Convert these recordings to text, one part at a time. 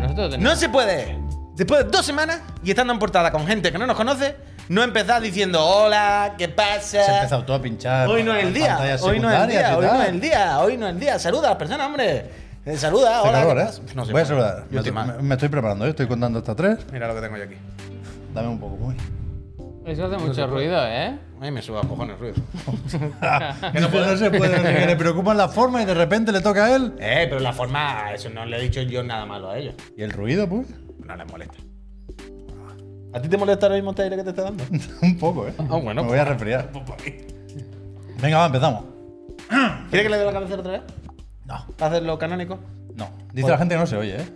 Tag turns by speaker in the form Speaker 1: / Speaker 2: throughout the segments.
Speaker 1: Nosotros tenemos.
Speaker 2: No se puede. Después de dos semanas y estando en portada con gente que no nos conoce, no empezar diciendo hola, ¿qué
Speaker 3: Se ha
Speaker 2: pasa?
Speaker 3: empezado tú a pinchar.
Speaker 2: hoy no es el día, hoy no es el día, hoy no es el
Speaker 3: día.
Speaker 2: día, hoy no es el día. Saluda a las personas, hombre. Eh, Saluda,
Speaker 3: Hace
Speaker 2: hola.
Speaker 3: calor,
Speaker 2: ¿qué
Speaker 3: ¿eh?
Speaker 2: pasa? No sé,
Speaker 3: Voy a
Speaker 2: bueno,
Speaker 3: saludar.
Speaker 2: yo
Speaker 3: Me,
Speaker 2: estoy mal.
Speaker 3: me- me estoy preparando, yo estoy contando hasta tres.
Speaker 2: Mira lo que tengo yo aquí.
Speaker 3: Dame un poco, uy.
Speaker 1: Eso hace mucho ruido, ¿eh?
Speaker 2: Ay, me suba a cojones ruido.
Speaker 3: Que no, se puede, que le preocupan las formas y de repente le toca a él.
Speaker 2: Eh, pero la forma, eso no le he dicho yo nada malo a ellos.
Speaker 3: ¿Y el ruido, pues?
Speaker 2: No les molesta. ¿A ti te molesta ahora mismo este aire que te está dando?
Speaker 3: un poco, ¿eh?
Speaker 2: Ah, bueno, pues,
Speaker 3: Me voy a resfriar. Venga, va, empezamos.
Speaker 2: ¿Quieres que le dé la cabecera otra vez?
Speaker 3: No,
Speaker 2: ¿Para hacer lo canónico?
Speaker 3: no. Dice la gente que no se oye, ¿eh?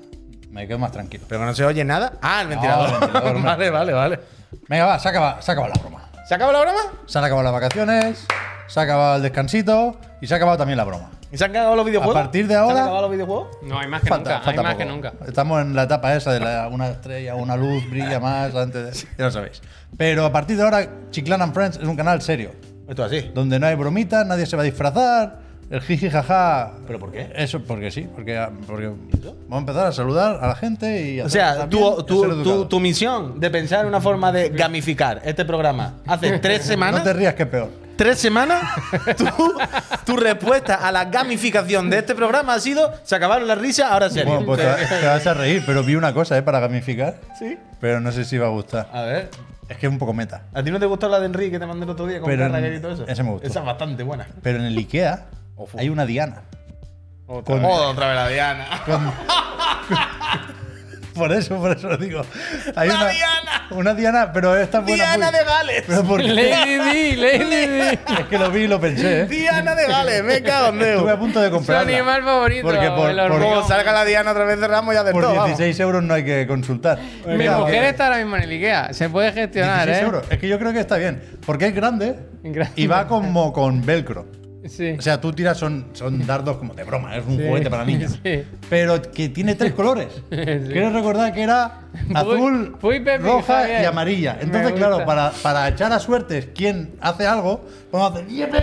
Speaker 3: Me quedo más tranquilo.
Speaker 2: Pero que no se oye nada. Ah, el
Speaker 3: ventilador.
Speaker 2: ventilador. vale, vale, vale.
Speaker 3: Venga, va, se acaba, se acaba la broma.
Speaker 2: ¿Se acaba la broma?
Speaker 3: Se han acabado las vacaciones, se ha acabado el descansito y se ha acabado también la broma.
Speaker 2: ¿Y se han acabado los videojuegos?
Speaker 3: A partir de
Speaker 2: ¿Se
Speaker 3: ahora-
Speaker 2: han acabado los videojuegos?
Speaker 1: No, hay más que nunca. hay más que nunca.
Speaker 3: Estamos en la etapa esa de la, una estrella, una luz brilla más antes de... Ya lo sabéis. Pero a partir de ahora, Chiclana and Friends es un canal serio,
Speaker 2: Esto así.
Speaker 3: donde no hay bromitas, nadie se va a disfrazar, el jiji jaja...
Speaker 2: ¿Pero por qué?
Speaker 3: Eso porque sí, porque, porque vamos a empezar a saludar a la gente y...
Speaker 2: O
Speaker 3: hacer
Speaker 2: sea,
Speaker 3: cosas
Speaker 2: tu,
Speaker 3: bien y a
Speaker 2: tu-
Speaker 3: ser
Speaker 2: tu-
Speaker 3: educados.
Speaker 2: tu misión de pensar en una forma de gamificar este programa hace tres
Speaker 3: No te
Speaker 2: semanas.
Speaker 3: rías que es peor.
Speaker 2: Tres semanas, tu, tu respuesta a la gamificación de este programa ha sido: se acabaron las risas, ahora serio.
Speaker 3: Bueno, pues te, va- te vas a reír, pero vi una cosa, ¿eh? Para gamificar.
Speaker 2: Sí.
Speaker 3: Pero no sé si va a gustar.
Speaker 2: A ver,
Speaker 3: Es que es un poco meta.
Speaker 2: ¿a ti no te gustó la de Enrique que te mandé el otro día con
Speaker 3: Pero
Speaker 2: Carragher
Speaker 3: en-
Speaker 2: y todo eso?
Speaker 3: esa me gustó.
Speaker 2: Esa es bastante buena.
Speaker 3: Pero en el IKEA hay una Diana.
Speaker 2: Otra,
Speaker 3: vez.
Speaker 2: otra vez la Diana.
Speaker 3: Por eso, por eso lo digo. Hay
Speaker 2: ¡La
Speaker 3: una
Speaker 2: Diana!
Speaker 3: Una Diana, pero esta buena.
Speaker 2: Diana
Speaker 3: muy-
Speaker 2: de Gales.
Speaker 3: Pero por qué?
Speaker 1: Lady D, Lady D.
Speaker 3: es que lo vi y lo pensé, ¿eh?
Speaker 2: Diana de Gales, me cago en
Speaker 3: Estuve a
Speaker 2: Dios.
Speaker 3: punto de
Speaker 1: Su
Speaker 3: comprarla.
Speaker 1: animal favorito.
Speaker 3: Porque por-
Speaker 1: el
Speaker 3: por-
Speaker 1: hormigón.
Speaker 2: Como salga la Diana otra vez cerramos ya de
Speaker 3: Por
Speaker 2: todo. vamos.
Speaker 3: 16 euros no hay que consultar.
Speaker 1: Mi
Speaker 3: Claro,
Speaker 1: mujer
Speaker 3: eh,
Speaker 1: está ahora mismo en el Ikea. Se puede gestionar,
Speaker 3: 16
Speaker 1: ¿eh?
Speaker 3: euros. Es que yo creo que está bien. Porque es grande
Speaker 1: Grande.
Speaker 3: y va como con velcro.
Speaker 1: Sí.
Speaker 3: O sea, tú tiras, son, son dardos como de broma, ¿eh? es un
Speaker 1: Sí.
Speaker 3: juguete para niños.
Speaker 1: Sí.
Speaker 3: Pero que tiene tres colores. Quiero recordar que era azul,
Speaker 1: fui Pepe y
Speaker 3: roja
Speaker 1: Javier.
Speaker 3: y amarilla.
Speaker 1: Me
Speaker 3: Entonces,
Speaker 1: gusta.
Speaker 3: claro, para, para echar a suertes quién hace algo, vamos a hacer "Yepa",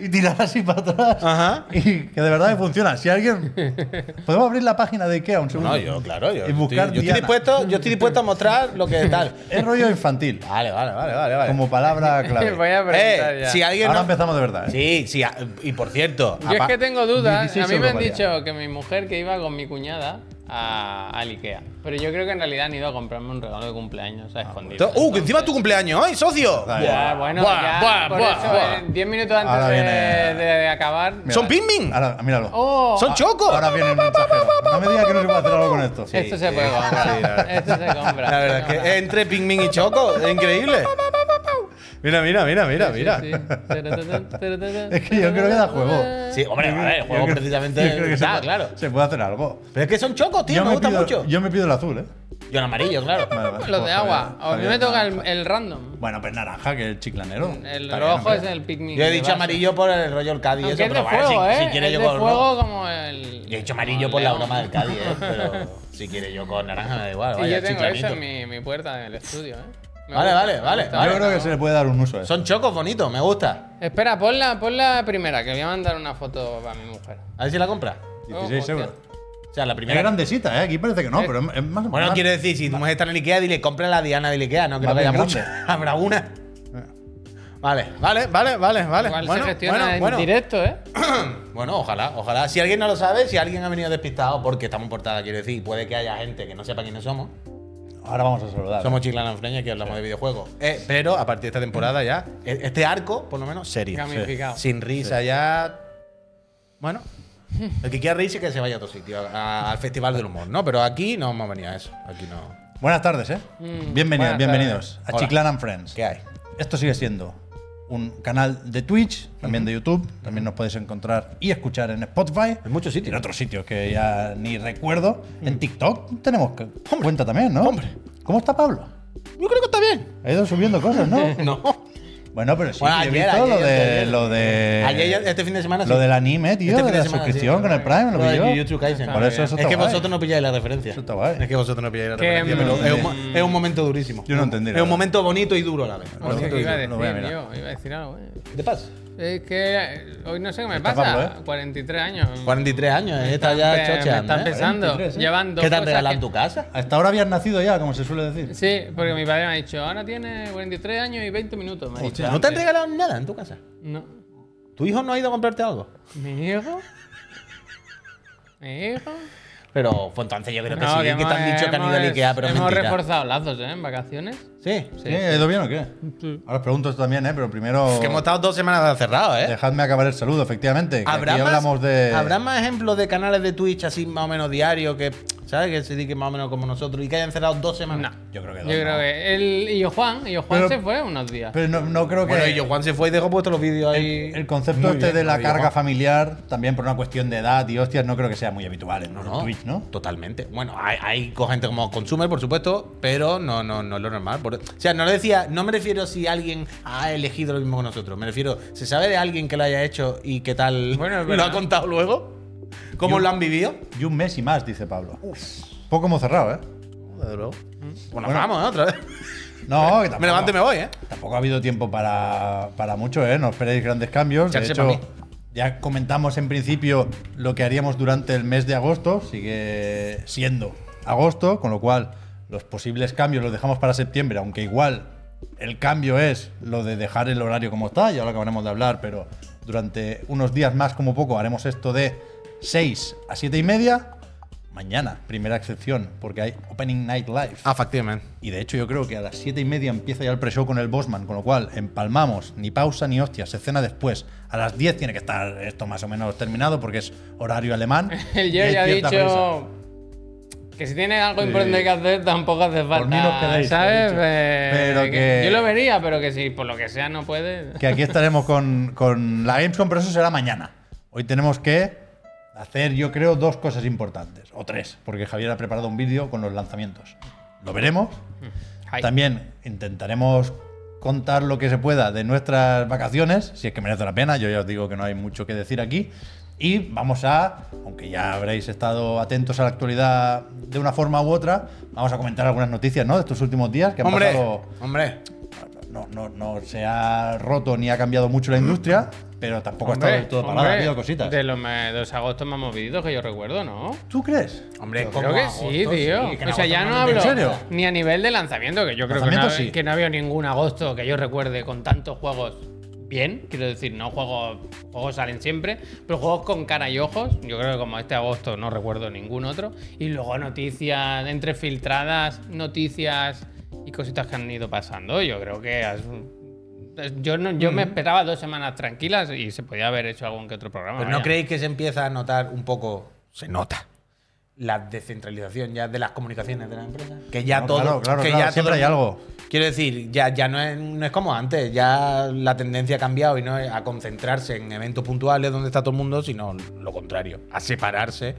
Speaker 3: y tirar así para atrás.
Speaker 2: Ajá.
Speaker 3: Y que de verdad me funciona. Si alguien. Podemos abrir la página de Ikea un segundo.
Speaker 2: No, yo, claro, yo.
Speaker 3: Y buscar
Speaker 2: estoy- yo,
Speaker 3: Diana.
Speaker 2: estoy dispuesto, yo estoy dispuesto a mostrar lo que tal.
Speaker 3: Es rollo infantil,
Speaker 2: Vale, vale, vale, vale. vale.
Speaker 3: como palabra
Speaker 1: Voy
Speaker 3: clave.
Speaker 1: a preguntar
Speaker 2: eh,
Speaker 1: ya.
Speaker 2: si alguien.
Speaker 3: Ahora
Speaker 2: no-
Speaker 3: empezamos de verdad. ¿eh?
Speaker 2: Sí, sí. a- Y por cierto.
Speaker 1: Yo es
Speaker 2: apa-
Speaker 1: que tengo dudas. A
Speaker 3: 16
Speaker 1: mí me han
Speaker 3: euros
Speaker 1: dicho que mi mujer que iba con mi cuñada a, al Ikea. Pero yo creo que en realidad han ido a comprarme un regalo de cumpleaños
Speaker 3: Ah, pues.
Speaker 1: a escondidas.
Speaker 2: Uh, que encima es tu cumpleaños hoy, socio.
Speaker 3: Dale.
Speaker 1: Ya,
Speaker 3: Buah,
Speaker 1: bueno,
Speaker 2: buah,
Speaker 1: ya.
Speaker 2: buah,
Speaker 1: por
Speaker 2: buah,
Speaker 1: eso,
Speaker 2: buah.
Speaker 1: eh, 10 minutos antes
Speaker 3: Ahora
Speaker 1: de,
Speaker 3: viene-
Speaker 1: de acabar.
Speaker 3: Mira,
Speaker 2: ¿Son pingmin?
Speaker 3: Ahora, míralo.
Speaker 1: ¡Oh!
Speaker 2: Son chocos.
Speaker 3: Ahora viene el mensajero. No me digas que no se puede hacer algo con esto.
Speaker 1: esto se
Speaker 2: sí,
Speaker 1: puede
Speaker 2: sí,
Speaker 1: comprar.
Speaker 2: sí, la verdad.
Speaker 1: esto se compra.
Speaker 2: La verdad es que eh, entre Pingmin y Choco es increíble. Mira, mira, mira, mira, mira. Sí,
Speaker 3: Es que yo creo que da juego.
Speaker 2: hombre, a ver, el juego
Speaker 3: Yo creo- yo creo
Speaker 2: precisamente.
Speaker 3: que se
Speaker 2: Está,
Speaker 3: puede-
Speaker 2: claro.
Speaker 3: Se puede hacer algo.
Speaker 2: Pero es que son chocos, tío, me, gusta
Speaker 3: pido,
Speaker 2: mucho. Yo,
Speaker 3: yo me pido el azul, ¿eh?
Speaker 2: en amarillo, claro.
Speaker 3: Vale, vale. pues,
Speaker 1: Los de agua.
Speaker 3: Javier,
Speaker 1: A mí me
Speaker 3: Javier,
Speaker 1: toca el,
Speaker 3: naranja.
Speaker 1: el random.
Speaker 3: Bueno, pues naranja, que es el chiclanero.
Speaker 1: El
Speaker 3: Está bien,
Speaker 1: rojo
Speaker 3: hombre.
Speaker 1: es el picnic.
Speaker 2: Yo he
Speaker 1: de
Speaker 2: dicho
Speaker 1: base.
Speaker 2: amarillo por el rollo del Cádiz,
Speaker 1: Aunque
Speaker 2: eso,
Speaker 1: es de
Speaker 2: pero vale,
Speaker 1: fuego,
Speaker 2: si,
Speaker 1: ¿eh?
Speaker 2: si quiere
Speaker 1: es
Speaker 2: yo
Speaker 1: de
Speaker 2: con.
Speaker 1: fuego como el.
Speaker 2: Yo he dicho amarillo
Speaker 1: como
Speaker 2: por la
Speaker 1: león.
Speaker 2: broma del Cádiz, ¿eh? pero si quiere yo con naranja, me da igual.
Speaker 1: Sí,
Speaker 2: vaya,
Speaker 1: yo tengo
Speaker 2: chiclanito.
Speaker 1: eso en mi, mi puerta en el estudio, ¿eh? Me
Speaker 2: Vale,
Speaker 1: gusta,
Speaker 2: vale,
Speaker 1: me
Speaker 2: vale,
Speaker 1: gusta.
Speaker 2: vale.
Speaker 3: Yo creo que se le puede dar un uso ¿eh? a eso.
Speaker 2: Son chocos bonitos, me gusta.
Speaker 1: Espera, pon la, pon la primera, que voy a mandar una foto para mi mujer.
Speaker 2: A ver si la compra.
Speaker 3: 16
Speaker 1: hostia.
Speaker 3: euros.
Speaker 2: O sea, la
Speaker 3: Es
Speaker 2: primera.
Speaker 3: grandecita, ¿eh? Aquí parece que no, pero es- es más
Speaker 2: Bueno,
Speaker 3: más-
Speaker 2: quiero decir, si tu mujer está en el Ikea, dile, compra la Diana del Ikea, no creo
Speaker 3: Más
Speaker 2: que haya
Speaker 3: bien
Speaker 2: mucho.
Speaker 3: grande.
Speaker 2: Habrá una. Vale, vale, vale, vale, vale.
Speaker 1: Igual
Speaker 2: bueno,
Speaker 1: se gestiona
Speaker 2: bueno,
Speaker 1: en
Speaker 2: bueno.
Speaker 1: directo, ¿eh?
Speaker 2: Bueno, ojalá, ojalá. Si alguien no lo sabe, si alguien ha venido despistado, porque estamos en portada, quiero decir, puede que haya gente que no sepa quiénes somos.
Speaker 3: Ahora vamos a saludar.
Speaker 2: Somos Chiclana Freña, que hablamos de videojuegos. Eh, pero a partir de esta temporada ya, e- este arco, por lo menos, serio.
Speaker 1: Gamificado.
Speaker 2: Sin risa ya. Bueno, el que quiera reírse que se vaya a otro sitio, a- al Festival del Humor, ¿no? Pero aquí no hemos venido a eso. Aquí no.
Speaker 3: Buenas tardes, ¿eh?
Speaker 1: Mm,
Speaker 3: bienvenidos,
Speaker 1: buenas
Speaker 3: bienvenidos
Speaker 1: tardes.
Speaker 3: a
Speaker 2: Hola.
Speaker 3: Chiclan and Friends.
Speaker 2: ¿Qué hay?
Speaker 3: Esto sigue siendo un canal de Twitch, también de YouTube, también nos podéis encontrar y escuchar en Spotify.
Speaker 2: En muchos sitios.
Speaker 3: En otros sitios que ya ni recuerdo. En TikTok tenemos que- cuenta también, ¿no?
Speaker 2: Hombre.
Speaker 3: ¿Cómo está Pablo?
Speaker 2: Yo creo que está bien.
Speaker 3: Ha ido subiendo cosas, ¿no?
Speaker 2: No.
Speaker 3: Bueno, pero sí,
Speaker 2: Bueno,
Speaker 3: yo he
Speaker 2: ayer,
Speaker 3: visto
Speaker 2: ayer,
Speaker 3: lo, de,
Speaker 2: ayer.
Speaker 3: lo de.
Speaker 2: Ayer, este fin de semana,
Speaker 3: Eh, Lo
Speaker 2: sí.
Speaker 3: del anime, tío,
Speaker 2: Este fin
Speaker 3: de
Speaker 2: de
Speaker 3: la
Speaker 2: semana,
Speaker 3: suscripción
Speaker 2: sí.
Speaker 3: con el Prime, lo
Speaker 2: Lo de
Speaker 3: pilló.
Speaker 2: Jujutsu Kaisen.
Speaker 3: Por eso, eso
Speaker 2: es
Speaker 3: está
Speaker 2: que
Speaker 3: guay.
Speaker 2: vosotros no pilláis la referencia.
Speaker 3: Eso está guay.
Speaker 2: Es que vosotros no pilláis la
Speaker 1: Que,
Speaker 2: referencia, pero
Speaker 1: mm,
Speaker 2: es un, mo- es un momento durísimo.
Speaker 3: Yo no entendí
Speaker 2: Es
Speaker 3: nada.
Speaker 2: un momento bonito y duro a la vez.
Speaker 3: Lo-
Speaker 1: Hostia,
Speaker 3: lo-
Speaker 1: iba a
Speaker 3: lo voy a
Speaker 1: decir,
Speaker 3: mirar.
Speaker 1: yo, iba a decir algo, ¿eh?
Speaker 2: ¿Qué te pasa?
Speaker 1: Es que hoy no sé qué me
Speaker 3: Está
Speaker 1: pasa.
Speaker 3: Pablo, ¿eh?
Speaker 1: 43 años.
Speaker 2: 43 años, esta
Speaker 1: Me-
Speaker 2: ya
Speaker 1: me
Speaker 2: chocheando.
Speaker 1: están
Speaker 2: ¿eh?
Speaker 1: pesando.
Speaker 3: 43, ¿eh?
Speaker 1: Llevan dos
Speaker 2: ¿Qué te han
Speaker 1: cosas
Speaker 2: regalado en
Speaker 1: que-
Speaker 2: tu casa?
Speaker 3: Hasta ahora habías nacido ya, como se suele decir.
Speaker 1: Sí, porque mi padre me ha dicho, ahora tiene 43 años y 20 minutos. Me ha dicho.
Speaker 3: Hostia,
Speaker 2: ¿No te han
Speaker 1: antes.
Speaker 2: regalado nada en tu casa?
Speaker 1: No.
Speaker 2: ¿Tu hijo no ha ido a comprarte algo?
Speaker 1: ¿Mi hijo? ¿Mi hijo?
Speaker 2: Pero pues, entonces yo creo que
Speaker 1: No,
Speaker 2: sí, que, te han dicho que han ido al
Speaker 1: hemos-
Speaker 2: Ikea, pero es
Speaker 1: Hemos
Speaker 2: mentira.
Speaker 1: reforzado lazos, ¿eh? En vacaciones.
Speaker 2: Sí.
Speaker 3: ¿Qué? ¿Ha ido bien o qué?
Speaker 1: Sí.
Speaker 3: Ahora os pregunto esto también, ¿eh? Pero primero.
Speaker 2: Que hemos estado dos semanas cerrados, ¿eh?
Speaker 3: Dejadme acabar el saludo, efectivamente. que
Speaker 2: ¿Habrá
Speaker 3: aquí
Speaker 2: más,
Speaker 3: hablamos de.
Speaker 2: ¿Habrá más ejemplos de canales de Twitch así más o menos diarios que, ¿sabes? Que se dediquen más o menos como nosotros y que hayan cerrado dos semanas?
Speaker 1: No.
Speaker 2: Yo creo que
Speaker 1: Yo
Speaker 2: dos.
Speaker 1: creo
Speaker 2: no.
Speaker 1: que él y yo Juan, y yo Juan
Speaker 3: Pero-
Speaker 1: se fue unos días.
Speaker 3: Pero no, no creo que.
Speaker 2: Bueno, y yo Juan se fue y dejó puestos los vídeos ahí.
Speaker 3: El concepto
Speaker 2: Muy
Speaker 3: este
Speaker 2: bien,
Speaker 3: de la
Speaker 2: muy bien,
Speaker 3: carga
Speaker 2: Juan.
Speaker 3: familiar, también por una cuestión de edad y hostias, no creo que sea muy habitual en
Speaker 2: No,
Speaker 3: Twitch, ¿no?
Speaker 2: Totalmente. Bueno, hay, hay co- gente como consumer, por supuesto, pero no, no, no es lo normal. Por- o sea, no lo decía, no me refiero si alguien ha elegido lo mismo que nosotros. Me refiero, ¿se sabe de alguien que lo haya hecho y qué tal
Speaker 1: Bueno, es
Speaker 2: lo
Speaker 1: verdad.
Speaker 2: ha contado luego? ¿Cómo
Speaker 3: Yo-
Speaker 2: lo han vivido?
Speaker 3: Y un mes y más, dice Pablo. Poco hemos cerrado, ¿eh?
Speaker 2: Desde luego. Bueno, vamos, ¿eh? otra vez.
Speaker 3: No, que tampoco,
Speaker 2: Me levanto y me voy, ¿eh?
Speaker 3: tampoco ha habido tiempo para, para mucho, ¿eh? No esperéis grandes cambios. De
Speaker 2: Echarse
Speaker 3: hecho,
Speaker 2: pa' mí.
Speaker 3: ya comentamos en principio lo que haríamos durante el mes de agosto. Sigue siendo agosto, con lo cual los posibles cambios los dejamos para septiembre, aunque igual el cambio es lo de dejar el horario como está, ya lo acabaremos de hablar, pero durante unos días más como poco haremos esto de 6 a 7 y media. Mañana, primera excepción, porque hay Opening Night Live.
Speaker 2: Ah, efectivamente.
Speaker 3: Y de hecho yo creo que a las 7 y media empieza ya el pre-show con el Bosman, con lo cual empalmamos, ni pausa ni hostia, se cena después. A las 10 tiene que estar esto más o menos terminado porque es horario alemán.
Speaker 1: El
Speaker 3: y
Speaker 1: Jerry
Speaker 3: hay
Speaker 1: ha
Speaker 3: cierta prisa.
Speaker 1: dicho que si tiene algo importante que hacer, tampoco hace falta.
Speaker 3: mí no os quedéis, ha
Speaker 1: ¿Sabes?
Speaker 3: dicho.
Speaker 1: Eh,
Speaker 3: Pero que-
Speaker 1: Yo lo vería, pero que si por lo que sea no puede.
Speaker 3: Que aquí estaremos con, con la Gamescom, pero eso será mañana. Hoy tenemos que hacer, yo creo, dos cosas importantes, o tres, porque Javier ha preparado un vídeo con los lanzamientos. Lo veremos.
Speaker 1: Ay.
Speaker 3: También intentaremos contar lo que se pueda de nuestras vacaciones, si es que merece la pena. Yo ya os digo que no hay mucho que decir aquí. Y vamos a, aunque ya habréis estado atentos a la actualidad de una forma u otra, vamos a comentar algunas noticias ¿no? de estos últimos días que han
Speaker 2: Hombre,
Speaker 3: pasado.
Speaker 2: hombre.
Speaker 3: No, no, no se ha roto ni ha cambiado mucho la industria, pero tampoco ha estado del todo parada. Ha habido cositas.
Speaker 1: De los, me- de los agostos más moviditos que yo recuerdo, ¿no?
Speaker 3: ¿Tú crees?
Speaker 2: Hombre,
Speaker 1: Creo
Speaker 2: como
Speaker 1: que
Speaker 2: agosto,
Speaker 1: sí, tío.
Speaker 2: sí, que en
Speaker 1: o sea,
Speaker 2: agosto
Speaker 1: ya no
Speaker 2: nos
Speaker 1: hablo
Speaker 3: ¿En serio?
Speaker 1: ni a nivel de lanzamiento, que yo creo que no,
Speaker 3: Lanzamiento
Speaker 1: ha-
Speaker 3: sí.
Speaker 1: que no ha habido ningún agosto que yo recuerde con tantos juegos bien. Quiero decir, no juegos, juegos salen siempre, pero juegos con cara y ojos. Yo creo que como este agosto no recuerdo ningún otro. Y luego noticias entre filtradas, noticias y cositas que han ido pasando. Yo creo que has- yo, no, yo
Speaker 2: Mm.
Speaker 1: me esperaba dos semanas tranquilas y se podía haber hecho algún que otro programa.
Speaker 2: Pero
Speaker 1: vaya.
Speaker 2: Pues ¿no creéis que se empieza a notar un poco, se nota, la descentralización ya de las comunicaciones de las empresas? Que ya
Speaker 3: No,
Speaker 2: todo,
Speaker 3: claro, claro,
Speaker 2: que
Speaker 3: claro,
Speaker 2: ya
Speaker 3: siempre
Speaker 2: todo-
Speaker 3: hay algo.
Speaker 2: Quiero decir, ya, ya no, es, no es como antes, ya la tendencia ha cambiado y no es a concentrarse en eventos puntuales donde está todo el mundo, sino lo contrario, a separarse.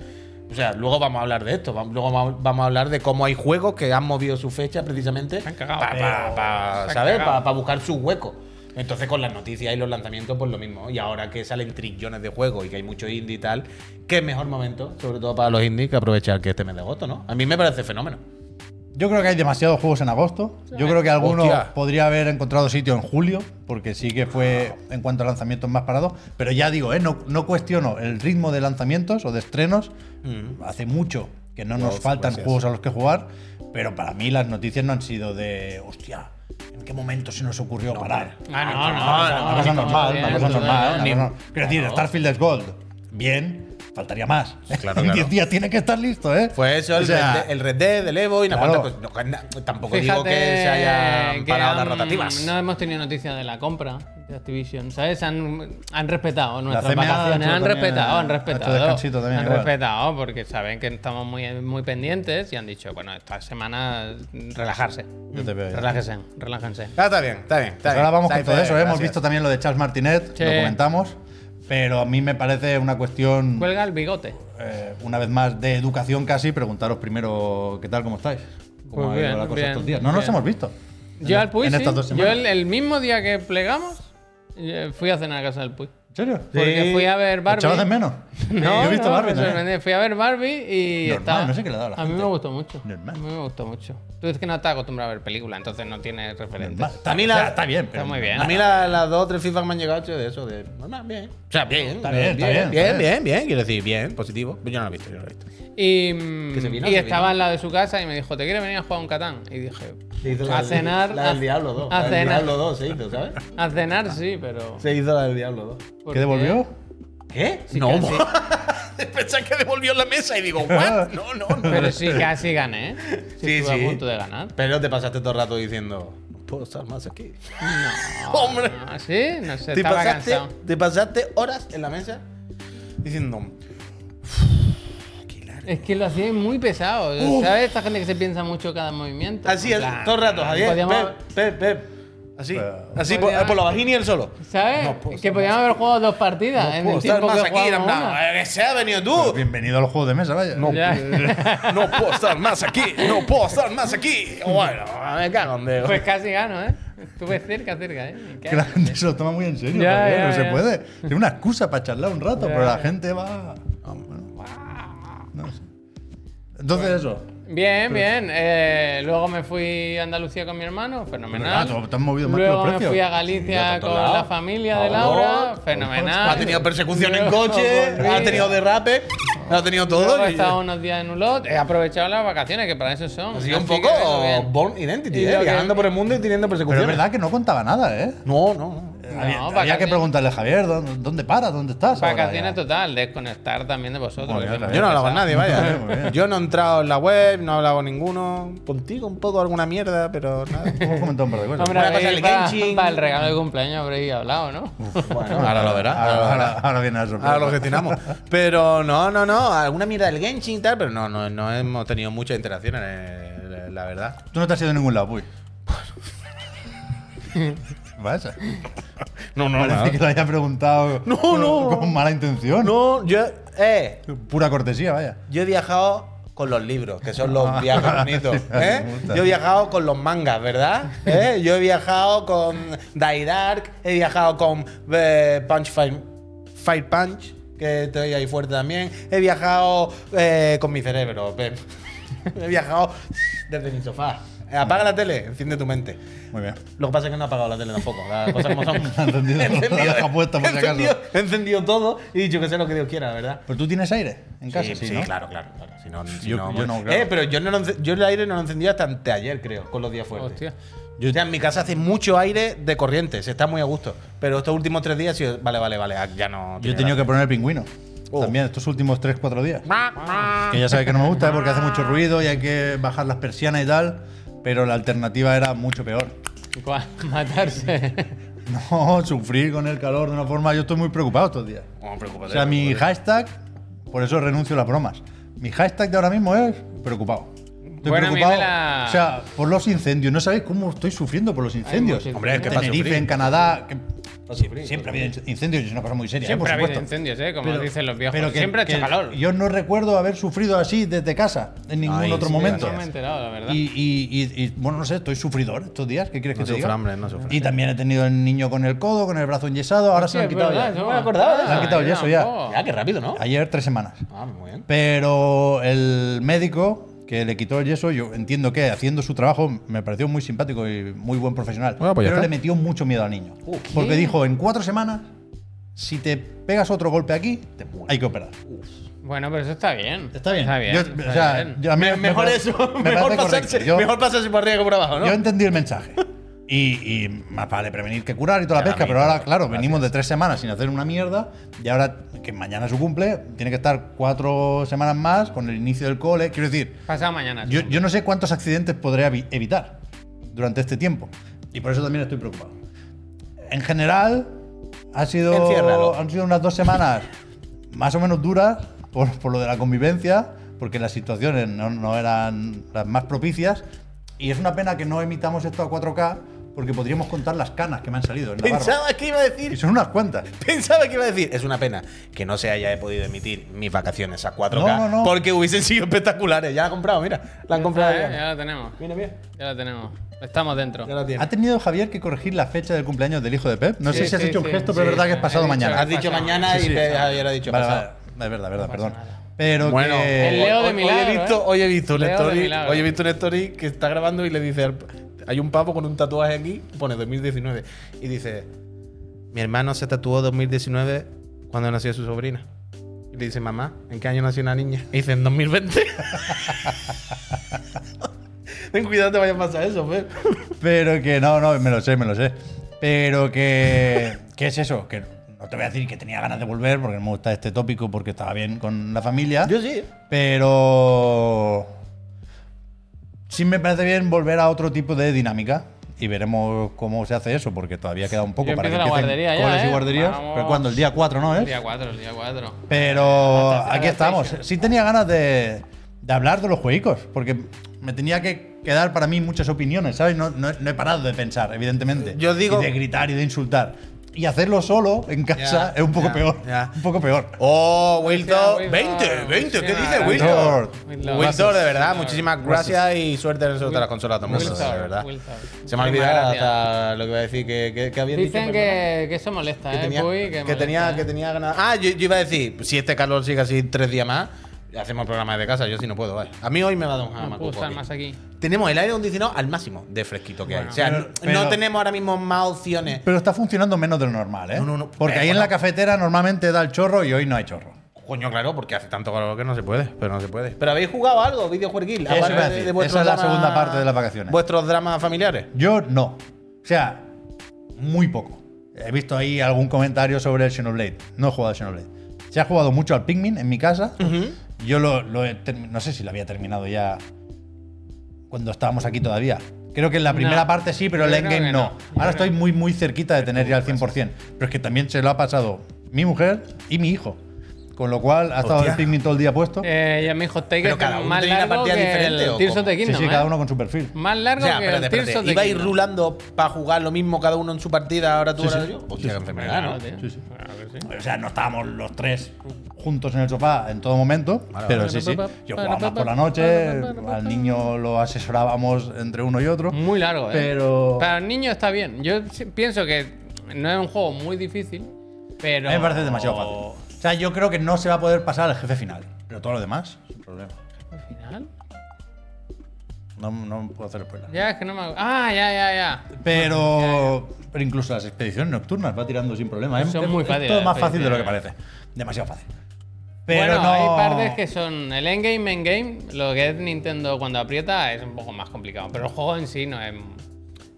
Speaker 2: O sea, luego vamos a hablar de esto, vam- luego va- vamos a hablar de cómo hay juegos que han movido su fecha precisamente
Speaker 1: Se han cagado.
Speaker 2: pa- pa- pa-
Speaker 1: Se han
Speaker 2: ¿sabes?
Speaker 1: cagado.
Speaker 2: Pa- para buscar su hueco. Entonces con las noticias y los lanzamientos pues lo mismo. Y ahora que salen trillones de juegos y que hay mucho indie y tal, qué mejor momento, sobre todo para los indies, que aprovechar que este mes de agosto, ¿no? A mí me parece fenómeno.
Speaker 3: Yo creo que hay demasiados juegos en agosto. Yo creo que alguno
Speaker 2: Hostia.
Speaker 3: podría haber encontrado sitio en julio, porque sí que fue en cuanto a lanzamientos más parado. Pero ya digo, ¿eh? no, no cuestiono el ritmo de lanzamientos o de estrenos.
Speaker 1: Mm.
Speaker 3: Hace mucho que no nos
Speaker 2: Wow,
Speaker 3: faltan
Speaker 2: gracias.
Speaker 3: juegos a los que jugar, pero para mí las noticias no han sido de, hostia, ¿en qué momento se nos ocurrió parar?
Speaker 1: Ah, no, no, no,
Speaker 3: una cosa
Speaker 1: no,
Speaker 3: normal,
Speaker 1: no,
Speaker 3: una cosa
Speaker 1: no,
Speaker 3: normal.
Speaker 1: no,
Speaker 3: una
Speaker 1: ni-
Speaker 3: cosa- Quiero decir, Starfield es Gold. Bien, faltaría más.
Speaker 2: Claro,
Speaker 3: en
Speaker 2: claro.
Speaker 3: 10 días tiene que estar listo, ¿eh?
Speaker 2: Fue eso, el,
Speaker 3: O sea,
Speaker 2: Red Dead, el Red Dead, el Evo y una
Speaker 3: Claro.
Speaker 2: cuanta cosa. No, na- tampoco digo
Speaker 1: Fíjate
Speaker 2: que se hayan
Speaker 1: que
Speaker 2: parado las
Speaker 1: han-
Speaker 2: rotativas.
Speaker 1: No hemos tenido noticias de la compra de Activision, ¿sabes? Han, han respetado nuestras
Speaker 3: CMA ha
Speaker 1: vacaciones,
Speaker 3: hecho
Speaker 1: han
Speaker 3: también-
Speaker 1: respetado, han
Speaker 3: ha hecho
Speaker 1: respetado.
Speaker 3: descansito también
Speaker 1: han
Speaker 3: igual.
Speaker 1: respetado porque saben que estamos muy, muy pendientes y han dicho, bueno, esta semana relajarse.
Speaker 3: Yo te veo ya.
Speaker 1: Relájense, relájense.
Speaker 2: Ah, está bien, está bien. está
Speaker 3: Pues ahora
Speaker 2: bien.
Speaker 3: vamos
Speaker 2: Está
Speaker 3: con todo
Speaker 2: bien,
Speaker 3: eso. ¿eh? Hemos
Speaker 2: gracias.
Speaker 3: visto también lo de Charles Martinet,
Speaker 1: Sí.
Speaker 3: lo comentamos, pero a mí me parece una cuestión,
Speaker 1: Cuelga el bigote.
Speaker 3: eh, una vez más, de educación casi. Preguntaros primero qué tal, cómo estáis.
Speaker 1: Pues
Speaker 3: ¿Cómo ha ido
Speaker 1: bien,
Speaker 3: la cosa
Speaker 1: bien,
Speaker 3: estos días? No nos
Speaker 1: bien.
Speaker 3: hemos visto.
Speaker 1: Yo al Puy,
Speaker 3: en
Speaker 1: sí,
Speaker 3: estas dos
Speaker 1: yo
Speaker 3: semanas.
Speaker 1: el, el mismo día que plegamos, eh, fui a cenar a casa del Puy.
Speaker 3: ¿En serio?
Speaker 1: Porque fui a ver
Speaker 3: ¿Lo echabas
Speaker 1: Barbie.
Speaker 3: de menos? Yo he visto
Speaker 1: no,
Speaker 3: Barbie
Speaker 1: me
Speaker 3: también.
Speaker 1: sorprende. Fui a ver Barbie y
Speaker 3: Normal,
Speaker 1: estaba-
Speaker 3: no sé qué le ha dado a la
Speaker 1: mí
Speaker 3: gente.
Speaker 1: me gustó mucho.
Speaker 3: Normal.
Speaker 1: A mí me gustó mucho. Tú es que no estás acostumbrado a ver películas, entonces no tienes referentes.
Speaker 3: Normal. Está,
Speaker 2: A mí
Speaker 3: o
Speaker 2: la-
Speaker 3: sea, está bien, pero
Speaker 1: Está muy bien.
Speaker 2: A mí la- las dos o tres feedback me han llegado che, de eso, de. normal, bien. O sea, bien.
Speaker 3: Está bien, está
Speaker 2: Bien,
Speaker 3: bien,
Speaker 2: bien,
Speaker 3: está
Speaker 2: bien, bien, Quiero decir, bien, positivo. Yo no lo he visto, yo no lo he visto.
Speaker 1: Y, mm,
Speaker 2: Que se vino,
Speaker 1: y
Speaker 2: se
Speaker 1: estaba
Speaker 2: vino.
Speaker 1: al lado de su casa y me dijo, ¿te quieres venir a jugar un Catán? Y dije,
Speaker 2: Se hizo
Speaker 1: a cenar...
Speaker 2: La del
Speaker 1: a-
Speaker 2: Diablo 2.
Speaker 1: A
Speaker 2: la del
Speaker 1: cenar,
Speaker 2: Diablo 2 se hizo, ¿sabes?
Speaker 1: a cenar sí, pero...
Speaker 2: Se hizo la del Diablo 2.
Speaker 1: ¿por
Speaker 3: ¿Qué devolvió?
Speaker 2: ¿Qué?
Speaker 1: Sí,
Speaker 2: no,
Speaker 1: casi.
Speaker 2: pensé que devolvió la mesa y digo, ¿what? No, no, no.
Speaker 1: Pero sí, casi gané. ¿eh? Sí,
Speaker 2: Sí,
Speaker 1: estuve
Speaker 2: sí.
Speaker 1: a punto de ganar.
Speaker 2: Pero te pasaste todo el rato diciendo, no puedo estar más aquí.
Speaker 1: No.
Speaker 2: Hombre.
Speaker 1: no, Ah, sí, no sé,
Speaker 2: Te
Speaker 1: estaba
Speaker 2: pasaste,
Speaker 1: cansado.
Speaker 2: te pasaste horas en la mesa diciendo, qué largo.
Speaker 1: Es que lo hacía muy pesado. ¿Sabes? Esta gente que se piensa mucho cada movimiento.
Speaker 2: Así,
Speaker 1: En
Speaker 2: así,
Speaker 1: plan,
Speaker 2: todo el rato, Javier.
Speaker 1: podíamos-
Speaker 2: Pep, pep, pep. Así,
Speaker 3: Pero-
Speaker 2: así, por,
Speaker 1: Podíamos-
Speaker 2: por la vagina y el solo.
Speaker 1: ¿Sabes?
Speaker 2: No puedo
Speaker 1: que
Speaker 2: estar
Speaker 1: podíamos haber jugado dos partidas en
Speaker 2: puedo
Speaker 1: el
Speaker 2: estar
Speaker 1: tiempo
Speaker 2: más
Speaker 1: que
Speaker 2: aquí, en
Speaker 1: jugábamos
Speaker 2: plan,
Speaker 1: una.
Speaker 2: "Eh, que se ha venido
Speaker 3: Pues
Speaker 2: tú.
Speaker 3: bienvenido al juego de mesa, vaya.
Speaker 2: No,
Speaker 1: Ya.
Speaker 2: no puedo estar más aquí, no puedo estar más aquí. Bueno, me cago en Dios.
Speaker 1: Pues casi gano, ¿eh? Estuve cerca, cerca, ¿eh? Me
Speaker 3: Que la
Speaker 1: cago.
Speaker 3: gente se lo toma muy en serio,
Speaker 1: Ya,
Speaker 3: joder,
Speaker 1: ya,
Speaker 3: no
Speaker 1: ya.
Speaker 3: se puede. Tiene una excusa para charlar un rato,
Speaker 1: Ya,
Speaker 3: pero la
Speaker 1: ya.
Speaker 3: gente va. Ah, bueno. No sé. Entonces, eso.
Speaker 1: Bien, bien. Eh, luego me fui a Andalucía con mi hermano,
Speaker 3: Ah,
Speaker 1: fenomenal.
Speaker 3: tú- te has movido más que
Speaker 1: Luego
Speaker 3: los
Speaker 1: me
Speaker 3: precios.
Speaker 1: fui a Galicia
Speaker 2: Sí, a todos
Speaker 1: con
Speaker 2: lados.
Speaker 1: la familia de
Speaker 2: Por
Speaker 1: Laura,
Speaker 2: favor.
Speaker 1: fenomenal.
Speaker 2: Ha tenido persecución en
Speaker 1: Luego
Speaker 2: coche,
Speaker 1: volví.
Speaker 2: ha tenido derrape, ha tenido todo.
Speaker 1: Luego he
Speaker 2: y-
Speaker 1: estado unos días en un lot, he aprovechado las vacaciones, que para eso son.
Speaker 2: Ha sido un
Speaker 1: Así que
Speaker 2: poco
Speaker 1: vengo bien.
Speaker 2: Born Identity,
Speaker 1: Y lo
Speaker 2: eh,
Speaker 1: que-
Speaker 2: viajando por el mundo y teniendo
Speaker 3: Pero
Speaker 2: persecución.
Speaker 3: es verdad que no contaba nada, ¿eh?
Speaker 2: No, no. no.
Speaker 1: No,
Speaker 3: había, había que
Speaker 1: vacaciones.
Speaker 3: preguntarle a Javier, ¿dó- ¿dónde paras? ¿Dónde estás? ahora
Speaker 1: Vacaciones
Speaker 3: ya?
Speaker 1: total, desconectar también de vosotros.
Speaker 3: Bueno,
Speaker 1: que
Speaker 3: ya
Speaker 1: sois
Speaker 3: está
Speaker 1: muy
Speaker 2: Yo no hablaba con
Speaker 1: pesados.
Speaker 2: nadie,
Speaker 3: Muy bien.
Speaker 2: vaya. Yo no he entrado en la web, no he hablado con ninguno. Contigo un poco alguna mierda, pero nada.
Speaker 3: Hemos comentado un par de cosas.
Speaker 1: Hombre,
Speaker 2: Una cosa
Speaker 1: habéis
Speaker 2: el
Speaker 1: pa-
Speaker 2: Genshin.
Speaker 1: pa el regalo de cumpleaños habréis hablado, ¿no?
Speaker 2: Bueno, ahora lo verás. Ahora, lo verás.
Speaker 3: Ahora, ahora- ahora viene la sorpresa.
Speaker 2: Ahora lo gestionamos. Pero no, no, no. Alguna mierda del Genshin y tal, pero no, no, no hemos tenido muchas interacciones, eh, la verdad.
Speaker 3: Tú no te has ido a ningún lado, Puy. ¿Qué pasa?
Speaker 2: No, no,
Speaker 3: Parece que lo haya preguntado
Speaker 2: No,
Speaker 3: con-
Speaker 2: no.
Speaker 3: con mala intención.
Speaker 2: No, yo. Eh,
Speaker 3: Pura cortesía, vaya.
Speaker 2: Yo he viajado con los libros, que son los viajes bonitos. ¿eh?
Speaker 3: me Ah, gusta.
Speaker 2: Yo he viajado con los mangas, ¿verdad? ¿Eh? Yo he viajado con Die Dark, he viajado con eh, Punch Fire, Fire Punch, que estoy ahí fuerte también. He viajado eh, con mi cerebro. Pep. he viajado desde mi sofá. Eh, Apaga la tele, enciende tu mente.
Speaker 3: Muy bien.
Speaker 2: Lo que pasa es que no ha apagado la tele tampoco. Las cosas como son.
Speaker 3: Encendido. La deja puesta, por si acaso.
Speaker 2: encendido, encendido todo y he dicho que sea lo que Dios quiera, ¿verdad?
Speaker 3: ¿Pero tú tienes aire en casa?
Speaker 2: sí, sí,
Speaker 3: ¿no?
Speaker 2: claro, claro, claro. Si no, si
Speaker 3: Yo-
Speaker 2: no,
Speaker 3: yo
Speaker 2: bueno.
Speaker 3: no, claro.
Speaker 2: Eh, pero yo, no lo ence- yo el aire no lo encendí hasta anteayer, creo, con los días fuertes.
Speaker 1: Hostia.
Speaker 2: O sea, en mi casa hace mucho aire de corriente, se está muy a gusto. Pero estos últimos tres días, sí, vale, vale, vale, ah, ya no.
Speaker 3: Yo he
Speaker 2: tiene
Speaker 3: tenido que poner el pingüino.
Speaker 2: Oh.
Speaker 3: También estos últimos 3-4 días.
Speaker 2: gracia.
Speaker 3: Que ya sabes que no me gusta ¿eh? porque hace
Speaker 2: Ah.
Speaker 3: mucho ruido y hay que bajar las persianas y tal. Pero la alternativa era mucho peor.
Speaker 1: ¿Cuál? Matarse.
Speaker 3: No, sufrir con el calor de una forma. Yo estoy muy preocupado estos días.
Speaker 2: No, preocúpate,
Speaker 3: O sea, mi
Speaker 2: preocúpate.
Speaker 3: hashtag, por eso renuncio a las bromas. Mi hashtag de ahora mismo es preocupado. Estoy
Speaker 1: Bueno, a mí
Speaker 3: preocupado.
Speaker 1: me la-
Speaker 3: O sea, por los incendios. No sabéis cómo estoy sufriendo por los incendios.
Speaker 1: mucho
Speaker 2: Hombre, es que
Speaker 3: en
Speaker 2: para
Speaker 3: Tenerife,
Speaker 2: sufrir.
Speaker 3: en Canadá. que
Speaker 2: Para sufrir,
Speaker 3: siempre ha
Speaker 2: para
Speaker 3: habido incendios y es una cosa muy seria. eh,
Speaker 1: Siempre ha
Speaker 3: por
Speaker 1: habido
Speaker 3: supuesto.
Speaker 1: incendios, ¿eh? Como
Speaker 3: Pero-
Speaker 1: dicen los viejos.
Speaker 3: pero que-
Speaker 1: Siempre ha hecho
Speaker 3: que
Speaker 1: calor.
Speaker 3: Yo no recuerdo haber sufrido así desde casa en ningún
Speaker 2: Ay,
Speaker 3: otro
Speaker 2: sí,
Speaker 3: momento.
Speaker 1: no me he enterado, la verdad.
Speaker 3: Y, y- y- y, bueno, no sé, estoy sufridor estos días. ¿Qué quieres
Speaker 2: No
Speaker 3: que te
Speaker 2: sufra,
Speaker 3: diga?
Speaker 2: hombre, no sufra.
Speaker 3: Y también he tenido el niño con el codo, con el brazo enyesado. Ahora se lo han
Speaker 1: Sí, es
Speaker 3: quitado
Speaker 1: verdad,
Speaker 3: ya.
Speaker 1: eso
Speaker 2: No me acordaba de
Speaker 1: ah,
Speaker 2: eso. Le han
Speaker 3: quitado
Speaker 1: yo
Speaker 3: yeso ya.
Speaker 1: tampoco.
Speaker 2: Ya, Ah, qué rápido, ¿no?
Speaker 3: Ayer tres semanas.
Speaker 2: Ah, muy bien.
Speaker 3: Pero el médico que le quitó el yeso, yo entiendo que haciendo su trabajo me pareció muy simpático y muy buen profesional.
Speaker 2: Bueno, pues ya
Speaker 3: pero
Speaker 2: está.
Speaker 3: le metió mucho miedo al niño.
Speaker 2: Uh,
Speaker 3: porque
Speaker 1: ¿qué?
Speaker 3: dijo, en cuatro semanas, si te pegas otro golpe aquí, hay que operar.
Speaker 1: Bueno, pero eso está bien.
Speaker 3: Está bien.
Speaker 1: Está bien.
Speaker 3: Yo-
Speaker 1: está
Speaker 3: o sea,
Speaker 1: bien.
Speaker 3: yo- a mí me- me
Speaker 2: mejor
Speaker 3: pare-
Speaker 2: eso, mejor
Speaker 3: me parece
Speaker 2: pasarse,
Speaker 3: correcto. Yo-
Speaker 2: mejor pasarse por arriba que por abajo, ¿no?
Speaker 3: Yo entendí el mensaje. Y, y más vale prevenir que curar y toda la
Speaker 2: Ya,
Speaker 3: pesca,
Speaker 2: amigo,
Speaker 3: pero ahora, claro, venimos de tres semanas sin hacer una mierda y ahora que mañana es su cumple, tiene que estar cuatro semanas más con el inicio del cole. Quiero decir,
Speaker 1: Pasado mañana.
Speaker 3: yo,
Speaker 1: sí.
Speaker 3: yo no sé cuántos accidentes podré evi- evitar durante este tiempo y por eso también estoy preocupado. En general, ha sido,
Speaker 2: Enciérralo.
Speaker 3: han sido unas dos semanas más o menos duras por, por lo de la convivencia, porque las situaciones no, no eran las más propicias. Y es una pena que no emitamos esto a 4K, porque podríamos contar las canas que me han salido en la barba.
Speaker 2: Pensaba que iba a
Speaker 3: Y
Speaker 2: decir.
Speaker 3: son unas cuantas.
Speaker 2: Pensaba que iba a decir, es una pena que no se haya podido emitir mis vacaciones a 4K,
Speaker 3: No, no, no.
Speaker 2: porque hubiesen sido espectaculares. Ya la han comprado, mira, la han comprado.
Speaker 1: Ah,
Speaker 2: ya.
Speaker 1: eh, ya la tenemos.
Speaker 2: Mira, mira.
Speaker 1: Ya la tenemos. Estamos dentro.
Speaker 2: Ya la tiene.
Speaker 3: ¿Ha tenido Javier que corregir la fecha del cumpleaños del hijo de Pep? No
Speaker 1: Sí,
Speaker 3: sé si has
Speaker 1: sí,
Speaker 3: hecho un
Speaker 1: sí,
Speaker 3: gesto, pero
Speaker 1: sí,
Speaker 3: es verdad que
Speaker 1: he
Speaker 3: es pasado
Speaker 1: dicho-
Speaker 3: mañana.
Speaker 2: Has dicho
Speaker 1: pasado.
Speaker 2: mañana
Speaker 3: Sí,
Speaker 2: y
Speaker 3: sí.
Speaker 2: te- Javier ha dicho
Speaker 3: Vale,
Speaker 2: pasado.
Speaker 3: vale. Es verdad, verdad,
Speaker 1: pasa
Speaker 3: perdón.
Speaker 1: nada.
Speaker 3: Pero
Speaker 2: bueno,
Speaker 3: que.
Speaker 1: El Leo de
Speaker 2: hoy-
Speaker 1: milagro,
Speaker 2: Hoy he visto,
Speaker 1: ¿eh?
Speaker 2: hoy he visto una
Speaker 1: Leo de
Speaker 2: story,
Speaker 1: milagro.
Speaker 2: hoy he visto una story que está grabando y le dice, al- hay un pavo con un tatuaje aquí, pone 2019 y dice, mi hermano se tatuó 2019 cuando nació su sobrina. Y le dice, mamá, ¿en qué año nació una niña? Y dice, en 2020. Ten cuidado, te vaya a pasar eso, Fer.
Speaker 3: Pero que no, no, me lo sé, me lo sé. Pero que. ¿Qué es eso? Que no te voy a decir que tenía ganas de volver porque me gusta este tópico porque estaba bien con la familia.
Speaker 2: Yo sí.
Speaker 3: Pero. Sí me parece bien volver a otro tipo de dinámica. Y veremos cómo se hace eso, porque todavía queda un poco
Speaker 1: Yo
Speaker 3: para que
Speaker 1: empiezo la
Speaker 3: empiecen
Speaker 1: guardería ya,
Speaker 3: coles y
Speaker 1: ¿eh?
Speaker 3: guarderías.
Speaker 1: Vamos.
Speaker 3: Pero cuando el día 4, ¿no?
Speaker 1: El
Speaker 3: es?
Speaker 1: día 4, el día 4.
Speaker 3: Pero
Speaker 1: La tercera
Speaker 3: aquí estamos.
Speaker 1: PlayStation.
Speaker 3: Sí tenía ganas de, de hablar de los juegos, porque me tenía que quedar para mí muchas opiniones, ¿sabes? No, no- no he parado de pensar, evidentemente.
Speaker 2: Yo digo-
Speaker 3: Y de gritar y de insultar. Y hacerlo solo en casa
Speaker 2: Ya,
Speaker 3: es un poco
Speaker 2: ya,
Speaker 3: peor.
Speaker 2: ya.
Speaker 3: Un poco peor.
Speaker 2: Oh, Wilton.
Speaker 1: Wilton.
Speaker 2: 20, 20, ¿qué dice
Speaker 1: Wilton.
Speaker 2: Wilton?
Speaker 1: Wilton.
Speaker 2: Wilton, de verdad,
Speaker 1: Wilton.
Speaker 2: muchísimas gracias y suerte en el sorteo de las consolas. Tomoso,
Speaker 1: Wilton,
Speaker 2: de verdad.
Speaker 1: Wilton.
Speaker 2: Se me ha
Speaker 1: Muchísimas
Speaker 2: olvidado
Speaker 1: gracias.
Speaker 2: hasta lo que iba a decir, que, que, que habían
Speaker 1: Dicen
Speaker 2: dicho, perdona,
Speaker 1: que, que eso molesta,
Speaker 2: que
Speaker 1: ¿eh?
Speaker 2: tenía,
Speaker 1: Puy, que
Speaker 2: que,
Speaker 1: molesta,
Speaker 2: tenía,
Speaker 1: ¿eh?
Speaker 2: que tenía ganas. Ah, yo, yo iba a decir, si este calor sigue así tres días más, hacemos programa de casa, yo sí no puedo, vaya. A mí hoy me va a dar un
Speaker 1: No puedo
Speaker 2: jamacuco
Speaker 1: estar
Speaker 2: aquí.
Speaker 1: Ah, más aquí.
Speaker 2: Tenemos el aire acondicionado al máximo de fresquito que hay.
Speaker 1: Bueno,
Speaker 2: O sea,
Speaker 3: pero-
Speaker 2: no-
Speaker 3: pero-
Speaker 2: no tenemos ahora mismo más opciones.
Speaker 3: Pero está funcionando menos de lo normal, ¿eh?
Speaker 2: No, no, no.
Speaker 3: Porque
Speaker 2: Eh,
Speaker 3: ahí en
Speaker 2: bueno.
Speaker 3: la cafetera normalmente da el chorro y hoy no hay chorro.
Speaker 2: Coño, claro, porque hace tanto calor que no se puede, pero no se puede. ¿Pero habéis jugado algo, videojueguil?
Speaker 3: Eso
Speaker 2: aparte
Speaker 3: iba a
Speaker 2: de-
Speaker 3: decir,
Speaker 2: de vuestros
Speaker 3: esa es la
Speaker 2: dramas-
Speaker 3: segunda parte de las vacaciones.
Speaker 2: ¿Vuestros dramas familiares?
Speaker 3: Yo no. O sea, muy poco. He visto ahí algún comentario sobre el Xenoblade. No he jugado al Xenoblade. Se ha jugado mucho al Pikmin en mi casa. Yo lo, lo he termi- no sé si lo había terminado ya cuando estábamos aquí todavía. Creo que en la primera
Speaker 1: No.
Speaker 3: parte sí, pero el
Speaker 1: Yo creo
Speaker 3: endgame
Speaker 1: que
Speaker 3: no.
Speaker 1: no. Yo
Speaker 3: Ahora
Speaker 1: creo-
Speaker 3: estoy muy, muy cerquita de tener ya el 100%. Pero es que también se lo ha pasado mi mujer y mi hijo. Con lo cual ha estado
Speaker 2: Hostia.
Speaker 3: el Pikmin todo el día puesto.
Speaker 1: Eh, ya me dijo Take
Speaker 2: Pero
Speaker 1: que
Speaker 2: cada
Speaker 1: es
Speaker 2: uno
Speaker 1: más
Speaker 2: tiene una
Speaker 1: largo
Speaker 2: partida
Speaker 1: que
Speaker 2: diferente,
Speaker 1: el
Speaker 2: ¿o
Speaker 1: Tears of
Speaker 2: cómo?
Speaker 1: the
Speaker 3: sí,
Speaker 1: Kingdom,
Speaker 3: sí,
Speaker 1: ¿eh?
Speaker 3: cada uno con su perfil.
Speaker 1: Más largo
Speaker 2: Ya,
Speaker 1: que
Speaker 2: espérate,
Speaker 1: el Tears of
Speaker 2: espérate.
Speaker 1: the
Speaker 2: Ibais
Speaker 1: Kingdom.
Speaker 2: rulando para jugar lo mismo cada uno en su partida, ahora tú, ahora yo. Hostia, qué enfermedad,
Speaker 1: Claro,
Speaker 2: ¿no?
Speaker 1: tío.
Speaker 3: Sí, sí.
Speaker 1: Claro que sí.
Speaker 3: O sea, no estábamos los tres juntos en el sofá en todo momento, pero sí, sí. Yo jugaba más por la noche, al niño lo asesorábamos entre uno y otro.
Speaker 1: Muy largo, ¿eh?
Speaker 3: Pero-
Speaker 1: Para el niño está bien. Yo sí- pienso que no es un juego muy difícil, pero.
Speaker 3: A mí me parece demasiado fácil. O sea, yo creo que no se va a poder pasar al jefe final, pero todo lo demás es un problema.
Speaker 1: ¿Al final?
Speaker 3: No, no puedo hacer spoiler.
Speaker 1: Ya, es que no me. Ah, ya, ya, ya.
Speaker 3: Pero, pero incluso las expediciones nocturnas va tirando sin problema. Es-
Speaker 1: Son
Speaker 3: es-
Speaker 1: muy
Speaker 3: es
Speaker 1: fáciles
Speaker 3: Todo
Speaker 1: las
Speaker 3: más fácil de lo que parece.
Speaker 1: expediciones.
Speaker 3: Demasiado fácil. Pero
Speaker 1: bueno,
Speaker 3: no.
Speaker 1: hay partes que son. El endgame, endgame, lo que es Nintendo cuando aprieta es un poco más complicado. Pero el juego en sí no es.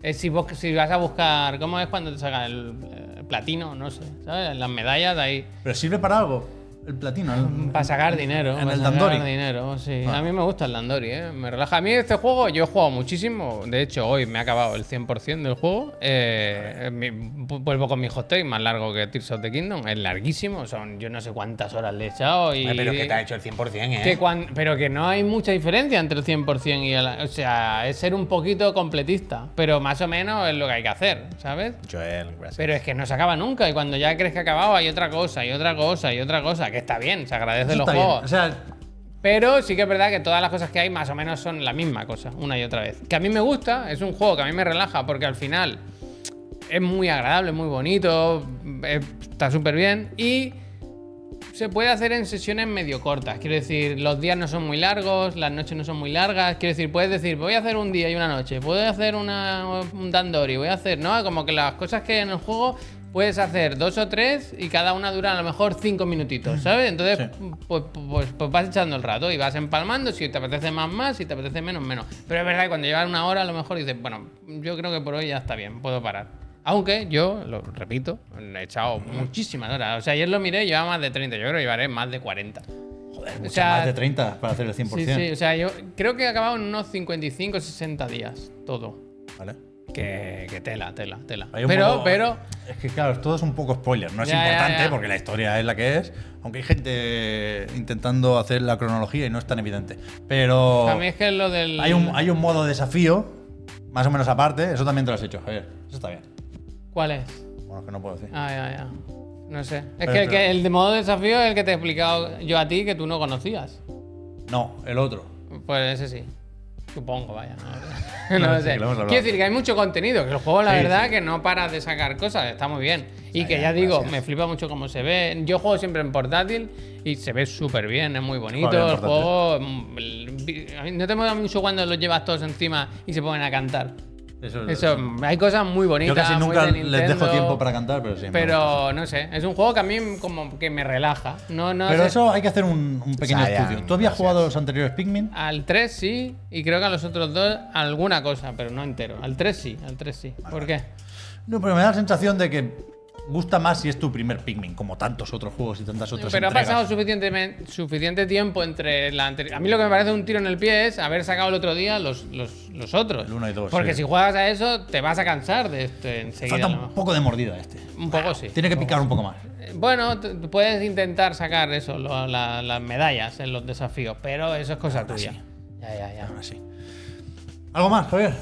Speaker 1: es si, vos- si vas a buscar. ¿Cómo es cuando te sacan el, eh, platino? No sé. ¿Sabes? Las medallas de ahí.
Speaker 3: Pero sirve para algo. El platino. el-
Speaker 1: Para sacar dinero.
Speaker 3: En
Speaker 1: pa'
Speaker 3: el
Speaker 1: sacar
Speaker 3: Dandori.
Speaker 1: dinero, sí.
Speaker 3: Ah.
Speaker 1: A mí me gusta el Dandori, ¿eh? Me relaja. A mí este juego, yo he jugado muchísimo. De hecho, hoy me ha acabado el 100% del juego. Eh, mi- vu- vuelvo con mi hot take, más largo que Tears of the Kingdom. Es larguísimo. Son yo no sé cuántas horas le he echado. Y
Speaker 2: Eh, Pero que te ha hecho el 100%, ¿eh?
Speaker 1: que cuan- pero que no hay mucha diferencia entre el 100% y el... O sea, es ser un poquito completista, pero más o menos es lo que hay que hacer, ¿sabes?
Speaker 2: Joel, gracias.
Speaker 1: Pero es que no se acaba nunca y cuando ya crees que ha acabado hay otra cosa, y otra cosa, y otra cosa, que está bien, se agradece
Speaker 3: Eso
Speaker 1: los
Speaker 3: está bien.
Speaker 1: juegos.
Speaker 3: O sea,
Speaker 1: Pero sí que es verdad que todas las cosas que hay más o menos son la misma cosa, una y otra vez. Que a mí me gusta, es un juego que a mí me relaja porque al final es muy agradable, es muy bonito, eh, está súper bien y se puede hacer en sesiones medio cortas. Quiero decir, los días no son muy largos, las noches no son muy largas. Quiero decir, puedes decir, voy a hacer un día y una noche, voy a hacer una, un dandori, voy a hacer, ¿no? Como que las cosas que hay en el juego puedes hacer dos o tres y cada una dura a lo mejor cinco minutitos, ¿sabes? Entonces, pues, pues- pues vas echando el rato y vas empalmando. Si te apetece más, más, si te apetece menos, menos. Pero es verdad que cuando llevas una hora, a lo mejor dices, bueno, yo creo que por hoy ya está bien, puedo parar. Aunque yo, lo repito, he echado muchísimas horas. O sea, ayer lo miré, llevaba más de 30. Yo creo que llevaré más de 40.
Speaker 3: joder,
Speaker 1: O
Speaker 3: mucho
Speaker 1: sea,
Speaker 3: más de 30 para hacer el 100%.
Speaker 1: Sí, sí. O sea, yo creo que he acabado en unos 55, 60 días todo.
Speaker 3: Vale.
Speaker 1: Que, que tela, tela, tela.
Speaker 3: Hay un
Speaker 1: Pero,
Speaker 3: modo-
Speaker 1: pero.
Speaker 3: Es que claro, todo es un poco spoiler. No es
Speaker 1: Ya, ya,
Speaker 3: importante
Speaker 1: ya.
Speaker 3: porque la historia es la que es. Aunque hay gente intentando hacer la cronología y no es tan evidente. Pero
Speaker 1: A mí es que lo del.
Speaker 3: hay, un, hay un modo desafío, más o menos aparte. Eso también te lo has hecho, Javier. Eso está bien.
Speaker 1: ¿Cuál es?
Speaker 3: Bueno, es que no puedo decir.
Speaker 1: Ah, ya, ya. No sé. Es
Speaker 3: Pero-
Speaker 1: que el,
Speaker 3: pero-
Speaker 1: que el de modo desafío es el que te he explicado yo a ti que tú no conocías.
Speaker 3: No, el otro.
Speaker 1: Pues ese sí. Supongo, vaya. No,
Speaker 3: No,
Speaker 1: no lo
Speaker 3: sí,
Speaker 1: sé.
Speaker 3: que lo hemos hablado.
Speaker 1: Quiero decir que hay mucho contenido, que el juego, la
Speaker 3: Sí,
Speaker 1: verdad,
Speaker 3: sí.
Speaker 1: que no para de sacar cosas, está muy bien. Y que
Speaker 3: ya,
Speaker 1: ya digo,
Speaker 3: gracias.
Speaker 1: me flipa mucho cómo se ve. Yo juego siempre en portátil y se ve súper bien, es muy bonito.
Speaker 3: Juega bien
Speaker 1: El
Speaker 3: en portátil.
Speaker 1: juego. mm, el- a mí No te mola mucho cuando los llevas todos encima y se ponen a cantar.
Speaker 3: Eso,
Speaker 1: Eso, hay cosas muy
Speaker 3: yo
Speaker 1: bonitas.
Speaker 3: casi
Speaker 1: muy
Speaker 3: nunca
Speaker 1: de
Speaker 3: les dejo
Speaker 1: Nintendo,
Speaker 3: tiempo para cantar, pero siempre.
Speaker 1: Pero no sé, es un juego que a mí como que me relaja. No, no
Speaker 3: Pero
Speaker 1: sé.
Speaker 3: eso hay que hacer un, un pequeño
Speaker 2: Sayan,
Speaker 3: estudio. ¿Tú habías
Speaker 2: gracias.
Speaker 3: jugado los anteriores Pikmin?
Speaker 1: Al 3 sí, y creo que a los otros dos alguna cosa, pero no entero. Al 3 sí, al 3 sí. ¿Por qué?
Speaker 3: No, pero me da la sensación de que gusta más si es tu primer Pikmin, como tantos otros juegos y tantas otras
Speaker 1: Pero ha
Speaker 3: entregas.
Speaker 1: pasado suficientemente, suficiente tiempo entre la anterior. A mí lo que me parece un tiro en el pie es haber sacado el otro día los, los, los otros.
Speaker 3: El uno y dos,
Speaker 1: Porque
Speaker 3: sí.
Speaker 1: si juegas a eso, te vas a cansar de esto enseguida.
Speaker 3: Falta
Speaker 1: a lo
Speaker 3: un
Speaker 1: mejor.
Speaker 3: poco de mordida este.
Speaker 1: Un poco sí.
Speaker 3: Tiene que picar un poco más.
Speaker 1: Eh, Bueno, t- t- puedes intentar sacar eso, lo- la- las medallas en los desafíos, pero eso es cosa tuya. Ya, ya, ya.
Speaker 3: Ahora Ah, sí. ¿Algo más, Javier?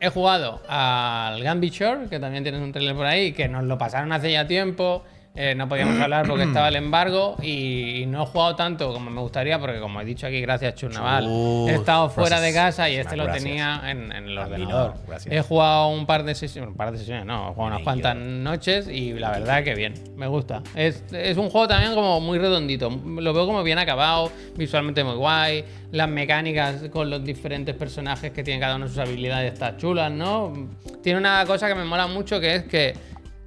Speaker 1: He jugado al Gambit Shore, que también tienes un trailer por ahí, que nos lo pasaron hace ya tiempo. eh, no podíamos hablar porque estaba el embargo y, y no he jugado tanto como me gustaría, porque como he dicho aquí, gracias Churnaval,
Speaker 2: Chus,
Speaker 1: he estado fuera de
Speaker 2: gracias. Ah,
Speaker 1: casa y este lo
Speaker 2: Gracias.
Speaker 1: tenía en, en el
Speaker 2: A mí no,
Speaker 1: ordenador.
Speaker 2: gracias.
Speaker 1: he jugado un par de sesiones, un par de sesiones, no, he jugado unas cuantas noches y la verdad que bien, me gusta. Es, es un juego también como muy redondito, lo veo como bien acabado, visualmente muy guay, las mecánicas con los diferentes personajes que tienen cada uno sus habilidades están chulas, ¿no? Tiene una cosa que me mola mucho que es que,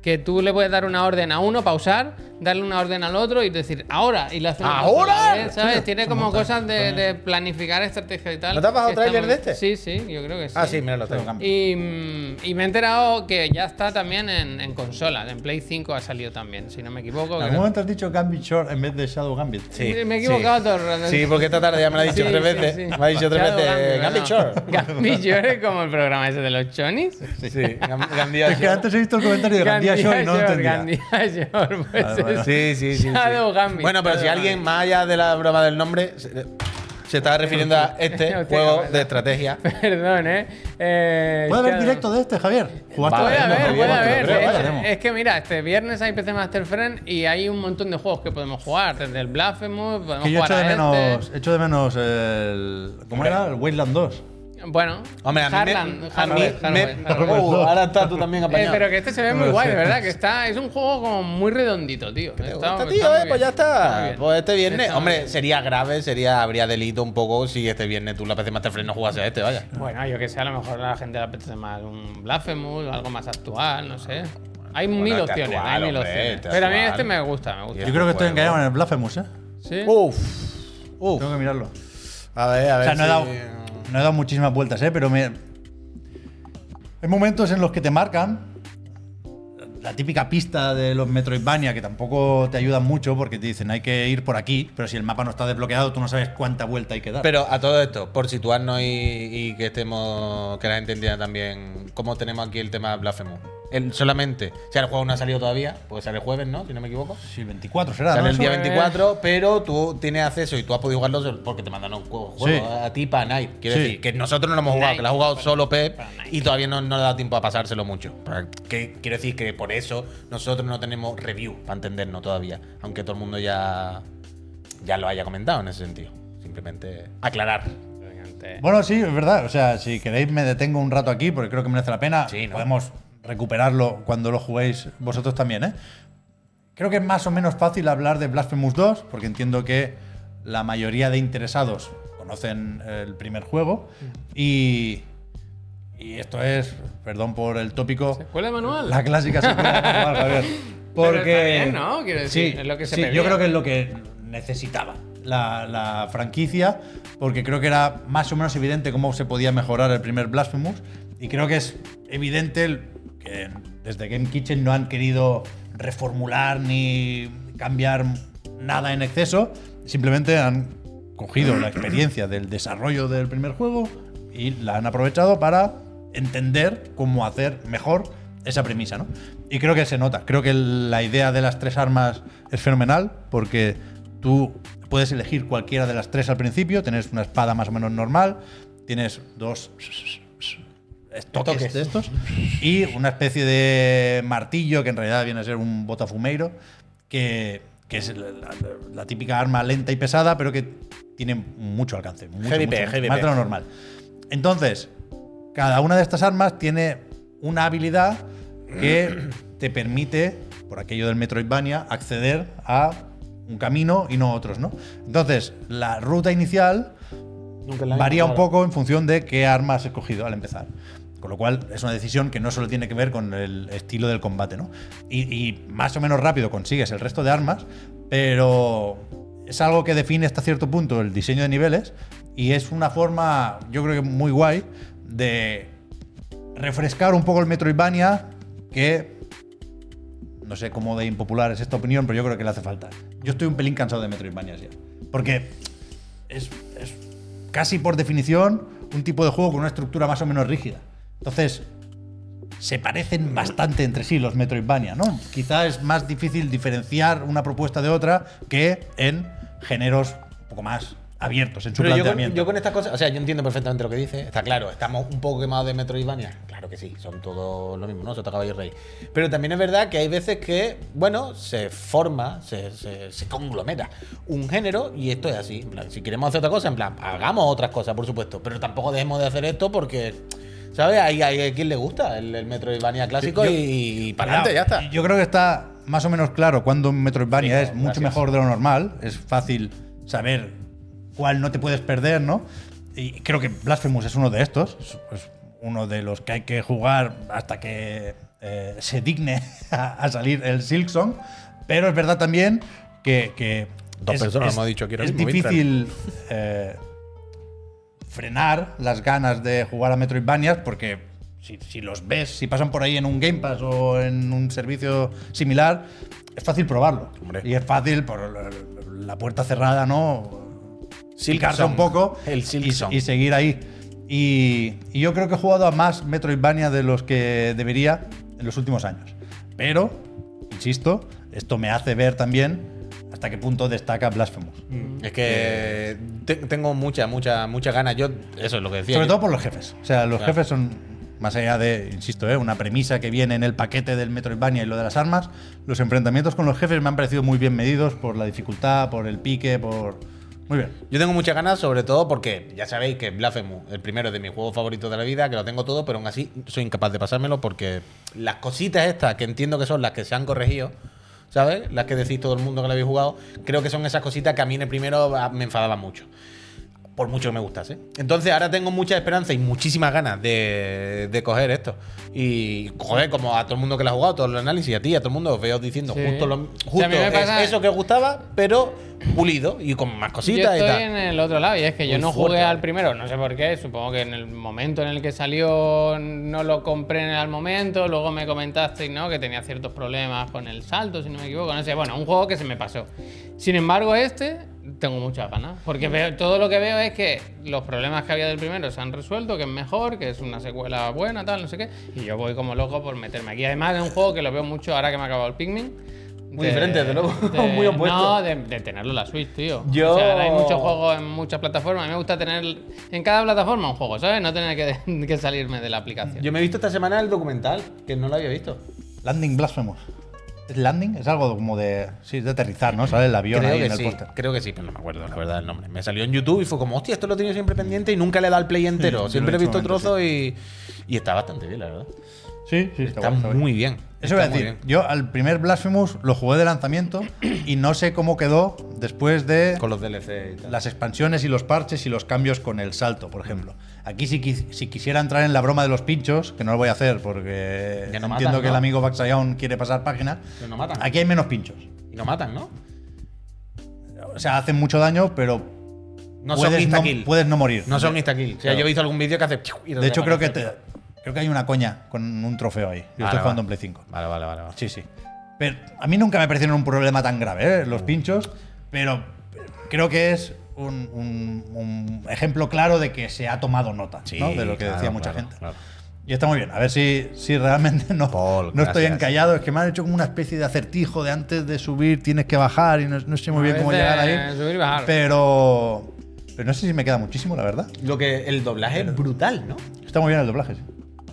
Speaker 1: que tú le puedes dar una orden a uno, pausar, darle una orden al otro y decir, ahora, y le hace una cosa a la
Speaker 2: ¿Ahora?
Speaker 1: vez, ¿Sabes? Tiene como cosas de, de planificar estrategia y tal.
Speaker 2: ¿No te has bajado
Speaker 1: que está
Speaker 2: tráiler
Speaker 1: muy-
Speaker 2: de este?
Speaker 1: Sí, sí, yo creo que sí.
Speaker 2: Ah, sí, mira, lo tengo.
Speaker 1: Y, mm, y me he enterado que ya está también en, en consolas. En Play 5 ha salido también, si no me equivoco.
Speaker 3: En
Speaker 1: creo.
Speaker 3: algún momento has dicho Gambit Short en vez de Shadow Gambit.
Speaker 2: Sí,
Speaker 1: Me he equivocado
Speaker 2: sí.
Speaker 1: todo el rato.
Speaker 2: Sí, porque esta tarde ya me lo ha dicho
Speaker 1: Sí,
Speaker 2: tres
Speaker 1: sí,
Speaker 2: veces.
Speaker 1: sí.
Speaker 2: Me ha dicho tres
Speaker 1: Shadow
Speaker 2: veces. Gambit
Speaker 1: ¿verdad?
Speaker 2: Shore.
Speaker 1: Gambit Shore es como el programa ese de los chonis.
Speaker 2: Sí, Gam- Gandía
Speaker 3: Es que
Speaker 2: Shore.
Speaker 3: antes he visto el comentario de Gandía Shore y no lo
Speaker 1: Shore,
Speaker 3: entendía.
Speaker 1: Gandía Shore, pues
Speaker 3: Vale, vale.
Speaker 1: es-
Speaker 2: Sí, sí, sí. sí.
Speaker 1: Shadow Gambit.
Speaker 2: Bueno, pero
Speaker 1: Shadow
Speaker 2: si alguien,
Speaker 1: Gambit.
Speaker 2: más allá de la broma del nombre, se, se estaba refiriendo a este
Speaker 1: Hostia,
Speaker 2: juego
Speaker 1: verdad.
Speaker 2: de estrategia.
Speaker 1: Perdón, ¿eh? eh
Speaker 3: ¿Puede haber
Speaker 1: Shadow-
Speaker 3: directo de este, Javier? ¿Jugaste
Speaker 2: Vale,
Speaker 1: Puede
Speaker 3: la demo,
Speaker 1: haber,
Speaker 2: no,
Speaker 3: Javier?
Speaker 1: puede
Speaker 2: no,
Speaker 1: haber.
Speaker 2: creo,
Speaker 1: De
Speaker 3: Jugaste la
Speaker 1: hecho,
Speaker 3: demo.
Speaker 1: Es que mira, este viernes hay PC Master Friend y hay un montón de juegos que podemos jugar. Desde el Blasphemous, podemos
Speaker 3: Que yo
Speaker 1: jugar
Speaker 3: echo de
Speaker 1: a
Speaker 3: menos,
Speaker 1: este.
Speaker 3: echo de menos el. ¿Cómo era? El Wayland 2.
Speaker 1: Bueno,
Speaker 2: Hombre, a mí me-
Speaker 1: Harlan,
Speaker 2: a mí
Speaker 1: Harlan,
Speaker 2: me-
Speaker 1: Harlan, Harlan.
Speaker 2: Oh, ahora está tú también
Speaker 1: Eh,
Speaker 2: apañado.
Speaker 1: pero que este se ve
Speaker 3: No
Speaker 1: muy
Speaker 3: lo
Speaker 1: guay,
Speaker 3: sé.
Speaker 1: de verdad, que está, es un juego como muy redondito, tío.
Speaker 2: Te
Speaker 1: Está-
Speaker 2: gusta,
Speaker 1: está
Speaker 2: tío,
Speaker 1: muy
Speaker 2: eh, pues
Speaker 1: bien, muy
Speaker 2: ya está.
Speaker 1: bien.
Speaker 2: Pues este viernes,
Speaker 1: Está muy
Speaker 2: hombre,
Speaker 1: bien.
Speaker 2: sería grave, sería habría delito un poco si este viernes tú la PC Master Friend no jugase a este, vaya.
Speaker 1: Bueno, yo que sé, a lo mejor a la gente le apetece más un Blasphemous, algo más actual, no sé. Hay mil
Speaker 2: este
Speaker 1: opciones,
Speaker 2: actual,
Speaker 1: hay mil
Speaker 2: hombre,
Speaker 1: opciones.
Speaker 2: este
Speaker 1: Pero a mí
Speaker 2: actual.
Speaker 1: este me gusta, me gusta.
Speaker 2: Ya.
Speaker 3: Yo creo que estoy
Speaker 2: Bueno.
Speaker 3: encallado en el Blasphemous, ¿eh?
Speaker 1: Sí.
Speaker 2: Oh. Uf. Uf.
Speaker 3: Tengo que mirarlo.
Speaker 2: A ver, a
Speaker 3: O
Speaker 2: ver.
Speaker 3: sea, no he,
Speaker 2: si-
Speaker 3: dado, no he dado muchísimas vueltas, ¿eh? Pero me. Hay momentos en los que te marcan la típica pista de los Metroidvania que tampoco te ayudan mucho porque te dicen hay que ir por aquí, pero si el mapa no está desbloqueado tú no sabes cuánta vuelta hay que dar.
Speaker 2: Pero a todo esto, por situarnos y, y que estemos, que la gente entienda también cómo tenemos aquí el tema de Blasphemous. El, solamente, si el juego no ha salido todavía, porque sale el jueves, ¿no? Si no me equivoco.
Speaker 3: Sí, el 24 será,
Speaker 2: Sale
Speaker 3: ¿no?
Speaker 2: el día
Speaker 1: Eso es.
Speaker 2: 24, pero tú tienes acceso y tú has podido jugarlo solo- porque te mandan un juego
Speaker 3: Sí.
Speaker 2: a ti para Night. Quiero
Speaker 3: Sí.
Speaker 2: decir, que nosotros no lo hemos jugado,
Speaker 1: Night,
Speaker 2: que lo ha jugado
Speaker 1: para-
Speaker 2: solo Pep
Speaker 1: para Night.
Speaker 2: y todavía no, no le ha dado tiempo a pasárselo mucho. Pero Que, quiero decir que por eso nosotros no tenemos review para entendernos todavía, aunque todo el mundo ya, ya lo haya comentado en ese sentido. Simplemente aclarar. Eh,
Speaker 3: Bueno, sí, es verdad. O sea, si queréis me detengo un rato aquí porque creo que merece la pena.
Speaker 2: Sí, ¿no?
Speaker 3: Podemos recuperarlo cuando lo juguéis vosotros también, ¿eh? Creo que es más o menos fácil hablar de Blasphemous 2 porque entiendo que la mayoría de interesados conocen el primer juego
Speaker 2: Mm.
Speaker 3: y... Y esto es, perdón por el tópico,
Speaker 1: ¿Escuela de manual?
Speaker 3: la clásica secuela de manual, Javier.
Speaker 1: Pero
Speaker 3: Porque
Speaker 1: está bien, ¿no? Quiero decir, es lo que se
Speaker 3: sí,
Speaker 1: pedía.
Speaker 3: yo creo que es lo que necesitaba la, la franquicia, porque creo que era más o menos evidente cómo se podía mejorar el primer Blasphemous, y creo que es evidente el- que desde Game Kitchen no han querido reformular ni cambiar nada en exceso, simplemente han cogido la experiencia del desarrollo del primer juego y la han aprovechado para entender cómo hacer mejor esa premisa, ¿no? Y creo que se nota. Creo que la idea de las tres armas es fenomenal porque tú puedes elegir cualquiera de las tres al principio. Tienes una espada más o menos normal, tienes dos eh, toques,
Speaker 2: Toques.
Speaker 3: de estos y una especie de martillo que en realidad viene a ser un botafumeiro que, que es la, la- la típica arma lenta y pesada, pero que tiene mucho alcance, mucho,
Speaker 2: Heavy
Speaker 3: mucho,
Speaker 2: P, heavy
Speaker 3: más
Speaker 2: P.
Speaker 3: de lo normal. Entonces, cada una de estas armas tiene una habilidad que te permite, por aquello del Metroidvania, acceder a un camino y no a otros, ¿no? Entonces, la ruta inicial
Speaker 2: Nunca la he
Speaker 3: varía un
Speaker 2: encontrado.
Speaker 3: poco en función de qué arma has escogido al empezar. Con lo cual es una decisión que no solo tiene que ver con el estilo del combate, ¿no? Y, y más o menos rápido consigues el resto de armas, pero es algo que define hasta cierto punto el diseño de niveles y es una forma, yo creo que muy guay, de refrescar un poco el Metroidvania que no sé cómo de impopular es esta opinión, pero yo creo que le hace falta. Yo estoy un pelín cansado de Metroidvania ya. Porque es, es casi por definición un tipo de juego con una estructura más o menos rígida. Entonces, se parecen bastante entre sí los Metroidvania, ¿no? Quizá es más difícil diferenciar una propuesta de otra que en géneros un poco más abiertos en su
Speaker 2: Pero yo con,
Speaker 3: planteamiento.
Speaker 2: yo con estas cosas, o sea, yo entiendo perfectamente lo que dice, está claro, estamos un poco quemados de Metroidvania, claro que sí, son todos lo mismo, ¿no? Sota Caballo y Rey. Pero también es verdad que hay veces que, bueno, se forma, se, se- se conglomera un género y esto es así. En plan, si queremos hacer otra cosa, en plan, hagamos otras cosas, por supuesto, pero tampoco dejemos de hacer esto porque, ¿sabes? Hay, hay a quien le gusta el, el Metroidvania clásico
Speaker 3: Yo-
Speaker 2: y, para
Speaker 3: Claro,
Speaker 2: adelante, ya está.
Speaker 3: Yo creo que está más o menos claro cuando un Metroidvania
Speaker 2: Rico,
Speaker 3: es mucho
Speaker 2: gracias.
Speaker 3: mejor de lo normal. Es fácil saber cuál no te puedes perder, ¿no? Y creo que Blasphemous es uno de estos. Es, es uno de los que hay que jugar hasta que eh, se digne a, a salir el Silksong. Pero es verdad también que. que
Speaker 2: Dos
Speaker 3: es-
Speaker 2: personas
Speaker 3: es-
Speaker 2: me han dicho que ahora
Speaker 3: Es
Speaker 2: mismo entran.
Speaker 3: difícil. eh, frenar las ganas de jugar a Metroidvanias porque si, si los ves, si pasan por ahí en un Game Pass o en un servicio similar, es fácil probarlo.
Speaker 2: Hombre.
Speaker 3: Y es fácil por la- la puerta cerrada, ¿no? Picarse un poco
Speaker 2: El
Speaker 3: y,
Speaker 2: Silksong.
Speaker 3: y seguir ahí. Y, y yo creo que he jugado a más Metroidvania de los que debería en los últimos años. Pero, insisto, esto me hace ver también hasta qué punto destaca Blasphemous.
Speaker 2: Es que te- tengo muchas, muchas, muchas ganas. Yo, eso es lo que decía.
Speaker 3: Sobre
Speaker 2: yo-
Speaker 3: todo por los jefes. O sea, los
Speaker 2: Claro.
Speaker 3: jefes son, más allá de, insisto, ¿eh? una premisa que viene en el paquete del Metroidvania y lo de las armas, los enfrentamientos con los jefes me han parecido muy bien medidos por la dificultad, por el pique, por... Muy bien.
Speaker 2: Yo tengo muchas ganas, sobre todo porque ya sabéis que Blasphemous, el primero de mis juegos favoritos de la vida, que lo tengo todo, pero aún así soy incapaz de pasármelo porque las cositas estas, que entiendo que son las que se han corregido, ¿sabes? Las que decís todo el mundo que lo habéis jugado, creo que son esas cositas que a mí en el primero ah, me enfadaba mucho. Por mucho que me gustase. Entonces ahora tengo mucha esperanza y muchísimas ganas de, de coger esto. Y joder, como a todo el mundo que lo ha jugado, todo el análisis, a ti, a todo el mundo, os veo diciendo
Speaker 1: Sí.
Speaker 2: justo, lo,
Speaker 1: O sea,
Speaker 2: justo
Speaker 1: a mí me
Speaker 2: es
Speaker 1: pasa-
Speaker 2: eso que os gustaba, pero pulido y con más
Speaker 1: Yo
Speaker 2: cositas y tal.
Speaker 1: estoy en el otro lado y es que yo
Speaker 2: Muy
Speaker 1: no
Speaker 2: fuerte.
Speaker 1: jugué al primero, no sé por qué, supongo que en el momento en el que salió no lo compré en el momento, luego me comentasteis ¿no? que tenía ciertos problemas con el salto, si no me equivoco, no sé, bueno, un juego que se me pasó. Sin embargo, este tengo muchas ganas, porque veo, todo lo que veo es que los problemas que había del primero se han resuelto, que es mejor, que es una secuela buena, tal, no sé qué, y yo voy como loco por meterme aquí. Además es un juego que lo veo mucho ahora que me ha acabado el Pikmin.
Speaker 2: Muy diferente, desde luego. Muy opuesto.
Speaker 1: No, de, de tenerlo en la Switch, tío.
Speaker 2: Yo-
Speaker 1: O sea, ahora hay muchos juegos en muchas plataformas. A mí me gusta tener en cada plataforma un juego, ¿sabes? No tener que, que salirme de la aplicación.
Speaker 2: Yo me he visto esta semana el documental, que no lo había visto.
Speaker 3: Landing Blasphemous. ¿Es landing? Es algo como de... Sí, es de aterrizar, ¿no? Sale el avión
Speaker 2: Creo
Speaker 3: ahí
Speaker 2: que,
Speaker 3: en el
Speaker 2: sí,
Speaker 3: póster.
Speaker 2: creo que sí, pero no me acuerdo, la verdad, el nombre. Me salió en YouTube y fue como, hostia, esto lo he tenido siempre pendiente y nunca le he dado el play
Speaker 3: yo
Speaker 2: entero.
Speaker 3: lo
Speaker 2: siempre he
Speaker 3: he hecho
Speaker 2: visto
Speaker 3: un momento,
Speaker 2: trozos y, y está bastante bien, la verdad.
Speaker 3: Sí, sí,
Speaker 2: Está,
Speaker 3: guay, guay.
Speaker 2: muy bien. Está
Speaker 3: Eso voy a
Speaker 2: muy
Speaker 3: decir,
Speaker 2: bien.
Speaker 3: yo al primer Blasphemous lo jugué de lanzamiento y no sé cómo quedó después de
Speaker 2: Con los DLC y tal.
Speaker 3: las expansiones y los parches y los cambios con el salto, por ejemplo. Aquí si, quis- si quisiera entrar en la broma de los pinchos, que no lo voy a hacer porque
Speaker 2: Ya no
Speaker 3: entiendo
Speaker 2: matan,
Speaker 3: que el
Speaker 2: ¿no?
Speaker 3: amigo Baxayown quiere pasar página,
Speaker 2: Pero no matan.
Speaker 3: aquí hay menos pinchos.
Speaker 2: Y no matan, ¿no?
Speaker 3: O sea, hacen mucho daño, pero
Speaker 2: No son
Speaker 3: puedes, no,
Speaker 2: instakill.
Speaker 3: puedes no morir.
Speaker 2: No son instakill. O sea,
Speaker 3: Claro.
Speaker 2: yo he visto algún vídeo que hace. y
Speaker 3: De hecho, creo que,
Speaker 2: desaparece.
Speaker 3: te- creo que hay una coña con un trofeo ahí. Yo
Speaker 2: Vale,
Speaker 3: estoy
Speaker 2: vale.
Speaker 3: jugando en Play 5.
Speaker 2: Vale, vale, vale. vale.
Speaker 3: Sí, sí. Pero a mí nunca me parecieron un problema tan grave, ¿eh?
Speaker 2: Mm.
Speaker 3: los pinchos, pero creo que es un, un- un ejemplo claro de que se ha tomado nota ¿no? de lo que
Speaker 2: claro,
Speaker 3: decía mucha
Speaker 2: claro,
Speaker 3: gente.
Speaker 2: claro.
Speaker 3: Y está muy bien. A ver si, si realmente no,
Speaker 2: Paul,
Speaker 3: no estoy
Speaker 2: gracias.
Speaker 3: encallado. Es que me han hecho como una especie de acertijo de antes de subir tienes que bajar y no, no sé muy
Speaker 1: A
Speaker 3: bien cómo
Speaker 1: veces, eh,
Speaker 3: llegar ahí.
Speaker 1: subir y bajar.
Speaker 3: Pero, pero no sé si me queda muchísimo, la verdad.
Speaker 2: Lo que el doblaje es brutal, ¿no?
Speaker 3: Está muy bien el doblaje. sí.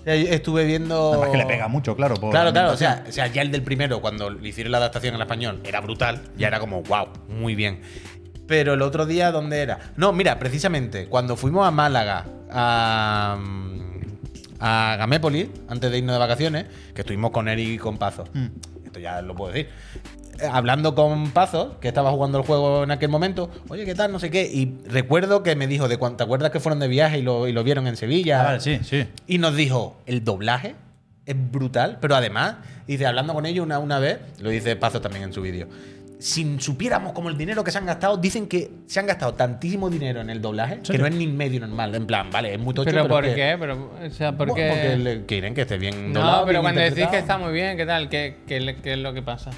Speaker 2: O sea, yo estuve viendo.
Speaker 3: Además que le pega mucho, claro. por
Speaker 2: Claro,
Speaker 3: la
Speaker 2: claro. O
Speaker 3: ambientación.
Speaker 2: sea, o sea, ya el del primero, cuando le hicieron la adaptación al español, era brutal. Ya era como, wow, muy bien. Pero el otro día, ¿dónde era? No, mira, precisamente, cuando fuimos a Málaga a, a Gamépolis antes de irnos de vacaciones, que estuvimos con él y con Pazo.
Speaker 3: Mm.
Speaker 2: Esto ya lo puedo decir. Eh, Hablando con Pazo, que estaba jugando el juego en aquel momento, oye, ¿qué tal? No sé qué. Y recuerdo que me dijo, de cuan- ¿te acuerdas que fueron de viaje y lo, y lo vieron en Sevilla?
Speaker 3: Ah, vale, sí, sí.
Speaker 2: Y nos dijo, el doblaje es brutal, pero además, dice, hablando con ellos una, una vez, lo dice Pazo también en su vídeo, si supiéramos como el dinero que se han gastado, dicen que se han gastado tantísimo dinero en el doblaje, que
Speaker 3: serio?
Speaker 2: no es ni medio normal, en plan, vale, es muy tocho,
Speaker 1: ¿Pero por
Speaker 2: es que-
Speaker 1: qué? Pero, o sea, ¿por
Speaker 2: Bueno,
Speaker 1: qué?
Speaker 2: Porque le- quieren que esté bien doblado.
Speaker 1: No, pero
Speaker 2: bien
Speaker 1: cuando decís que está
Speaker 2: interpretado.
Speaker 1: muy bien, ¿qué tal? ¿Qué, qué le- qué es lo que pasa?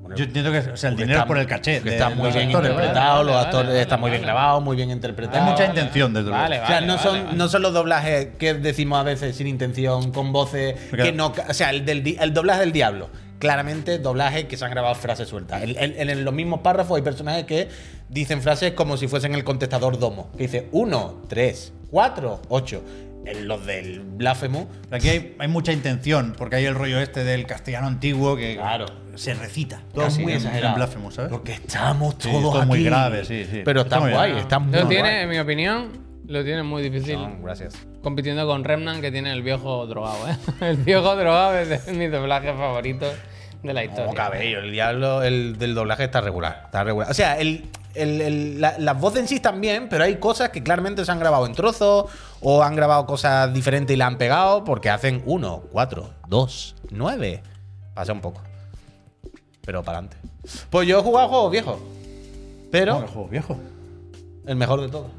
Speaker 2: Bueno,
Speaker 3: Yo entiendo que o sea, el
Speaker 2: porque
Speaker 3: dinero
Speaker 2: está-
Speaker 3: es por el caché.
Speaker 2: Que
Speaker 3: de
Speaker 2: está muy
Speaker 3: los
Speaker 2: bien
Speaker 3: actores, ¿vale?
Speaker 2: interpretado,
Speaker 1: Vale,
Speaker 2: los
Speaker 1: vale,
Speaker 2: actores
Speaker 1: vale,
Speaker 2: están muy bien
Speaker 1: vale.
Speaker 2: grabados, muy bien interpretados. Ah.
Speaker 3: Hay mucha
Speaker 1: Ah, vale,
Speaker 3: intención, desde luego.
Speaker 1: Vale,
Speaker 2: O
Speaker 1: vale,
Speaker 2: sea, no,
Speaker 1: vale,
Speaker 2: son,
Speaker 1: vale.
Speaker 2: no son los doblajes que decimos a veces sin intención, con voces,
Speaker 3: Porque-
Speaker 2: que no, ca- o sea, el, del, di- el doblaje del diablo. Claramente, doblajes que se han grabado frases sueltas. En, en- en los mismos párrafos hay personajes que dicen frases como si fuesen el contestador domo, que dice 1, 3, 4, 8. En los del Blasphemous,
Speaker 3: Aquí hay, hay mucha intención, porque hay el rollo este del castellano antiguo que
Speaker 2: Claro.
Speaker 3: se recita.
Speaker 2: todo
Speaker 3: casi
Speaker 2: muy
Speaker 3: en-
Speaker 2: exagerado.
Speaker 3: En Blasphemous, ¿sabes?
Speaker 2: Porque estamos
Speaker 3: Sí,
Speaker 2: todos
Speaker 3: esto es
Speaker 2: aquí.
Speaker 3: muy grave, sí, sí.
Speaker 2: Pero
Speaker 3: Está
Speaker 2: está,
Speaker 3: muy
Speaker 2: guay,
Speaker 3: bien.
Speaker 2: está muy
Speaker 1: Lo tiene,
Speaker 2: guay.
Speaker 1: en mi opinión, lo tiene muy difícil.
Speaker 2: No, gracias.
Speaker 1: Compitiendo con Remnant, que tiene el viejo drogado, ¿eh? El viejo drogado es de mis doblajes favoritos de la historia.
Speaker 2: Como Oh, cabello, el diablo el del doblaje está regular. Está regular. O sea, el, el- el- la- las voces en sí están bien, pero hay cosas que claramente se han grabado en trozos o han grabado cosas diferentes y la han pegado porque hacen uno, cuatro, dos, nueve. Pasa un poco. Pero para adelante. Pues yo he jugado juegos viejos.
Speaker 3: No, el
Speaker 2: Pero
Speaker 3: juego viejo.
Speaker 2: el mejor de todos.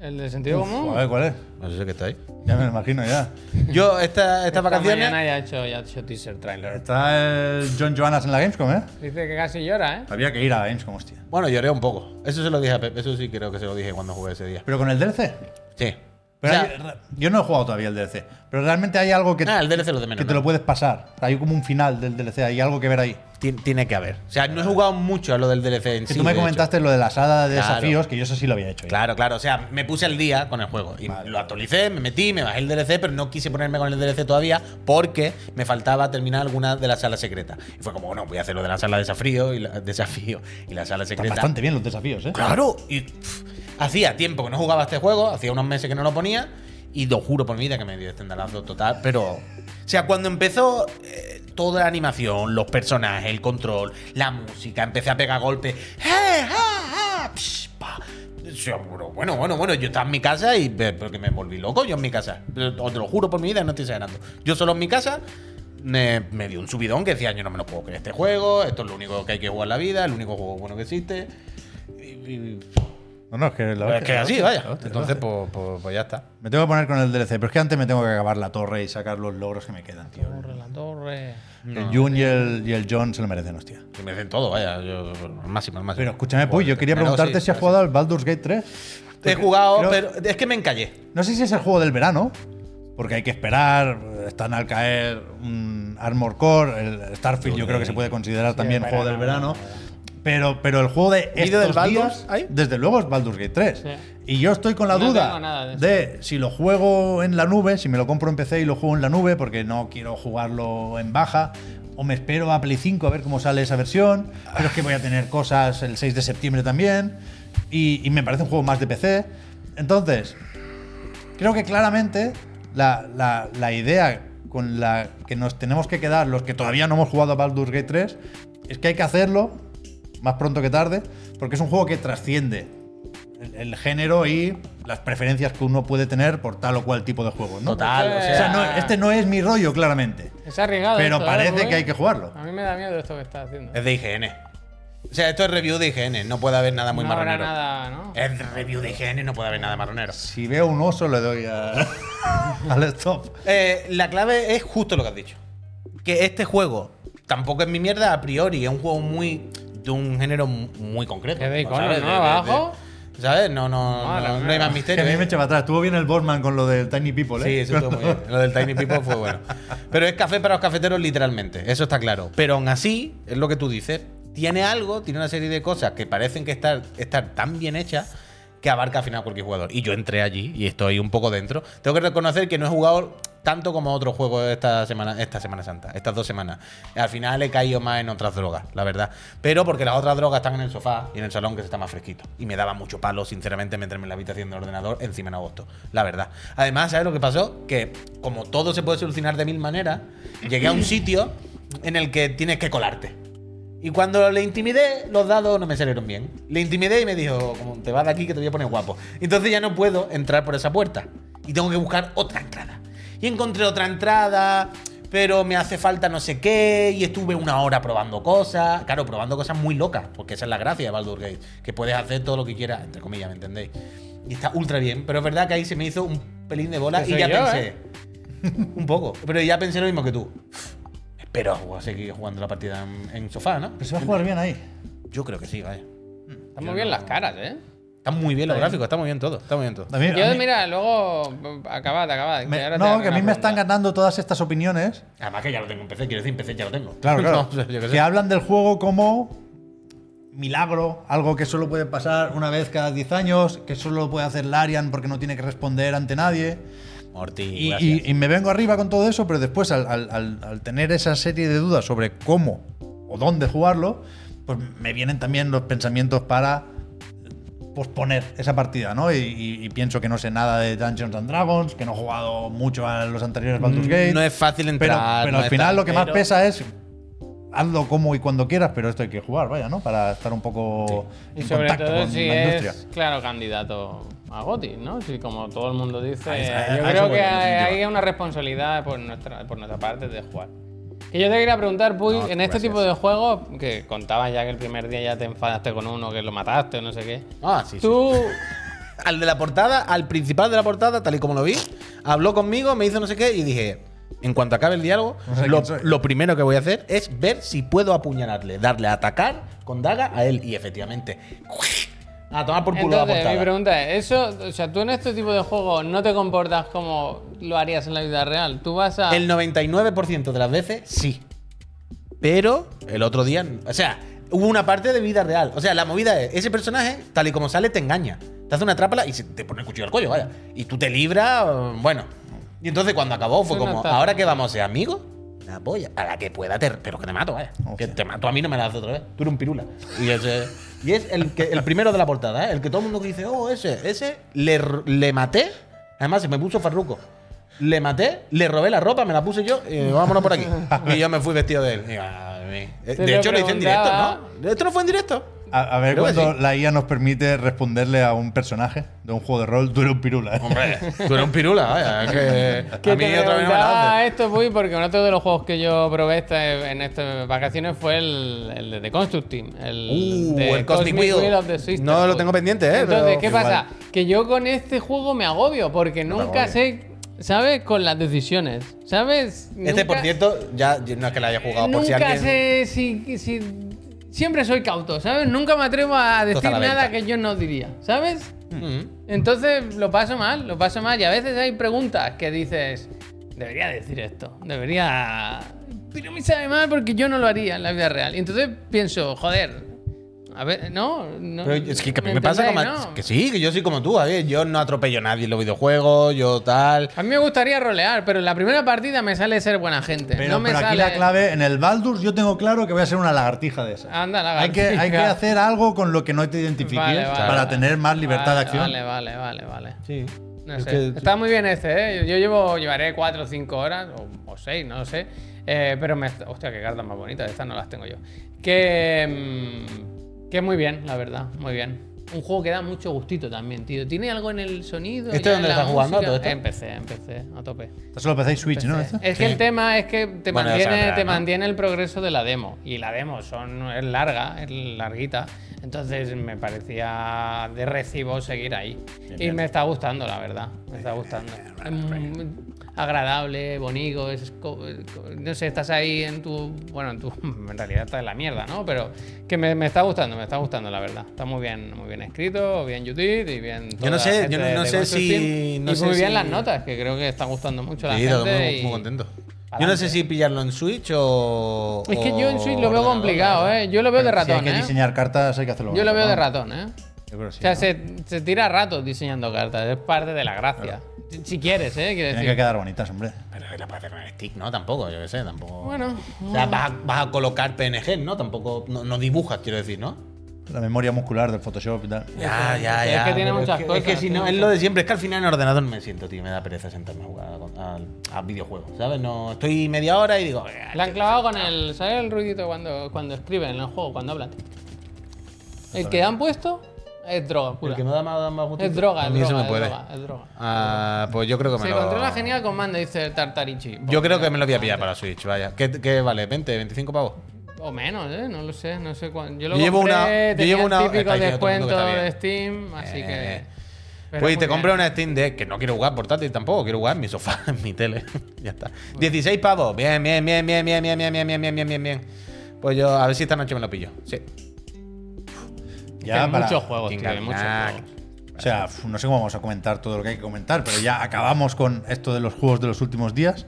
Speaker 1: El de sentido común.
Speaker 3: A ver, ¿cuál es?
Speaker 2: No sé si es que está ahí.
Speaker 3: Ya me lo imagino, ya.
Speaker 2: Yo esta,
Speaker 1: Esta
Speaker 2: estas vacaciones.
Speaker 1: mañana ya ha hecho, ya ha hecho teaser trailer.
Speaker 3: Está el John Joannas en la Gamescom, ¿eh?
Speaker 1: Dice que casi llora, ¿eh?
Speaker 3: Había que ir a la Gamescom, hostia.
Speaker 2: Bueno, lloré un poco. Eso se lo dije a Pep. Eso sí creo que se lo dije cuando jugué ese día.
Speaker 3: Pero con el DLC.
Speaker 2: Sí.
Speaker 3: Pero
Speaker 2: O sea,
Speaker 3: hay- re- yo no he jugado todavía el DLC. Pero realmente hay algo que,
Speaker 2: ah, el DLC lo de menos.
Speaker 3: que te
Speaker 2: ¿no?
Speaker 3: lo puedes pasar. Hay como un final del DLC, hay algo que ver ahí.
Speaker 2: Tien- tiene que haber. O sea, no he jugado mucho a lo del DLC en
Speaker 3: Que
Speaker 2: sí,
Speaker 3: tú me
Speaker 2: de hecho.
Speaker 3: comentaste lo de la sala de
Speaker 2: Claro.
Speaker 3: desafíos, que yo eso sí lo había hecho. ya.
Speaker 2: Claro, claro. O sea, me puse al día con el juego. Y lo actualicé, me metí, me bajé el DLC, pero no quise ponerme con el DLC todavía porque me faltaba terminar alguna de las salas secretas. Y fue como, bueno, voy a hacer lo de la sala de desafío y la, desafío y la sala
Speaker 3: Están
Speaker 2: secreta.
Speaker 3: bastante bien los desafíos, ¿eh?
Speaker 2: Claro. Y pff, hacía tiempo que no jugaba a este juego, hacía unos meses que no lo ponía. Y lo juro por mi vida que me dio este andalazo total. Pero. O sea, cuando empezó eh, toda la animación, los personajes, el control, la música, empecé a pegar golpes. ¡Eh, ah, ah! Psh, pa. O sea, Bueno, bueno, bueno, bueno, yo estaba en mi casa y ve- porque me volví loco yo en mi casa. Pero Os lo juro por mi vida, no estoy exagerando. Yo solo en mi casa me, me dio un subidón que decía, yo no me lo puedo creer este juego, esto es lo único que hay que jugar en la vida, el único juego bueno que existe. Y- y-
Speaker 3: No, no, es que la
Speaker 2: pero
Speaker 3: verdad
Speaker 2: es que así,
Speaker 3: la
Speaker 2: vaya.
Speaker 3: verdad es que-
Speaker 2: Entonces, pues, pues- pues ya está.
Speaker 3: Me tengo que poner con el DLC, pero es que antes me tengo que acabar la torre y sacar los logros que me quedan, tío.
Speaker 1: Torre, la torre.
Speaker 3: El Jun y el, y el John se lo merecen, hostia.
Speaker 2: Que me hacen todo, vaya. Yo, al máximo, al máximo.
Speaker 3: Pero escúchame, Puy, yo quería
Speaker 2: Pero sí,
Speaker 3: preguntarte si has
Speaker 2: pero
Speaker 3: jugado al Baldur's Gate 3.
Speaker 2: sí. He jugado,
Speaker 3: creo-
Speaker 2: pero es que me encallé.
Speaker 3: No sé si es el juego del verano, porque hay que esperar, están al caer un Armor Core, el Starfield yo creo que se puede considerar también
Speaker 1: el
Speaker 3: juego del
Speaker 1: verano.
Speaker 3: verano. Pero, pero el juego de
Speaker 2: ¿Vídeo
Speaker 3: estos
Speaker 2: del Baldur's
Speaker 3: días,
Speaker 2: ahí?
Speaker 3: desde luego es Baldur's Gate 3.
Speaker 1: Sí.
Speaker 3: Y yo estoy con la
Speaker 1: No
Speaker 3: duda
Speaker 1: tengo nada de eso.
Speaker 3: de si lo juego en la nube, si me lo compro en PC y lo juego en la nube, porque no quiero jugarlo en baja, o me espero a Play 5 a ver cómo sale esa versión, pero es que voy a tener cosas el 6 de septiembre también, y, y me parece un juego más de PC. Entonces, creo que claramente la, la- la idea con la que nos tenemos que quedar, los que todavía no hemos jugado a Baldur's Gate 3, es que hay que hacerlo más pronto que tarde, porque es un juego que trasciende el, el género y las preferencias que uno puede tener por tal o cual tipo de juego. ¿no?
Speaker 2: Total, o
Speaker 3: O
Speaker 2: sea.
Speaker 3: sea, no- este no es mi rollo, claramente.
Speaker 1: Es arriesgado.
Speaker 3: Pero
Speaker 1: esto, ¿eh,
Speaker 3: parece
Speaker 1: Rubén?
Speaker 3: que hay que jugarlo.
Speaker 1: A mí me da miedo esto que estás haciendo.
Speaker 2: Es de IGN. O sea, esto es review de IGN. No puede haber nada muy
Speaker 1: no habrá
Speaker 2: marronero.
Speaker 1: nada, ¿no?
Speaker 2: Es review de IGN, no puede haber nada marronero.
Speaker 3: Si veo un oso, le doy a- al stop.
Speaker 2: Eh, la clave es justo lo que has dicho. Que este juego tampoco es mi mierda a priori. Es un juego muy. de un género muy concreto.
Speaker 1: Es de icono,
Speaker 2: ¿sabes?
Speaker 1: ¿no? Abajo.
Speaker 2: ¿Sabes? No, no,
Speaker 1: Madre
Speaker 2: no, no
Speaker 1: mía.
Speaker 2: hay más
Speaker 3: Que
Speaker 2: misterio.
Speaker 3: a mí
Speaker 2: ¿eh?
Speaker 3: me echa para atrás. Estuvo bien el Bossman con lo del Tiny People,
Speaker 2: Sí,
Speaker 3: ¿eh?
Speaker 2: eso estuvo muy bien. Lo del Tiny People fue bueno. Pero es café para los cafeteros, literalmente. Eso está claro. Pero aún así, es lo que tú dices. Tiene algo, tiene una serie de cosas que parecen que estar, estar tan bien hechas que abarca al final cualquier jugador. Y yo entré allí y estoy un poco dentro. Tengo que reconocer que no he jugado tanto como otros juegos esta semana, esta Semana Santa, estas dos semanas. Al final he caído más en otras drogas, la verdad. Pero porque las otras drogas están en el sofá y en el salón que se está más fresquito. Y me daba mucho palo, sinceramente, meterme en la habitación del ordenador encima en agosto, la verdad. Además, ¿sabes lo que pasó? Que como todo se puede solucionar de mil maneras, llegué a un sitio en el que tienes que colarte. Y cuando le intimidé, los dados no me salieron bien. Le intimidé y me dijo, como te vas de aquí que te voy a poner guapo. Entonces ya no puedo entrar por esa puerta. Y tengo que buscar otra entrada. Y encontré otra entrada, pero me hace falta no sé qué. Y estuve una hora probando cosas. Claro, probando cosas muy locas, porque esa es la gracia de Baldur Gate. Que puedes hacer todo lo que quieras, entre comillas, ¿me entendéis? Y está ultra bien. Pero es verdad que ahí se me hizo un pelín de bola
Speaker 1: Que
Speaker 2: y
Speaker 1: soy
Speaker 2: ya
Speaker 1: yo,
Speaker 2: pensé.
Speaker 1: ¿eh?
Speaker 2: Un poco. Pero ya pensé lo mismo que tú. Espero jugar- seguir jugando la partida en, en sofá, ¿no?
Speaker 3: Pero se va a jugar bien ahí.
Speaker 2: Yo creo que sí, vaya.
Speaker 1: Están muy bien las caras, ¿eh?
Speaker 2: Están muy bien los
Speaker 3: Está bien.
Speaker 2: gráficos, está muy bien todo, está muy bien todo.
Speaker 3: También, a
Speaker 1: Yo,
Speaker 3: mí-
Speaker 1: mira, luego. mm, Acabad, acabad.
Speaker 3: me-
Speaker 1: que ahora te
Speaker 3: no,
Speaker 1: hago
Speaker 3: que a mí
Speaker 1: una
Speaker 3: me están
Speaker 1: pregunta.
Speaker 3: ganando todas estas opiniones.
Speaker 2: Además que ya lo tengo en PC, quiero decir, en PC ya lo tengo.
Speaker 3: Claro, claro.
Speaker 2: No, o sea, yo qué
Speaker 3: que,
Speaker 2: sé.
Speaker 3: hablan del juego como milagro, algo que solo puede pasar una vez cada 10 años, que solo puede hacer Larian porque no tiene que responder ante nadie.
Speaker 2: Morty,
Speaker 3: Y,
Speaker 2: gracias.
Speaker 3: y- y me vengo arriba con todo eso, pero después al, al- al- al tener esa serie de dudas sobre cómo o dónde jugarlo, pues me vienen también los pensamientos para posponer esa partida, ¿no? Y, y- y pienso que no sé nada de Dungeons and Dragons, que no he jugado mucho a los anteriores Baldur's Gate.
Speaker 2: no es fácil
Speaker 3: Pero,
Speaker 2: entrar.
Speaker 3: pero
Speaker 2: no
Speaker 3: al
Speaker 2: es
Speaker 3: final
Speaker 2: tal,
Speaker 3: lo que más
Speaker 2: pero-
Speaker 3: pesa es hazlo como y cuando quieras, pero esto hay que jugar, vaya, ¿no? Para estar un poco
Speaker 1: Y
Speaker 3: en
Speaker 1: sobre
Speaker 3: contacto
Speaker 1: todo
Speaker 3: con
Speaker 1: si
Speaker 3: la industria.
Speaker 1: es, claro, candidato a Goti, ¿no? Si como todo el mundo dice,
Speaker 3: A eso- a
Speaker 1: yo
Speaker 3: eso
Speaker 1: creo
Speaker 3: voy,
Speaker 1: que
Speaker 3: en definitiva.
Speaker 1: hay, hay una responsabilidad por nuestra, por nuestra parte de jugar. Que yo te quería preguntar, Puy,
Speaker 2: No,
Speaker 1: en este
Speaker 2: gracias.
Speaker 1: tipo de juegos, que contabas ya que el primer día ya te enfadaste con uno, que lo mataste o no sé qué.
Speaker 2: Ah, sí, sí.
Speaker 1: Tú,
Speaker 2: Al de la portada, al principal de la portada, tal y como lo vi, habló conmigo, me hizo no sé qué y dije, en cuanto acabe el diálogo,
Speaker 3: No sé
Speaker 2: lo,
Speaker 3: quién soy.
Speaker 2: lo primero que voy a hacer es ver si puedo apuñalarle, darle a atacar con daga a él y efectivamente a tomar por culo la
Speaker 1: entonces, mi
Speaker 2: portada.
Speaker 1: pregunta es, eso, o sea, tú en este tipo de juegos no te comportas como lo harías en la vida real. Tú vas a...
Speaker 2: El 99% de las veces sí. Pero el otro día, o sea, hubo una parte de vida real. O sea, la movida es, ese personaje, tal y como sale, te engaña. Te hace una trápala y se te pone el cuchillo al cuello, vaya. Y tú te libras, mm, bueno. Y entonces cuando acabó fue
Speaker 1: Es una
Speaker 2: como,
Speaker 1: trampa.
Speaker 2: ¿ahora qué vamos a ser amigos? Una polla. A la que pueda, te- pero que te mato, vaya.
Speaker 3: Hostia.
Speaker 2: Que te mato a mí no me la haces otra vez. Tú eres un pirula. Y, ese- y es el, que, el primero de la portada, ¿eh? El que todo el mundo que dice, oh, ese, ese, le, r- le maté. Además, se me puso farruco. Le maté, le robé la ropa, me la puse yo, y vámonos por aquí. Y yo me fui vestido de él. Y, ah, mí. Eh,
Speaker 1: Te
Speaker 2: De
Speaker 1: lo
Speaker 2: hecho, lo hice en directo,
Speaker 1: preguntaba.
Speaker 2: ¿no? Esto no fue en directo.
Speaker 3: A, a ver
Speaker 2: Creo que
Speaker 3: cuando
Speaker 2: sí.
Speaker 3: la IA nos permite responderle a un personaje de un juego de rol, tú eres un pirula. ¿eh?
Speaker 2: Hombre, tú eres un pirula, vaya. Que,
Speaker 1: Que
Speaker 2: a mí
Speaker 1: te
Speaker 2: otra vez no me la
Speaker 1: preguntaba
Speaker 2: haces.
Speaker 1: esto, Puy, porque uno de los juegos que yo probé esta- en estas vacaciones fue el, el de The Construct Team. El,
Speaker 2: Uh,
Speaker 1: de
Speaker 2: el Cosmic Wheel.
Speaker 1: of the System.
Speaker 2: No lo
Speaker 1: Puy.
Speaker 2: tengo pendiente, ¿eh?
Speaker 1: Entonces,
Speaker 2: Pero
Speaker 1: ¿qué
Speaker 2: igual.
Speaker 1: pasa? Que yo con este juego me agobio, porque nunca
Speaker 3: agobies.
Speaker 1: sé, ¿sabes? Con las decisiones, ¿sabes?
Speaker 2: Este,
Speaker 1: Nunca-
Speaker 2: por cierto, ya yo- no es que la haya jugado Ah, por si
Speaker 1: nunca
Speaker 2: alguien.
Speaker 1: sé si, si- Siempre soy cauto, ¿sabes? Nunca me atrevo a decir
Speaker 2: la venta.
Speaker 1: nada que yo no diría, ¿sabes?
Speaker 2: Mm.
Speaker 1: Entonces lo paso mal, lo paso mal. Y a veces hay preguntas que dices, debería decir esto, debería... Pero me sabe mal porque yo no lo haría en la vida real. Y entonces pienso, joder, a ver, no, no.
Speaker 2: Pero es que, que a mí me pasa como.
Speaker 1: entendéis, no?
Speaker 2: Que sí, que yo soy como tú, a ver, yo no atropello a nadie en los videojuegos, yo tal.
Speaker 1: A mí me gustaría rolear, pero en la primera partida me sale ser buena gente.
Speaker 3: Pero,
Speaker 1: no me
Speaker 3: pero aquí
Speaker 1: sale...
Speaker 3: la clave, en el Baldur's yo tengo claro que voy a ser una lagartija de esa.
Speaker 1: Anda,
Speaker 3: Hay que, hay que
Speaker 1: lagartija.
Speaker 3: hacer algo con lo que no te identifiques
Speaker 1: Ah, Vale, vale,
Speaker 3: para
Speaker 1: vale.
Speaker 3: tener más libertad
Speaker 1: Vale,
Speaker 3: de acción.
Speaker 1: Vale, vale, vale, vale.
Speaker 2: Sí.
Speaker 1: No sé. Está muy bien este, ¿eh? Yo- Yo llevo, llevaré 4 o 5 horas, o, o 6, no lo sé. Eh, pero me. Hostia, qué cartas más bonitas, estas no las tengo yo. Que. mm, que muy bien, la verdad, muy bien. Un juego que da mucho gustito también, tío. ¿Tiene algo en el sonido?
Speaker 2: ¿Esto
Speaker 1: ya
Speaker 3: ¿Este
Speaker 1: en
Speaker 2: dónde
Speaker 1: la
Speaker 2: estás jugando,
Speaker 1: música?
Speaker 2: todo esto?
Speaker 1: Empecé, empecé, a tope.
Speaker 3: Esto solo PC y Switch, ¿no?
Speaker 1: Empecé.
Speaker 3: Esto?
Speaker 1: Es que el tema es que te
Speaker 2: Bueno, ya
Speaker 1: mantiene,
Speaker 2: saldrá,
Speaker 1: te
Speaker 2: ¿no?
Speaker 1: mantiene el progreso de la demo. Y la demo son, es larga, es larguita. Entonces me parecía de recibo seguir ahí. y me está gustando, la verdad. Me está gustando. Es muy agradable, bonito. es co- co- no sé, estás ahí en tu. Bueno, en tu. En realidad estás en la mierda, ¿no? Pero que me, me está gustando, me está gustando, la verdad. Está muy bien, muy bien escrito, bien YouTube y bien. toda
Speaker 2: no
Speaker 1: la
Speaker 2: sé,
Speaker 1: gente
Speaker 2: yo no-
Speaker 1: de
Speaker 2: no sé
Speaker 1: Construct
Speaker 2: si-
Speaker 1: Team.
Speaker 2: no
Speaker 1: y
Speaker 2: sé
Speaker 1: muy bien
Speaker 2: si-
Speaker 1: las notas, que creo que está gustando mucho a la
Speaker 2: Sí,
Speaker 1: gente.
Speaker 2: todo muy,
Speaker 1: y-
Speaker 2: muy contento. Yo no
Speaker 1: Adelante.
Speaker 2: sé si pillarlo en Switch o.
Speaker 1: Es que yo en Switch
Speaker 2: o
Speaker 1: lo veo
Speaker 2: ordenador,
Speaker 1: complicado,
Speaker 2: la verdad.
Speaker 1: ¿eh? Yo lo veo de
Speaker 3: si hay
Speaker 1: ratón,
Speaker 3: que
Speaker 1: ¿eh?
Speaker 3: diseñar cartas, hay que hacerlo.
Speaker 1: Yo lo
Speaker 3: con
Speaker 1: veo de
Speaker 3: ratón.
Speaker 1: ratón, ¿eh?
Speaker 3: Yo creo que sí,
Speaker 1: O sea,
Speaker 3: ¿no?
Speaker 1: se, se tira rato diseñando cartas, es parte de la gracia. Si, si quieres, ¿eh? Quiero
Speaker 3: Tienen
Speaker 1: decir.
Speaker 3: que quedar bonitas, hombre.
Speaker 2: Pero que la puedes hacer con el stick, ¿no? Tampoco, yo qué sé, tampoco.
Speaker 1: Bueno,
Speaker 2: O sea, vas a, vas a colocar PNG, ¿no? Tampoco. No, no dibujas, quiero decir, ¿no?
Speaker 3: La memoria muscular del Photoshop y tal.
Speaker 2: Ya, ya,
Speaker 1: Es
Speaker 2: ya.
Speaker 1: que tiene
Speaker 2: pero
Speaker 1: muchas
Speaker 2: es
Speaker 1: cosas,
Speaker 2: Es que si
Speaker 1: tiene
Speaker 2: no, es
Speaker 1: muchas-
Speaker 2: lo de siempre. Es que al final en ordenador me siento, tío. Me da pereza sentarme a jugar a, a- a videojuegos, ¿sabes? No, estoy media hora y digo. "Ah,
Speaker 1: Le han clavado con el. ¿Sabes el ruidito cuando, cuando escriben en el juego, cuando hablan? El que han puesto es droga
Speaker 2: El
Speaker 1: pura.
Speaker 2: que me da más, más gustito".
Speaker 1: Es droga,
Speaker 2: A
Speaker 1: es
Speaker 2: mí
Speaker 1: droga,
Speaker 2: eso me
Speaker 1: es
Speaker 2: puede.
Speaker 1: droga, es droga.
Speaker 2: Ah, pues yo creo que
Speaker 1: Se
Speaker 2: me lo.
Speaker 1: controla genial con mando, dice el Tartarichi.
Speaker 2: Yo creo que me lo voy a pillar para Switch, vaya. ¿Qué, qué vale? ¿20, 25 pavos?
Speaker 1: O menos, ¿eh? No lo sé, no sé cuánto. Yo lo
Speaker 2: Yo llevo
Speaker 1: compré,
Speaker 2: una- yo
Speaker 1: tenía
Speaker 2: llevo
Speaker 1: el
Speaker 2: una-
Speaker 1: típico
Speaker 2: está diciendo todo el mundo que
Speaker 1: descuento de
Speaker 2: está
Speaker 1: Steam, así
Speaker 2: Eh.
Speaker 1: que... pero
Speaker 2: pues y
Speaker 1: muy
Speaker 2: te
Speaker 1: bien.
Speaker 2: compré una Steam Deck, que no quiero jugar portátil tampoco, quiero jugar en mi sofá, en mi tele. ya está. 16 pavos. Bien, bien, bien, bien, bien, bien, bien, bien, bien, bien, bien, bien, bien. Pues yo, a ver si esta noche me lo pillo. Sí.
Speaker 1: Que
Speaker 3: Ya
Speaker 1: hay
Speaker 3: para-
Speaker 1: muchos juegos, tío, hay
Speaker 2: Kinga
Speaker 1: muchos
Speaker 2: Knack.
Speaker 1: juegos.
Speaker 3: O sea, f- no sé cómo vamos a comentar todo lo que hay que comentar, pero ya acabamos con esto de los juegos de los últimos días,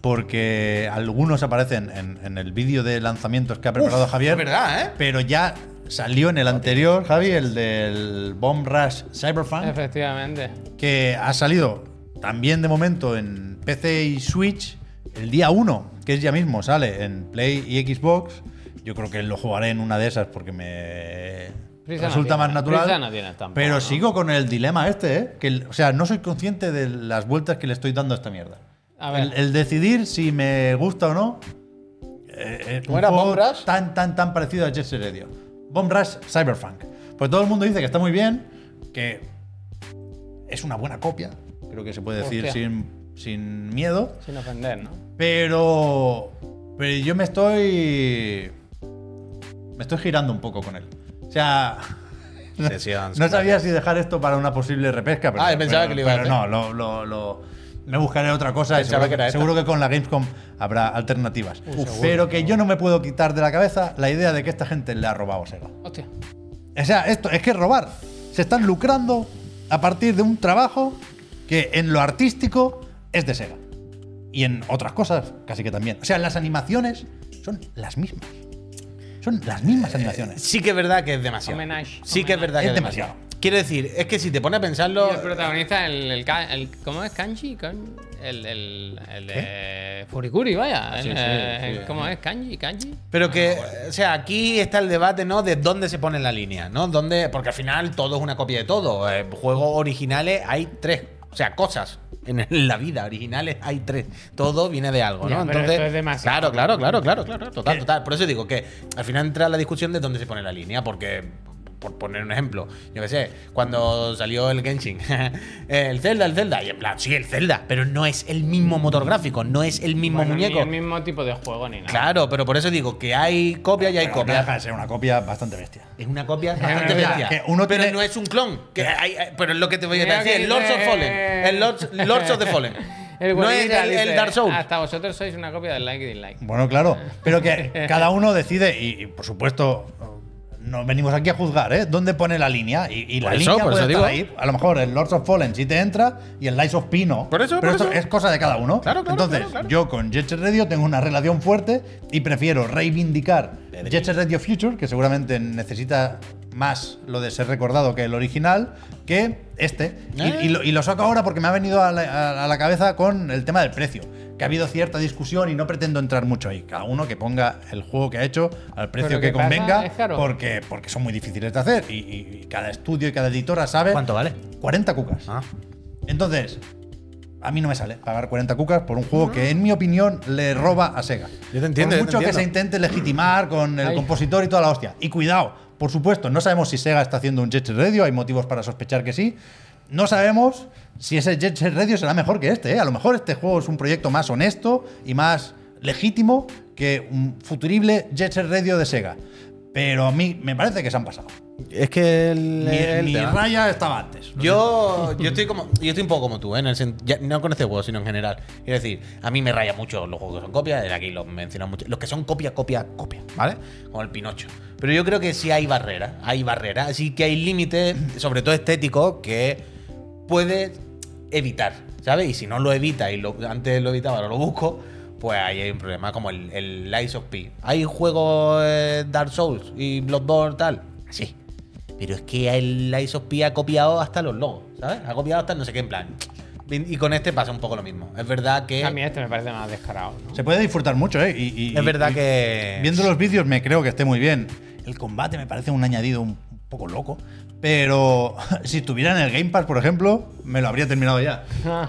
Speaker 3: porque algunos aparecen en, en el vídeo de lanzamientos que ha preparado
Speaker 2: Uf,
Speaker 3: Javier.
Speaker 2: es verdad, ¿eh?
Speaker 3: Pero ya salió en el anterior, Javi, el del Bomb Rush Cyberpunk,
Speaker 1: Efectivamente.
Speaker 3: que ha salido también de momento en PC y Switch el día 1, que es ya mismo, sale en Play y Xbox. Yo creo que lo jugaré en una de esas porque me...
Speaker 1: Prisa no
Speaker 3: resulta
Speaker 1: tiene,
Speaker 3: más natural.
Speaker 1: prisa no tiene tampoco,
Speaker 3: pero
Speaker 1: ¿no?
Speaker 3: sigo con el dilema este, ¿eh? Que, el- o sea, no soy consciente de las vueltas que le estoy dando a esta mierda.
Speaker 1: A ver.
Speaker 3: El, el decidir si me gusta o no. eh, eh,
Speaker 2: ¿Cómo era, Bomb Rush?
Speaker 3: Tan, tan, tan parecido a Jet Set Radio. Bomb Rush Cyberpunk. Pues todo el mundo dice que está muy bien, que es una buena copia. Creo que se puede decir
Speaker 1: Hostia.
Speaker 3: sin, sin miedo.
Speaker 1: Sin ofender, ¿no?
Speaker 3: Pero. Pero yo me estoy. Me estoy girando un poco con él. O sea.
Speaker 2: Sessions,
Speaker 3: No sabía si dejar esto para una posible repesca, pero.
Speaker 2: Ah, yo pensaba
Speaker 3: pero-
Speaker 2: que lo iba a
Speaker 3: pero
Speaker 2: hacer.
Speaker 3: no, lo, lo- lo- me buscaré otra cosa. y
Speaker 2: Pensaba
Speaker 3: seguro,
Speaker 2: que era esta.
Speaker 3: seguro que con la Gamescom habrá alternativas.
Speaker 1: Uf,
Speaker 3: pero que yo no me puedo quitar de la cabeza la idea de que esta gente le ha robado Sega.
Speaker 1: Hostia.
Speaker 3: O sea, esto es que es robar. Se están lucrando a partir de un trabajo que en lo artístico es de Sega. Y en otras cosas casi que también. O sea, las animaciones son las mismas. Son las
Speaker 2: Eh,
Speaker 3: mismas animaciones.
Speaker 2: Sí que es verdad que es demasiado.
Speaker 1: Homenage,
Speaker 2: Sí que
Speaker 1: homenage.
Speaker 2: es verdad que
Speaker 3: Es
Speaker 2: es demasiado.
Speaker 3: demasiado.
Speaker 2: Quiero decir, es que si te pones a
Speaker 1: Y
Speaker 2: pensarlo.
Speaker 1: el protagonista, el, el, Ka- el- ¿Cómo es? ¿Kanji? Kan- El, el, el de Furikuri, vaya.
Speaker 2: Ah,
Speaker 1: El, eh, ¿Cómo es? ¿Kanji? ¿Kanji?
Speaker 2: Pero que, o sea, aquí está el debate, ¿no? De dónde se pone la línea, ¿no? Dónde, porque al final todo es una copia de todo. Eh, juegos originales hay tres. O sea, cosas. En la vida originales hay tres. Todo viene de algo,
Speaker 1: Ya,
Speaker 2: ¿no?
Speaker 1: pero esto es demasiado.
Speaker 2: Claro, claro, claro, claro, claro. Total, total. Por eso digo que al final entra la discusión de dónde se pone la línea, porque, por poner un ejemplo, yo qué sé, cuando salió el Genshin, el Zelda, el Zelda, y en plan, sí, el Zelda, pero no es el mismo motor gráfico, no es el mismo
Speaker 1: Bueno, ni
Speaker 2: muñeco.
Speaker 1: el mismo tipo de juego ni nada.
Speaker 2: Claro, pero por eso digo que hay copia y hay
Speaker 3: Pero no deja
Speaker 2: copia.
Speaker 3: de ser una copia bastante bestia.
Speaker 2: Es una copia bastante
Speaker 3: verdad,
Speaker 2: bestia.
Speaker 3: que uno
Speaker 2: pero
Speaker 3: tiene- Eh.
Speaker 2: no es un clon. que hay- hay- pero es lo que te voy a
Speaker 1: Mira
Speaker 2: decir.
Speaker 1: que
Speaker 2: El Lords
Speaker 1: dice- eh,
Speaker 2: of Fallen. El Lords, Lords of the Fallen.
Speaker 1: El
Speaker 2: no es
Speaker 1: guarida
Speaker 2: el,
Speaker 1: dice,
Speaker 2: el Dark Souls.
Speaker 1: Hasta vosotros sois una copia del like y dislike.
Speaker 3: Bueno, claro. Pero que cada uno decide, y, y, por supuesto, no venimos aquí a juzgar, ¿eh? ¿Dónde pone la línea? Y, y la
Speaker 2: Por eso,
Speaker 3: línea
Speaker 2: por
Speaker 3: puede
Speaker 2: eso
Speaker 3: estar
Speaker 2: digo.
Speaker 3: ahí. A lo mejor el Lords of Fallen sí te entra y el Lies of Pino.
Speaker 2: Por eso,
Speaker 3: pero
Speaker 2: por
Speaker 3: esto
Speaker 2: eso.
Speaker 3: es cosa de cada uno.
Speaker 2: Claro, claro,
Speaker 3: Entonces,
Speaker 2: claro, claro.
Speaker 3: yo con Jet Set Radio tengo una relación fuerte y prefiero reivindicar Jet Set Radio Future, que seguramente necesita más lo de ser recordado que el original, que este. Y-
Speaker 2: ¿Eh?
Speaker 3: y lo- y lo saco ahora porque me ha venido a la, a- a la cabeza con el tema del precio. Que ha habido cierta discusión y no pretendo entrar mucho ahí. Cada uno que ponga el juego que ha hecho al precio
Speaker 1: Pero
Speaker 3: que
Speaker 1: ¿qué pasa?
Speaker 3: convenga,
Speaker 1: Es caro.
Speaker 3: porque, porque son muy difíciles de hacer. Y, y- y cada estudio y cada editora sabe.
Speaker 2: ¿Cuánto vale?
Speaker 3: 40 cucas.
Speaker 2: Ah.
Speaker 3: Entonces, a mí no me sale pagar 40 cucas por un juego que, en mi opinión, le roba a Sega.
Speaker 2: Yo te entiendo, yo
Speaker 3: Por
Speaker 2: te
Speaker 3: mucho que
Speaker 2: entiendo.
Speaker 3: se intente legitimar con el
Speaker 1: Ay.
Speaker 3: compositor y toda la hostia. Y cuidado, por supuesto, no sabemos si Sega está haciendo un Jet Set Radio, hay motivos para sospechar que sí. No sabemos si ese Jet Set Radio será mejor que este. ¿eh? A lo mejor este juego es un proyecto más honesto y más legítimo que un futurible Jet Set Radio de Sega. Pero a mí me parece que se han pasado.
Speaker 2: Es que el.
Speaker 3: Mi, mi raya estaba antes.
Speaker 2: Yo, yo estoy como yo estoy un poco como tú, ¿eh? en el sen- ya- no con este juego, sino en general. Quiero decir, a mí me raya mucho los juegos que son copias, de aquí los mencionado mucho. Los que son copia, copia, copia, ¿vale? Como el Pinocho. Pero yo creo que sí hay barreras, hay barreras, así que hay límites, sobre todo estéticos, que puedes evitar, ¿sabes? Y si no lo evitas y lo- antes lo evitaba, ahora lo busco, pues ahí hay un problema, como el, el Lies of P. Hay juegos eh, Dark Souls y Bloodborne tal, así. Pero es que el Lies of P ha copiado hasta los logos, ¿sabes? Ha copiado hasta no sé qué en plan. Y con este pasa un poco lo mismo. Es verdad que.
Speaker 1: A mí este me parece más descarado. ¿no?
Speaker 3: Se puede disfrutar mucho, ¿eh? Y- y-
Speaker 2: Es verdad
Speaker 3: y-
Speaker 2: que.
Speaker 3: Viendo los vídeos me creo que esté muy bien. El combate me parece un añadido un un poco loco. Pero si estuviera en el Game Pass, por ejemplo, me lo habría terminado ya.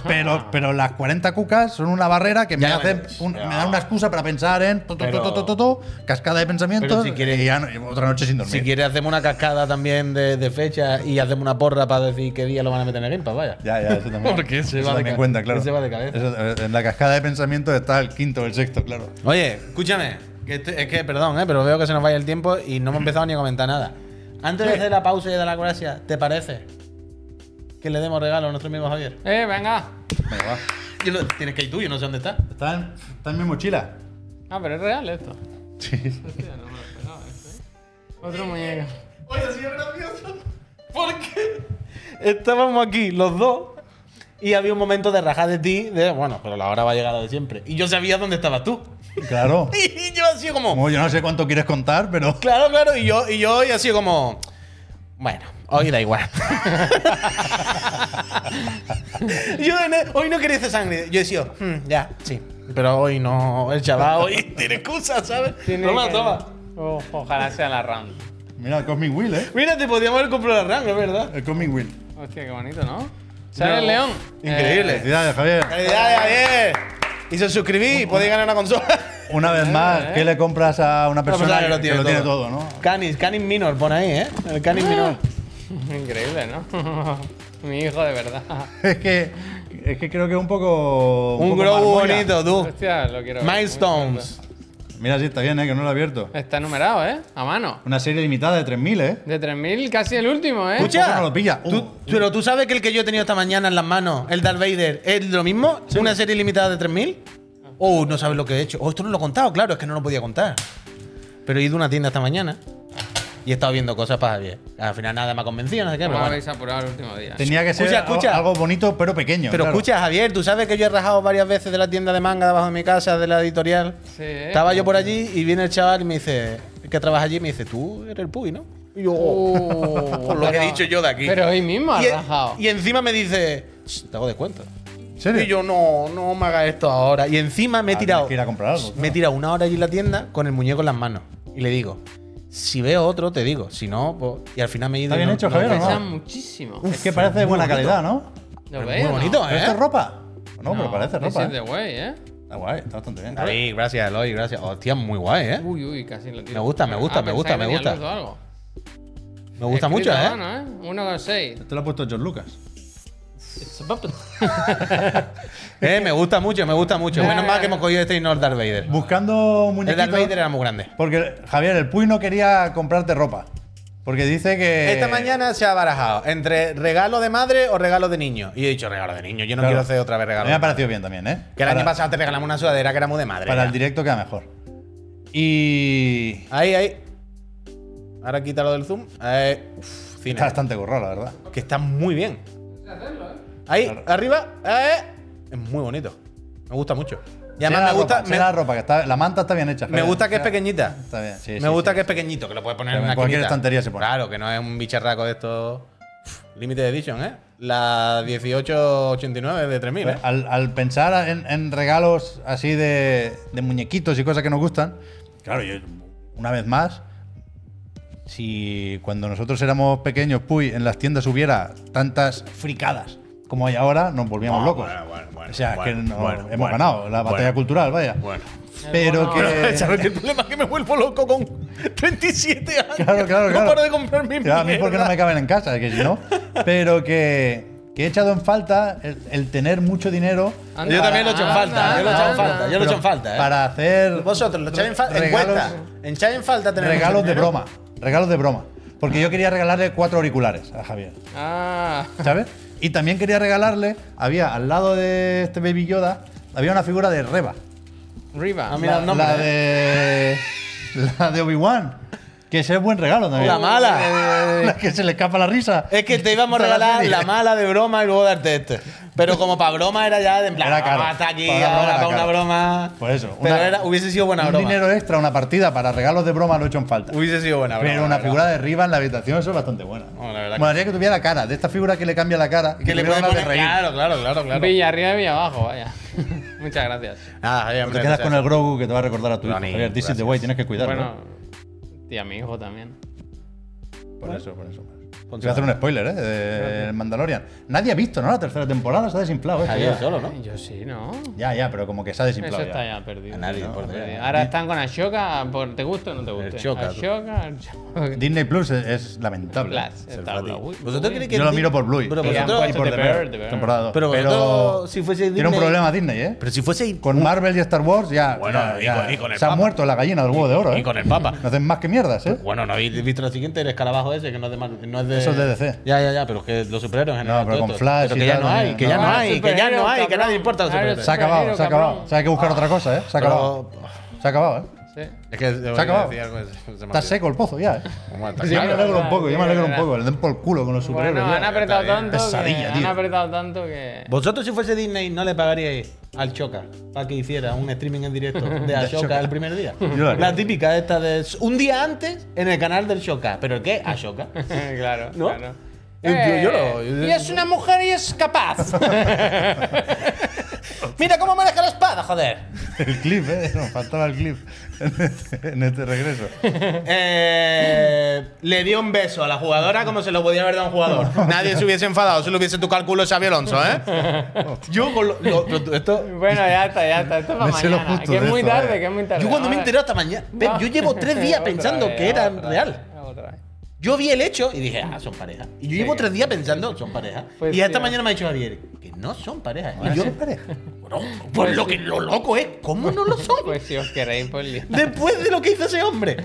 Speaker 3: Pero, pero las 40 cucas son una barrera que me,
Speaker 2: Ya
Speaker 3: hacen
Speaker 2: ves,
Speaker 3: un-
Speaker 2: ya.
Speaker 3: me dan una excusa para pensar en to, to, to, to, to, to, to, cascada de pensamientos
Speaker 2: Pero si quieres-
Speaker 3: y ya no- y otra noche sin dormir.
Speaker 2: Si quieres, hacemos una cascada también de, de fecha y hacemos una porra para decir qué día lo van a meter en el Game Pass, vaya.
Speaker 3: Ya, ya, eso también.
Speaker 2: Porque se
Speaker 3: Eso
Speaker 2: va de
Speaker 3: también
Speaker 2: ca-
Speaker 3: cuenta, claro.
Speaker 2: se va de cabeza.
Speaker 3: Eso, eh, en la cascada de pensamientos está el quinto o el sexto, claro.
Speaker 2: Oye, escúchame. que este- es que, perdón, ¿eh? pero veo que se nos vaya el tiempo y no hemos empezado ni a comentar nada. Antes de hacer la pausa y de la gracia, ¿te parece que le demos regalo a nuestro amigo Javier?
Speaker 1: Eh, venga.
Speaker 3: Venga, va.
Speaker 2: Yo lo- tienes que ir tú, yo no sé dónde está.
Speaker 3: Está en, está en mi mochila.
Speaker 1: Ah, pero es real esto.
Speaker 3: Sí.
Speaker 1: Hostia, no me lo esperaba este. Otro muñeco.
Speaker 2: Oye, sí es gracioso. Porque estábamos aquí los dos y había un momento de rajar de ti, de bueno, pero la hora va a llegar la de siempre. Y yo sabía dónde estabas tú.
Speaker 3: Claro.
Speaker 2: Y yo así como.
Speaker 3: Como yo no sé cuánto quieres contar, pero.
Speaker 2: Claro, claro. Y yo, y yo hoy así como. Bueno, hoy da igual. yo en- hoy no quería hacer sangre. Yo decía, "Hmm, ya, sí. Pero hoy no, el chaval hoy tiene excusa, ¿sabes?
Speaker 1: Tiene
Speaker 2: toma,
Speaker 1: que-
Speaker 2: toma.
Speaker 1: Oh, ojalá sea la round.
Speaker 3: Mira, el Cosmic Wheel, ¿eh?
Speaker 2: Mira, te podíamos haber comprado la RAM, es verdad.
Speaker 3: El Cosmic Wheel.
Speaker 1: Hostia, qué bonito, ¿no? Sale el león.
Speaker 3: Increíble.
Speaker 1: Eh,
Speaker 3: Felicidades, Javier.
Speaker 2: Felicidades, Javier. Y se suscribí y podéis ganar una consola.
Speaker 3: Una vez
Speaker 2: Eh,
Speaker 3: más, ¿qué le compras a una persona que,
Speaker 2: que
Speaker 3: que lo tiene, todo. ¿no?
Speaker 2: Canis, Canis Minor, pon ahí, ¿eh? El Canis Minor.
Speaker 1: Eh, increíble, ¿no? Mi hijo de verdad.
Speaker 3: Es que, es que creo que es un poco.
Speaker 2: Un
Speaker 3: poco
Speaker 2: grow
Speaker 3: marmolla.
Speaker 2: bonito, tú.
Speaker 1: Hostia, lo quiero ver.
Speaker 2: Milestones.
Speaker 3: Mira, sí, está bien, ¿eh? Que no lo he abierto.
Speaker 1: Está numerado, ¿eh? A mano.
Speaker 3: Una serie limitada de 3.000, ¿eh?
Speaker 1: De 3.000, casi el último, ¿eh?
Speaker 3: Escucha. Tampoco no lo pilla.
Speaker 2: tú-
Speaker 3: Uh.
Speaker 2: pero tú sabes que el que yo he tenido esta mañana en las manos, el Darth Vader, es lo mismo, una serie limitada de 3000. Oh, no sabes lo que he hecho. Oh, esto no lo he contado, claro, es que no lo podía contar. Pero he ido a una tienda esta mañana y he estado viendo cosas para Javier. Al final nada me ha convencido, no sé qué,
Speaker 1: ¿Cómo
Speaker 2: pero bueno.
Speaker 1: habéis apurado el último día?
Speaker 3: Tenía que ser
Speaker 2: Escucha,
Speaker 3: algo-
Speaker 2: escucha.
Speaker 3: algo bonito, pero pequeño.
Speaker 2: Pero
Speaker 3: claro.
Speaker 2: escucha, Javier, tú sabes que yo he rajado varias veces de la tienda de manga debajo de mi casa, de la editorial.
Speaker 1: Sí, ¿eh?
Speaker 2: Estaba yo por allí y viene el chaval y me dice, el que trabaja allí, y me dice, tú eres el Puy, ¿no? Y yo,
Speaker 1: Oh,
Speaker 2: por lo que he
Speaker 1: pero-
Speaker 2: dicho yo de aquí.
Speaker 1: Pero hoy mismo has
Speaker 2: y, e-
Speaker 1: rajado.
Speaker 2: y encima me dice, "Shh, te hago descuento.
Speaker 3: ¿En serio?
Speaker 2: Y yo, no, no me hagas esto ahora. Y encima me he
Speaker 3: Ah,
Speaker 2: tirado.
Speaker 3: tienes que ir a comprar algo, claro.
Speaker 2: Me he tirado una hora allí en la tienda con el muñeco en las manos. Y le digo, si veo otro, te digo. Si no, pues. Y al final me he ido.
Speaker 3: ¿Está
Speaker 2: y
Speaker 3: bien
Speaker 2: no-
Speaker 3: hecho,
Speaker 2: no-
Speaker 3: Javier, o
Speaker 1: Pesa
Speaker 3: no?
Speaker 1: muchísimo.
Speaker 3: es que parece de buena calidad, ¿no?
Speaker 1: ¿Lo
Speaker 2: Pero
Speaker 1: veis
Speaker 2: Muy
Speaker 1: o no?
Speaker 2: bonito,
Speaker 3: ¿Pero
Speaker 2: ¿eh?
Speaker 3: esto es ropa? No, pero parece
Speaker 1: this
Speaker 3: ropa.
Speaker 1: is the
Speaker 3: ¿eh?
Speaker 1: way, ¿eh?
Speaker 3: Está guay, está bastante bien.
Speaker 2: Ahí, gracias, Eloy, gracias. Hostia, muy guay, ¿eh?
Speaker 1: Uy, uy, casi lo tiro.
Speaker 2: Me gusta, me gusta, me
Speaker 1: pensaba
Speaker 2: gusta,
Speaker 1: que
Speaker 2: me
Speaker 1: tenía
Speaker 2: gusta.
Speaker 1: luz o algo.
Speaker 2: Me gusta mucho,
Speaker 1: Escrito a
Speaker 2: ¿eh?
Speaker 1: mano, Uno con seis.
Speaker 3: Te Este lo ha puesto George Lucas.
Speaker 1: It's a puppet.
Speaker 2: Eh, me gusta mucho, me gusta mucho.
Speaker 1: Ya,
Speaker 2: Menos
Speaker 1: ya,
Speaker 2: mal
Speaker 1: ya.
Speaker 2: que hemos cogido este y no el Darth Vader.
Speaker 3: Buscando
Speaker 2: El Darth Vader
Speaker 3: muñequitos.
Speaker 2: era muy grande.
Speaker 3: Porque, Javier, el Puy no quería comprarte ropa. Porque dice que.
Speaker 2: Esta mañana se ha barajado entre regalo de madre o regalo de niño. Y he dicho regalo de niño. Yo no
Speaker 3: Claro.
Speaker 2: quiero hacer otra vez
Speaker 3: A
Speaker 2: regalo.
Speaker 3: mí me
Speaker 2: de
Speaker 3: ha
Speaker 2: madre.
Speaker 3: parecido bien también, ¿eh?
Speaker 2: Que el
Speaker 3: Para-
Speaker 2: año pasado te regalamos una sudadera que era muy de madre.
Speaker 3: Para
Speaker 2: ya.
Speaker 3: el directo queda mejor. Y.
Speaker 2: Ahí, ahí. Ahora quítalo del zoom. Eh, uf, cine.
Speaker 3: Está bastante currado, la verdad.
Speaker 2: Que está muy bien. Ahí,
Speaker 3: Claro.
Speaker 2: arriba. eh, es muy bonito. Me gusta mucho. Y
Speaker 3: Sí, la
Speaker 2: además me gusta,
Speaker 3: ropa, sí,
Speaker 2: me,
Speaker 3: la ropa, que está, la manta está bien hecha.
Speaker 2: me
Speaker 3: Javier.
Speaker 2: gusta que es
Speaker 3: Sí,
Speaker 2: pequeñita.
Speaker 3: Está bien, sí,
Speaker 2: me
Speaker 3: sí,
Speaker 2: gusta
Speaker 3: sí.
Speaker 2: que es pequeñito, que lo puedes poner
Speaker 3: Pero
Speaker 2: en
Speaker 3: en
Speaker 2: una
Speaker 3: cualquier
Speaker 2: esquinita.
Speaker 3: estantería se pone.
Speaker 2: Claro, que no es un bicharraco de estos. Uf, Limited Edition, ¿eh? La 1889 de 3000, ¿eh?
Speaker 3: Al, al pensar en, en regalos así de, de muñequitos y cosas que nos gustan, claro, yo, una vez más, si cuando nosotros éramos pequeños, puy, en las tiendas hubiera tantas fricadas como hay ahora, nos volvíamos
Speaker 2: Bueno,
Speaker 3: locos.
Speaker 2: Ah, bueno, bueno, bueno,
Speaker 3: o sea,
Speaker 2: bueno,
Speaker 3: que no-
Speaker 2: bueno,
Speaker 3: hemos
Speaker 2: bueno,
Speaker 3: ganado la batalla
Speaker 2: bueno.
Speaker 3: cultural, vaya.
Speaker 2: Bueno.
Speaker 3: Pero
Speaker 1: Bueno.
Speaker 3: que.
Speaker 2: ¿Sabes qué problema? Es Que me vuelvo loco con 37 años.
Speaker 3: Claro, claro,
Speaker 2: No
Speaker 3: claro.
Speaker 2: paro de comprar mis
Speaker 3: Ya, a mí porque no
Speaker 2: mierdas.
Speaker 3: me caben en casa, que si no. Pero que, que he echado en falta el, el tener mucho dinero.
Speaker 1: Anda,
Speaker 2: yo también lo he hecho en
Speaker 1: anda,
Speaker 2: falta, yo lo he hecho en
Speaker 1: anda.
Speaker 2: falta, yo lo he hecho en
Speaker 3: pero
Speaker 2: falta, ¿eh?
Speaker 3: Para hacer.
Speaker 2: Vosotros, lo echáis en falta.
Speaker 3: regalos-
Speaker 2: Encuesta. Echáis en falta tener.
Speaker 3: Regalos de broma. Regalos de broma. Porque yo quería regalarle cuatro auriculares a Javier.
Speaker 1: Ah.
Speaker 3: ¿Sabes? Y también quería regalarle. Había al lado de este Baby Yoda. Había una figura de Reba.
Speaker 1: Riva.
Speaker 2: Ah, mira. el nombre,
Speaker 3: la de. La de Obi-Wan. Que sea buen regalo también. Eh,
Speaker 2: La mala.
Speaker 3: La que se le escapa la risa.
Speaker 2: Es que te íbamos a
Speaker 3: Toda la
Speaker 2: regalar
Speaker 3: serie.
Speaker 2: la mala de broma y luego darte este. Pero como para broma era ya de en plan,
Speaker 3: Era caro.
Speaker 2: "Ah, está aquí,
Speaker 3: Para una broma
Speaker 2: ahora
Speaker 3: era
Speaker 2: para una
Speaker 3: caro.
Speaker 2: broma.
Speaker 3: Por eso,
Speaker 2: Pero
Speaker 3: una-
Speaker 2: era- hubiese sido buena
Speaker 3: Un
Speaker 2: broma.
Speaker 3: dinero extra, una partida para regalos de broma lo he hecho en falta.
Speaker 2: Hubiese sido buena broma.
Speaker 3: Pero
Speaker 2: la
Speaker 3: una
Speaker 2: verdad.
Speaker 3: figura de Riva en la habitación, eso es bastante buena.
Speaker 2: No, la verdad que-
Speaker 3: Molaría que tuviera la cara, de esta figura que le cambia la cara. y
Speaker 2: Que le
Speaker 3: tuviera
Speaker 2: puede
Speaker 3: una de
Speaker 2: poner.
Speaker 3: reír.
Speaker 2: Claro, claro, claro, claro.
Speaker 1: Villa arriba y Villa abajo, vaya. Muchas gracias.
Speaker 2: Nada, Javier,
Speaker 3: Te
Speaker 2: hombre,
Speaker 3: quedas
Speaker 2: gracias.
Speaker 3: con el Grogu que te va a recordar a tu hijo.
Speaker 2: Ronnie,
Speaker 3: Javier, this is the
Speaker 2: gracias.
Speaker 3: way, tienes que cuidarlo.
Speaker 1: Bueno, y a mi hijo también.
Speaker 3: Por eso, por eso. por eso. Te voy a hacer un spoiler, ¿eh? De Mandalorian. Nadie ha visto, ¿no? La tercera temporada se ha desinflado. esto
Speaker 2: Javier
Speaker 3: ya.
Speaker 2: solo, ¿no?
Speaker 1: Yo sí, ¿no?
Speaker 3: ya, ya, pero como que se ha
Speaker 1: Eso
Speaker 3: desinflado.
Speaker 1: está
Speaker 3: ya.
Speaker 1: ya perdido.
Speaker 2: A nadie, por
Speaker 1: Perdido.
Speaker 2: Dios.
Speaker 1: Ahora están con Ashoka, por te gusta o no te gusta.
Speaker 2: Ashoka, tú.
Speaker 1: Ashoka, Ashoka.
Speaker 3: Disney Plus es, es lamentable.
Speaker 1: Plus,
Speaker 3: Ser
Speaker 1: Star
Speaker 3: fati.
Speaker 1: Plus. Uy,
Speaker 2: ¿Vosotros
Speaker 1: uy.
Speaker 2: creéis que
Speaker 3: Yo lo
Speaker 2: Di-
Speaker 3: miro por Blu-ray.
Speaker 2: Pero
Speaker 1: Y le han
Speaker 2: vosotros-
Speaker 1: puesto
Speaker 3: por
Speaker 1: The
Speaker 3: The Bear,
Speaker 1: Bear, The Bear.
Speaker 3: temporada dos.
Speaker 2: Pero vosotros, si fuese
Speaker 3: Tiene un
Speaker 2: Disney-
Speaker 3: problema Disney, ¿eh?
Speaker 2: Pero si fuese
Speaker 3: Con Marvel y Star Wars ya.
Speaker 2: Bueno,
Speaker 3: ya-
Speaker 2: y
Speaker 3: ya
Speaker 2: con- y con el
Speaker 3: se ha
Speaker 2: Papa.
Speaker 3: muerto la gallina del huevo de oro, ¿eh?
Speaker 2: y con el Papa.
Speaker 3: No hacen más que mierdas, ¿eh?
Speaker 2: Bueno, ¿no habéis visto lo siguiente? El escarabajo ese, que no es de Marvel, no es de...
Speaker 3: Eso es de DC.
Speaker 2: Ya, ya, ya, pero es que los superhéroes en general...
Speaker 3: pero
Speaker 2: todo
Speaker 3: con
Speaker 2: esto.
Speaker 3: Flash
Speaker 2: Pero
Speaker 3: y
Speaker 2: que ya
Speaker 3: tal,
Speaker 2: no hay, que ya no
Speaker 1: Ah,
Speaker 2: hay, que ya no hay, que
Speaker 1: superhéroe,
Speaker 2: nadie importa
Speaker 1: cabrón.
Speaker 2: los superhéroes.
Speaker 3: Se ha acabado,
Speaker 1: Superhéroe,
Speaker 3: se ha acabado.
Speaker 1: cabrón.
Speaker 3: Se hay que buscar otra cosa, ¿eh? Se ha
Speaker 2: Pero-
Speaker 3: acabado. Se ha acabado, ¿eh?
Speaker 1: Sí.
Speaker 2: Es que se
Speaker 3: acabado.
Speaker 2: Se me
Speaker 3: Está
Speaker 2: ha
Speaker 3: seco el pozo ya, ¿eh?
Speaker 2: Bueno, está
Speaker 3: Yo me
Speaker 1: claro.
Speaker 3: alegro un poco, yo me alegro un
Speaker 1: Claro.
Speaker 3: poco. Le den por el culo con los superhéroes.
Speaker 1: Bueno,
Speaker 3: ya.
Speaker 1: han apretado
Speaker 2: está
Speaker 1: tanto.
Speaker 2: bien.
Speaker 1: que,
Speaker 3: Pesadilla,
Speaker 1: Han
Speaker 3: tío.
Speaker 1: apretado tanto que.
Speaker 2: Vosotros si fuese Disney no le pagaríais al Choca para que hiciera un streaming en directo de Ashoka
Speaker 3: Ashoka.
Speaker 2: el primer día.
Speaker 3: lo haría.
Speaker 2: La típica esta de un día antes en el canal del Choca. ¿Pero qué? Ashoka.
Speaker 1: claro,
Speaker 2: ¿No?
Speaker 1: claro. Eh,
Speaker 2: Yo- yo- yo lo- yo-
Speaker 1: y es una mujer y es capaz.
Speaker 2: Mira cómo maneja la espada, joder.
Speaker 3: El clip, ¿eh? Nos faltaba el clip en este, en este regreso.
Speaker 2: Eh, le dio un beso a la jugadora como se lo podía haber dado a un jugador. Nadie se hubiese enfadado, solo hubiese tu cálculo Xavi Alonso, ¿eh? Yo con lo- lo- lo- esto-
Speaker 1: bueno, ya está, ya está. Esto es para
Speaker 3: Me sé lo
Speaker 1: mañana.
Speaker 3: justo
Speaker 1: Que es
Speaker 3: de
Speaker 1: muy
Speaker 3: esto,
Speaker 1: tarde,
Speaker 3: eh.
Speaker 1: que es muy tarde.
Speaker 2: Yo cuando me he
Speaker 1: Ahora-
Speaker 2: enterado esta mañana, Pep, yo llevo tres días
Speaker 1: Otra
Speaker 2: pensando
Speaker 1: vez,
Speaker 2: que era
Speaker 1: otra
Speaker 2: real.
Speaker 1: vez, otra vez.
Speaker 2: Yo vi el hecho y dije, ah, son pareja. Y yo llevo tres días pensando, son pareja.
Speaker 1: Pues
Speaker 2: y esta
Speaker 1: sí.
Speaker 2: mañana me ha dicho Javier, que no Ah, son pareja.
Speaker 3: Ahora
Speaker 2: y yo,
Speaker 3: sí es pareja.
Speaker 2: bueno, pues lo, que, lo loco es, ¿cómo no lo son?
Speaker 1: Pues si os queréis, pues li-
Speaker 2: Después de lo que hizo ese hombre.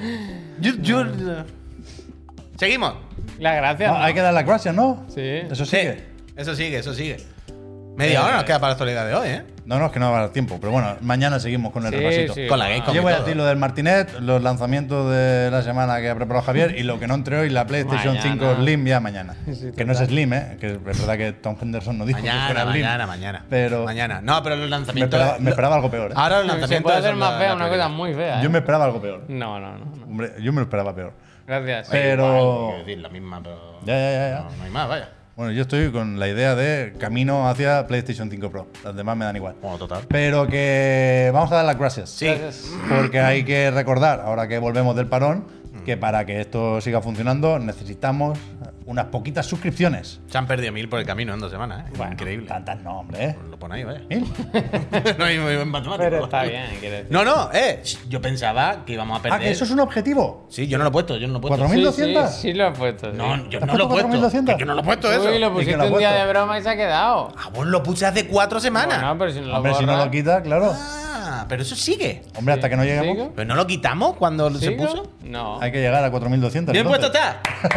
Speaker 2: Yo, yo-
Speaker 1: Mm.
Speaker 2: Seguimos.
Speaker 1: La gracia.
Speaker 3: No, hay que dar las gracias, ¿no?
Speaker 1: Sí.
Speaker 3: Eso sigue.
Speaker 2: Eso sigue, eso sigue. Media hora nos queda para la actualidad de hoy, ¿eh?
Speaker 3: No, no, es que no va a dar tiempo, pero bueno, mañana seguimos con el
Speaker 1: Sí,
Speaker 3: repasito.
Speaker 1: sí.
Speaker 2: Con la Gamescom.
Speaker 3: Yo voy a
Speaker 2: y todo.
Speaker 3: decir lo del Martinet, los lanzamientos de la semana que ha preparado Javier y lo que no entre hoy, la PlayStation
Speaker 1: Mañana.
Speaker 3: 5 Slim ya mañana.
Speaker 1: Sí,
Speaker 3: que no es Slim, ¿eh? Que es verdad que Tom Henderson no dijo que
Speaker 2: Mañana,
Speaker 3: fuera Slim.
Speaker 2: mañana, mañana.
Speaker 3: Pero
Speaker 2: Mañana. No, pero los
Speaker 3: Me,
Speaker 2: lanzamientos.
Speaker 3: esperaba, me esperaba algo peor. ¿eh?
Speaker 2: Ahora los
Speaker 1: Se
Speaker 2: lanzamientos.
Speaker 1: puede hacer
Speaker 2: son
Speaker 1: más
Speaker 2: la-
Speaker 1: fea
Speaker 2: la
Speaker 1: una
Speaker 2: prioridad.
Speaker 1: cosa muy fea. ¿eh?
Speaker 3: Yo me esperaba algo peor.
Speaker 1: No, no, no. no.
Speaker 3: Hombre, yo me lo esperaba peor.
Speaker 1: Gracias.
Speaker 3: Pero.
Speaker 2: Quiero decir, la misma, pero.
Speaker 3: Ya, ya, ya, ya.
Speaker 2: No, no hay más, vaya.
Speaker 3: Bueno, yo estoy con la idea de camino hacia PlayStation 5 Pro. Las demás me dan igual.
Speaker 2: Bueno, total.
Speaker 3: Pero que vamos a dar las gracias.
Speaker 2: Sí.
Speaker 1: Gracias.
Speaker 3: Porque hay que recordar, ahora que volvemos del parón, que para que esto siga funcionando necesitamos unas poquitas suscripciones.
Speaker 2: Se han perdido mil por el camino en dos semanas, ¿eh? Increíble.
Speaker 3: Tantas no, hombre, ¿eh?
Speaker 2: Lo ponéis, vaya.
Speaker 3: Mil.
Speaker 2: no hay muy buen matemático.
Speaker 1: Pero está bien, quiero decir.
Speaker 2: No, no, eh. sh, Yo pensaba que íbamos a perder.
Speaker 3: Ah, que eso es un objetivo.
Speaker 2: Sí, yo no lo he puesto, yo no lo he puesto.
Speaker 3: ¿Cuatro mil?
Speaker 1: Sí,
Speaker 3: 1200.
Speaker 1: Sí, sí lo he puesto. sí.
Speaker 2: No, yo
Speaker 3: ¿Te has
Speaker 2: no lo he
Speaker 3: puesto
Speaker 2: puesto.
Speaker 3: 4.200?
Speaker 2: Que Yo no lo he puesto eso.
Speaker 1: Uy,
Speaker 3: ¿Y
Speaker 1: lo
Speaker 3: quién lo
Speaker 1: pusiste
Speaker 3: ha
Speaker 1: un día
Speaker 3: puesto?
Speaker 1: de broma y se ha quedado.
Speaker 2: Ah, vos lo puse hace cuatro semanas.
Speaker 1: No, pero si no lo
Speaker 3: hombre, si no
Speaker 1: borra-
Speaker 3: lo quita, claro.
Speaker 2: Ah, pero eso sigue.
Speaker 3: Hombre, hasta que no
Speaker 1: ¿Sigo?
Speaker 3: lleguemos,
Speaker 2: ¿Pero no lo quitamos cuando se
Speaker 1: ¿Sigo?
Speaker 2: puso?
Speaker 1: No.
Speaker 3: hay que llegar a 4.200.
Speaker 2: Bien puesto
Speaker 3: entonces.
Speaker 2: está.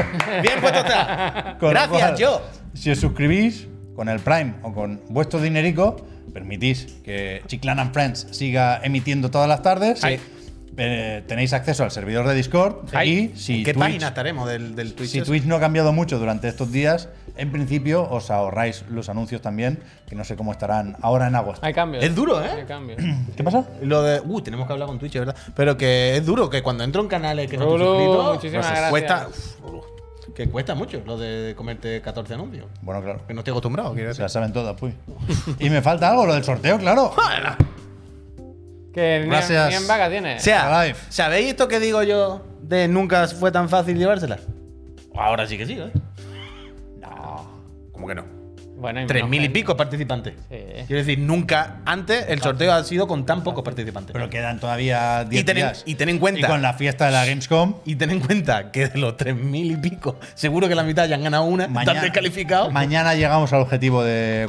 Speaker 2: Bien puesto está.
Speaker 3: Con lo
Speaker 2: Gracias,
Speaker 3: cual,
Speaker 2: yo.
Speaker 3: Si os suscribís con el Prime o con vuestro dinerico, permitís que Chiclan and Friends siga emitiendo todas las tardes.
Speaker 2: Ahí.
Speaker 3: Eh, tenéis acceso al servidor de Discord.
Speaker 2: Ahí.
Speaker 3: Y si
Speaker 2: ¿En qué
Speaker 3: Twitch-
Speaker 2: página estaremos del, del Twitch?
Speaker 3: si
Speaker 2: ese?
Speaker 3: Twitch no ha cambiado mucho durante estos días, en principio os ahorráis los anuncios también, que no sé cómo estarán ahora en agosto.
Speaker 1: Hay cambios.
Speaker 2: Es duro, ¿eh?
Speaker 1: Hay cambios.
Speaker 3: ¿Qué pasa?
Speaker 2: Lo de. Uh, tenemos que hablar con Twitch, es ¿verdad? Pero que es duro, que cuando entro en canales que no estoy
Speaker 1: Rulo,
Speaker 2: suscrito,
Speaker 1: muchísimas
Speaker 2: pues,
Speaker 1: gracias.
Speaker 2: cuesta. uf, uf, que cuesta mucho lo de comerte 14 anuncios.
Speaker 3: Bueno, claro.
Speaker 2: Que no estoy acostumbrado, quiero decir.
Speaker 3: Se las saben todas, pues. y me falta algo, lo del sorteo, claro.
Speaker 1: Que ni-
Speaker 3: Gracias.
Speaker 1: ni en vacaciones.
Speaker 2: O sea,
Speaker 3: Alive.
Speaker 2: ¿sabéis esto que digo yo de nunca fue tan fácil llevársela? Ahora sí que sí, ¿eh? No. ¿Cómo que no?
Speaker 1: Bueno, hay
Speaker 2: Tres
Speaker 1: menos
Speaker 2: mil y
Speaker 1: gente.
Speaker 2: pico participantes.
Speaker 1: Sí.
Speaker 2: Quiero decir, nunca antes el sorteo ha sido con tan pocos participantes.
Speaker 3: Pero quedan todavía 10
Speaker 2: Y ten en-
Speaker 3: días.
Speaker 2: y ten en cuenta-
Speaker 3: Y con la fiesta de la Gamescom.
Speaker 2: Y ten en cuenta que de los 3.000 y pico, seguro que la mitad ya han ganado una, están descalificados.
Speaker 3: Mañana llegamos al objetivo de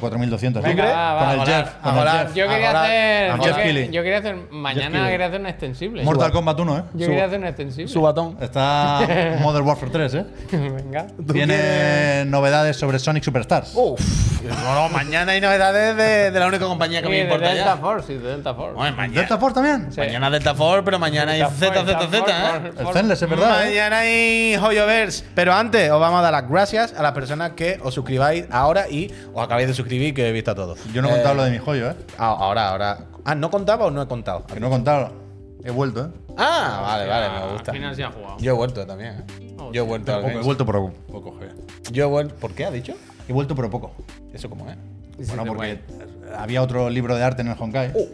Speaker 1: Venga,
Speaker 3: 4.200. ¿sí?
Speaker 1: va, va,
Speaker 3: con el
Speaker 1: a
Speaker 2: volar,
Speaker 3: Jeff.
Speaker 2: a
Speaker 3: Con el
Speaker 2: volar.
Speaker 3: Jeff.
Speaker 1: Yo quería
Speaker 2: Ahora-
Speaker 1: hacer.
Speaker 3: ahora
Speaker 1: Yo, que-
Speaker 3: Killing.
Speaker 1: yo quería hacer. Mañana
Speaker 3: Killing.
Speaker 1: quería hacer una extensible.
Speaker 3: Mortal Kombat 1, ¿eh?
Speaker 1: yo
Speaker 3: Su-
Speaker 1: quería hacer una extensible.
Speaker 2: Su batón.
Speaker 3: Está Modern Warfare 3, ¿eh?
Speaker 1: Venga.
Speaker 2: ¿Tú
Speaker 3: Tiene
Speaker 2: quieres?
Speaker 1: Uh,
Speaker 3: novedades sobre Sonic Superstars.
Speaker 2: Uf. No, no, mañana hay novedades de, de la única compañía que
Speaker 1: Sí,
Speaker 2: me
Speaker 1: de
Speaker 2: importa
Speaker 1: Delta
Speaker 2: ya.
Speaker 1: Force, sí, de Delta Force.
Speaker 2: Bueno, mañana,
Speaker 3: ¿Delta Force también?
Speaker 1: Sí.
Speaker 2: mañana Delta Force, pero mañana hay
Speaker 1: Delta Force,
Speaker 2: ZZZ,
Speaker 1: Delta
Speaker 2: ¿eh?
Speaker 1: Force.
Speaker 3: El Zenless, es verdad. ¿eh?
Speaker 2: Mañana hay Joyovers. Pero antes, os vamos a dar las gracias a las personas que os suscribáis ahora y os acabáis de suscribir, que he visto a todos.
Speaker 3: Yo no he
Speaker 2: Eh,
Speaker 3: contado lo de mi joyo, ¿eh?
Speaker 2: ah, Ahora, ahora. Ah, ¿no contaba o no he contado?
Speaker 3: Que no he contado. He vuelto, ¿eh?
Speaker 2: Ah, vale, vale,
Speaker 1: Ah,
Speaker 2: me gusta.
Speaker 1: Al final se ha jugado.
Speaker 2: Yo he vuelto también, ¿eh? Yo he vuelto. al
Speaker 3: Oh, Tampoco, he
Speaker 2: Games.
Speaker 3: vuelto por poco.
Speaker 2: Yo he vuelto. ¿Por qué ha dicho?
Speaker 3: He vuelto por poco.
Speaker 2: Eso como es.
Speaker 3: Bueno, porque había otro libro de arte en el Honkai.
Speaker 1: Uh.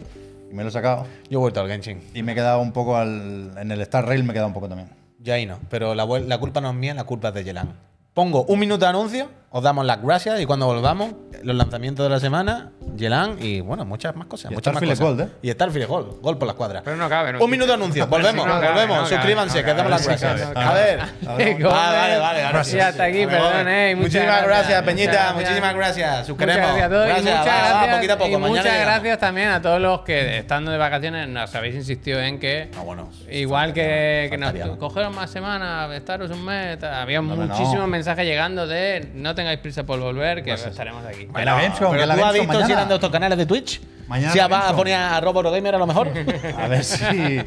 Speaker 3: Y me lo he sacado.
Speaker 2: Yo he vuelto al Genshin.
Speaker 3: Y me he quedado un poco al. En el Star Rail me he quedado un poco también.
Speaker 2: Yo ahí no. Pero la, vuel- la culpa no es mía, la culpa es de Yelan. Pongo un minuto de anuncio, os damos las gracias y cuando volvamos, los lanzamientos de la semana, Yelan y bueno, muchas más cosas.
Speaker 3: Y
Speaker 2: muchas más
Speaker 3: Starfield
Speaker 2: cosas.
Speaker 3: Gold, ¿eh?
Speaker 2: Y Starfield Gold, Gol por las cuadras.
Speaker 1: Pero no cabe, ¿no?
Speaker 2: un minuto de anuncio, volvemos,
Speaker 1: No cabe,
Speaker 2: volvemos.
Speaker 1: no cabe,
Speaker 2: Suscríbanse,
Speaker 1: no
Speaker 2: que damos las
Speaker 1: cabe,
Speaker 2: gracias.
Speaker 1: no
Speaker 2: a
Speaker 1: cabe.
Speaker 2: ver.
Speaker 1: Qué
Speaker 2: Ah, vale,
Speaker 1: goles.
Speaker 2: vale, ahora sí.
Speaker 1: Sí, hasta aquí,
Speaker 2: A ver,
Speaker 1: perdón, eh. y muchas
Speaker 2: Muchísimas gracias, Peñita.
Speaker 1: muchas gracias.
Speaker 2: Muchísimas gracias. Suscribimos.
Speaker 1: Muchas gracias a todos. y muchas
Speaker 2: va, va,
Speaker 1: gracias,
Speaker 2: poquito a poco.
Speaker 1: y
Speaker 2: Mañana
Speaker 1: muchas
Speaker 2: llegamos.
Speaker 1: gracias también a todos los que estando de vacaciones nos habéis insistido en que.
Speaker 2: Ah, bueno.
Speaker 1: Igual que, que nos
Speaker 2: Faltaría más.
Speaker 1: cogeros más semanas, estaros un mes. tal. Había
Speaker 3: Hombre, no.
Speaker 1: muchísimos mensajes llegando de no tengáis prisa por volver,
Speaker 2: Pues
Speaker 1: que estaremos aquí.
Speaker 3: Que la Gamescom, que
Speaker 2: ¿Pero
Speaker 3: la
Speaker 2: tú has
Speaker 3: Gamescom
Speaker 2: visto si
Speaker 3: mañana.
Speaker 2: eran de estos canales de Twitch?
Speaker 3: Mañana
Speaker 2: si
Speaker 3: la
Speaker 2: vas a
Speaker 3: Gamescom.
Speaker 2: poner a Robo Gamer a lo mejor.
Speaker 3: A ver si.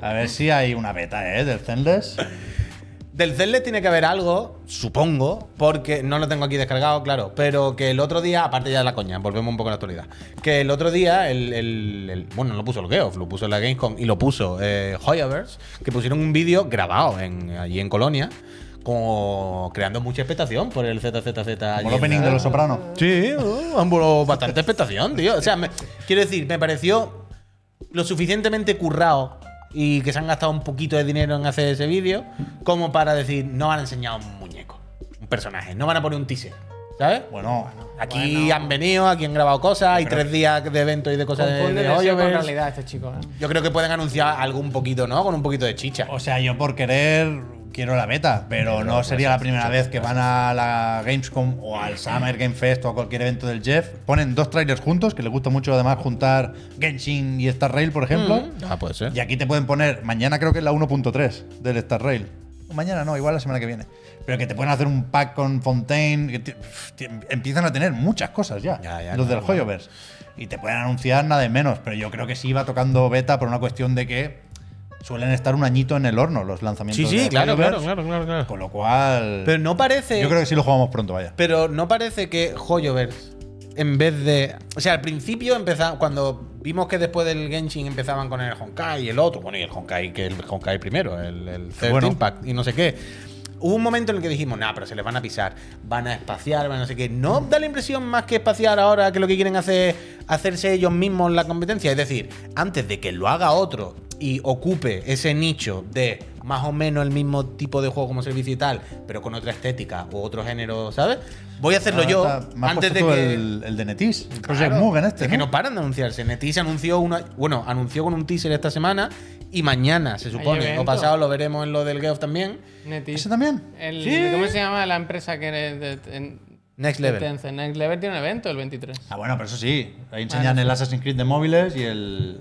Speaker 3: A ver si hay una beta, ¿eh? Del Zenless.
Speaker 2: Del Zelda tiene que haber algo, supongo, porque no lo tengo aquí descargado, claro, pero que el otro día, aparte ya de la coña, volvemos un poco a la actualidad, que el otro día, el, el- el- bueno, no lo puso el Geoff, lo puso en la Gamescom y lo puso eh, Hoyaverse, que pusieron un vídeo grabado en, allí en Colonia, como creando mucha expectación por el ZZZ. allí
Speaker 3: Como
Speaker 2: en
Speaker 3: el opening
Speaker 2: la-
Speaker 3: de Los Sopranos.
Speaker 2: Sí, uh, han volado bastante expectación, tío. O sea, me- quiero decir, me pareció lo suficientemente currado y que se han gastado un poquito de dinero en hacer ese vídeo como para decir, no han enseñado un muñeco, un personaje, no van a poner un teaser, ¿sabes?
Speaker 3: Bueno,
Speaker 2: Aquí han venido, aquí han grabado cosas, hay tres días de evento y de cosas de,
Speaker 1: Confunden
Speaker 2: de
Speaker 1: deseo con
Speaker 2: Hoyoverse.
Speaker 1: realidad estos chicos. ¿eh?
Speaker 2: Yo creo que pueden anunciar algo un poquito, ¿no? Con un poquito de chicha.
Speaker 3: O sea, yo por querer quiero la beta, pero no sería la primera vez que van a la Gamescom o al Summer Game Fest o a cualquier evento del Jeff. Ponen dos trailers juntos, que les gusta mucho además juntar Genshin y Star Rail, por ejemplo.
Speaker 2: Ah, puede ser.
Speaker 3: Y aquí te pueden poner, mañana creo que es la 1.3 del Star Rail. O Mañana no, igual la semana que viene. Pero que te pueden hacer un pack con Fontaine. que ti- pf, ti- empiezan a tener muchas cosas ya.
Speaker 2: Ya, ya,
Speaker 3: los
Speaker 2: claro,
Speaker 3: del Hoyoverse. Y te pueden anunciar nada de menos. Pero yo creo que sí va tocando beta por una cuestión de que suelen estar un añito en el horno los lanzamientos.
Speaker 2: Sí, sí,
Speaker 3: de
Speaker 2: claro, claro,
Speaker 3: Hoyoverse,
Speaker 2: claro, claro, claro.
Speaker 3: Con lo cual.
Speaker 2: Pero no parece.
Speaker 3: yo creo que sí lo jugamos pronto, vaya.
Speaker 2: Pero no parece que Hoyoverse, en vez de. O sea, al principio empezaba. Cuando vimos que después del Genshin empezaban con el Honkai y el otro. Bueno, y el Honkai, que el Honkai primero, el, el Third
Speaker 3: Bueno.
Speaker 2: Impact y no sé qué. Hubo un momento en el que dijimos, nah, pero se les van a pisar, van a espaciar, van a no sé qué. No da la impresión más que espaciar ahora que lo que quieren hacer es hacerse ellos mismos la competencia. Es decir, antes de que lo haga otro y ocupe ese nicho de más o menos el mismo tipo de juego como servicio y tal, pero con otra estética u otro género, ¿sabes? Voy a hacerlo
Speaker 3: Ah,
Speaker 2: yo
Speaker 3: está- me has
Speaker 2: antes de
Speaker 3: puesto tú
Speaker 2: que.
Speaker 3: El, el de Netis. el Project
Speaker 2: Claro,
Speaker 3: Mugen este.
Speaker 2: es que
Speaker 3: ¿no?
Speaker 2: no paran de anunciarse. Netis anunció una, bueno, anunció con un teaser esta semana y mañana se supone, o
Speaker 1: evento.
Speaker 2: pasado lo veremos en lo del Geoff también.
Speaker 1: Neti.
Speaker 3: ¿Ese también?
Speaker 1: El-
Speaker 2: Sí.
Speaker 1: ¿Cómo se llama la empresa que eres de- en-
Speaker 2: Next
Speaker 1: de
Speaker 2: level.
Speaker 1: Tencent? Next Level tiene un evento el 23.
Speaker 3: Ah, bueno, pero eso sí. Ahí enseñan el Assassin's Creed de móviles y el,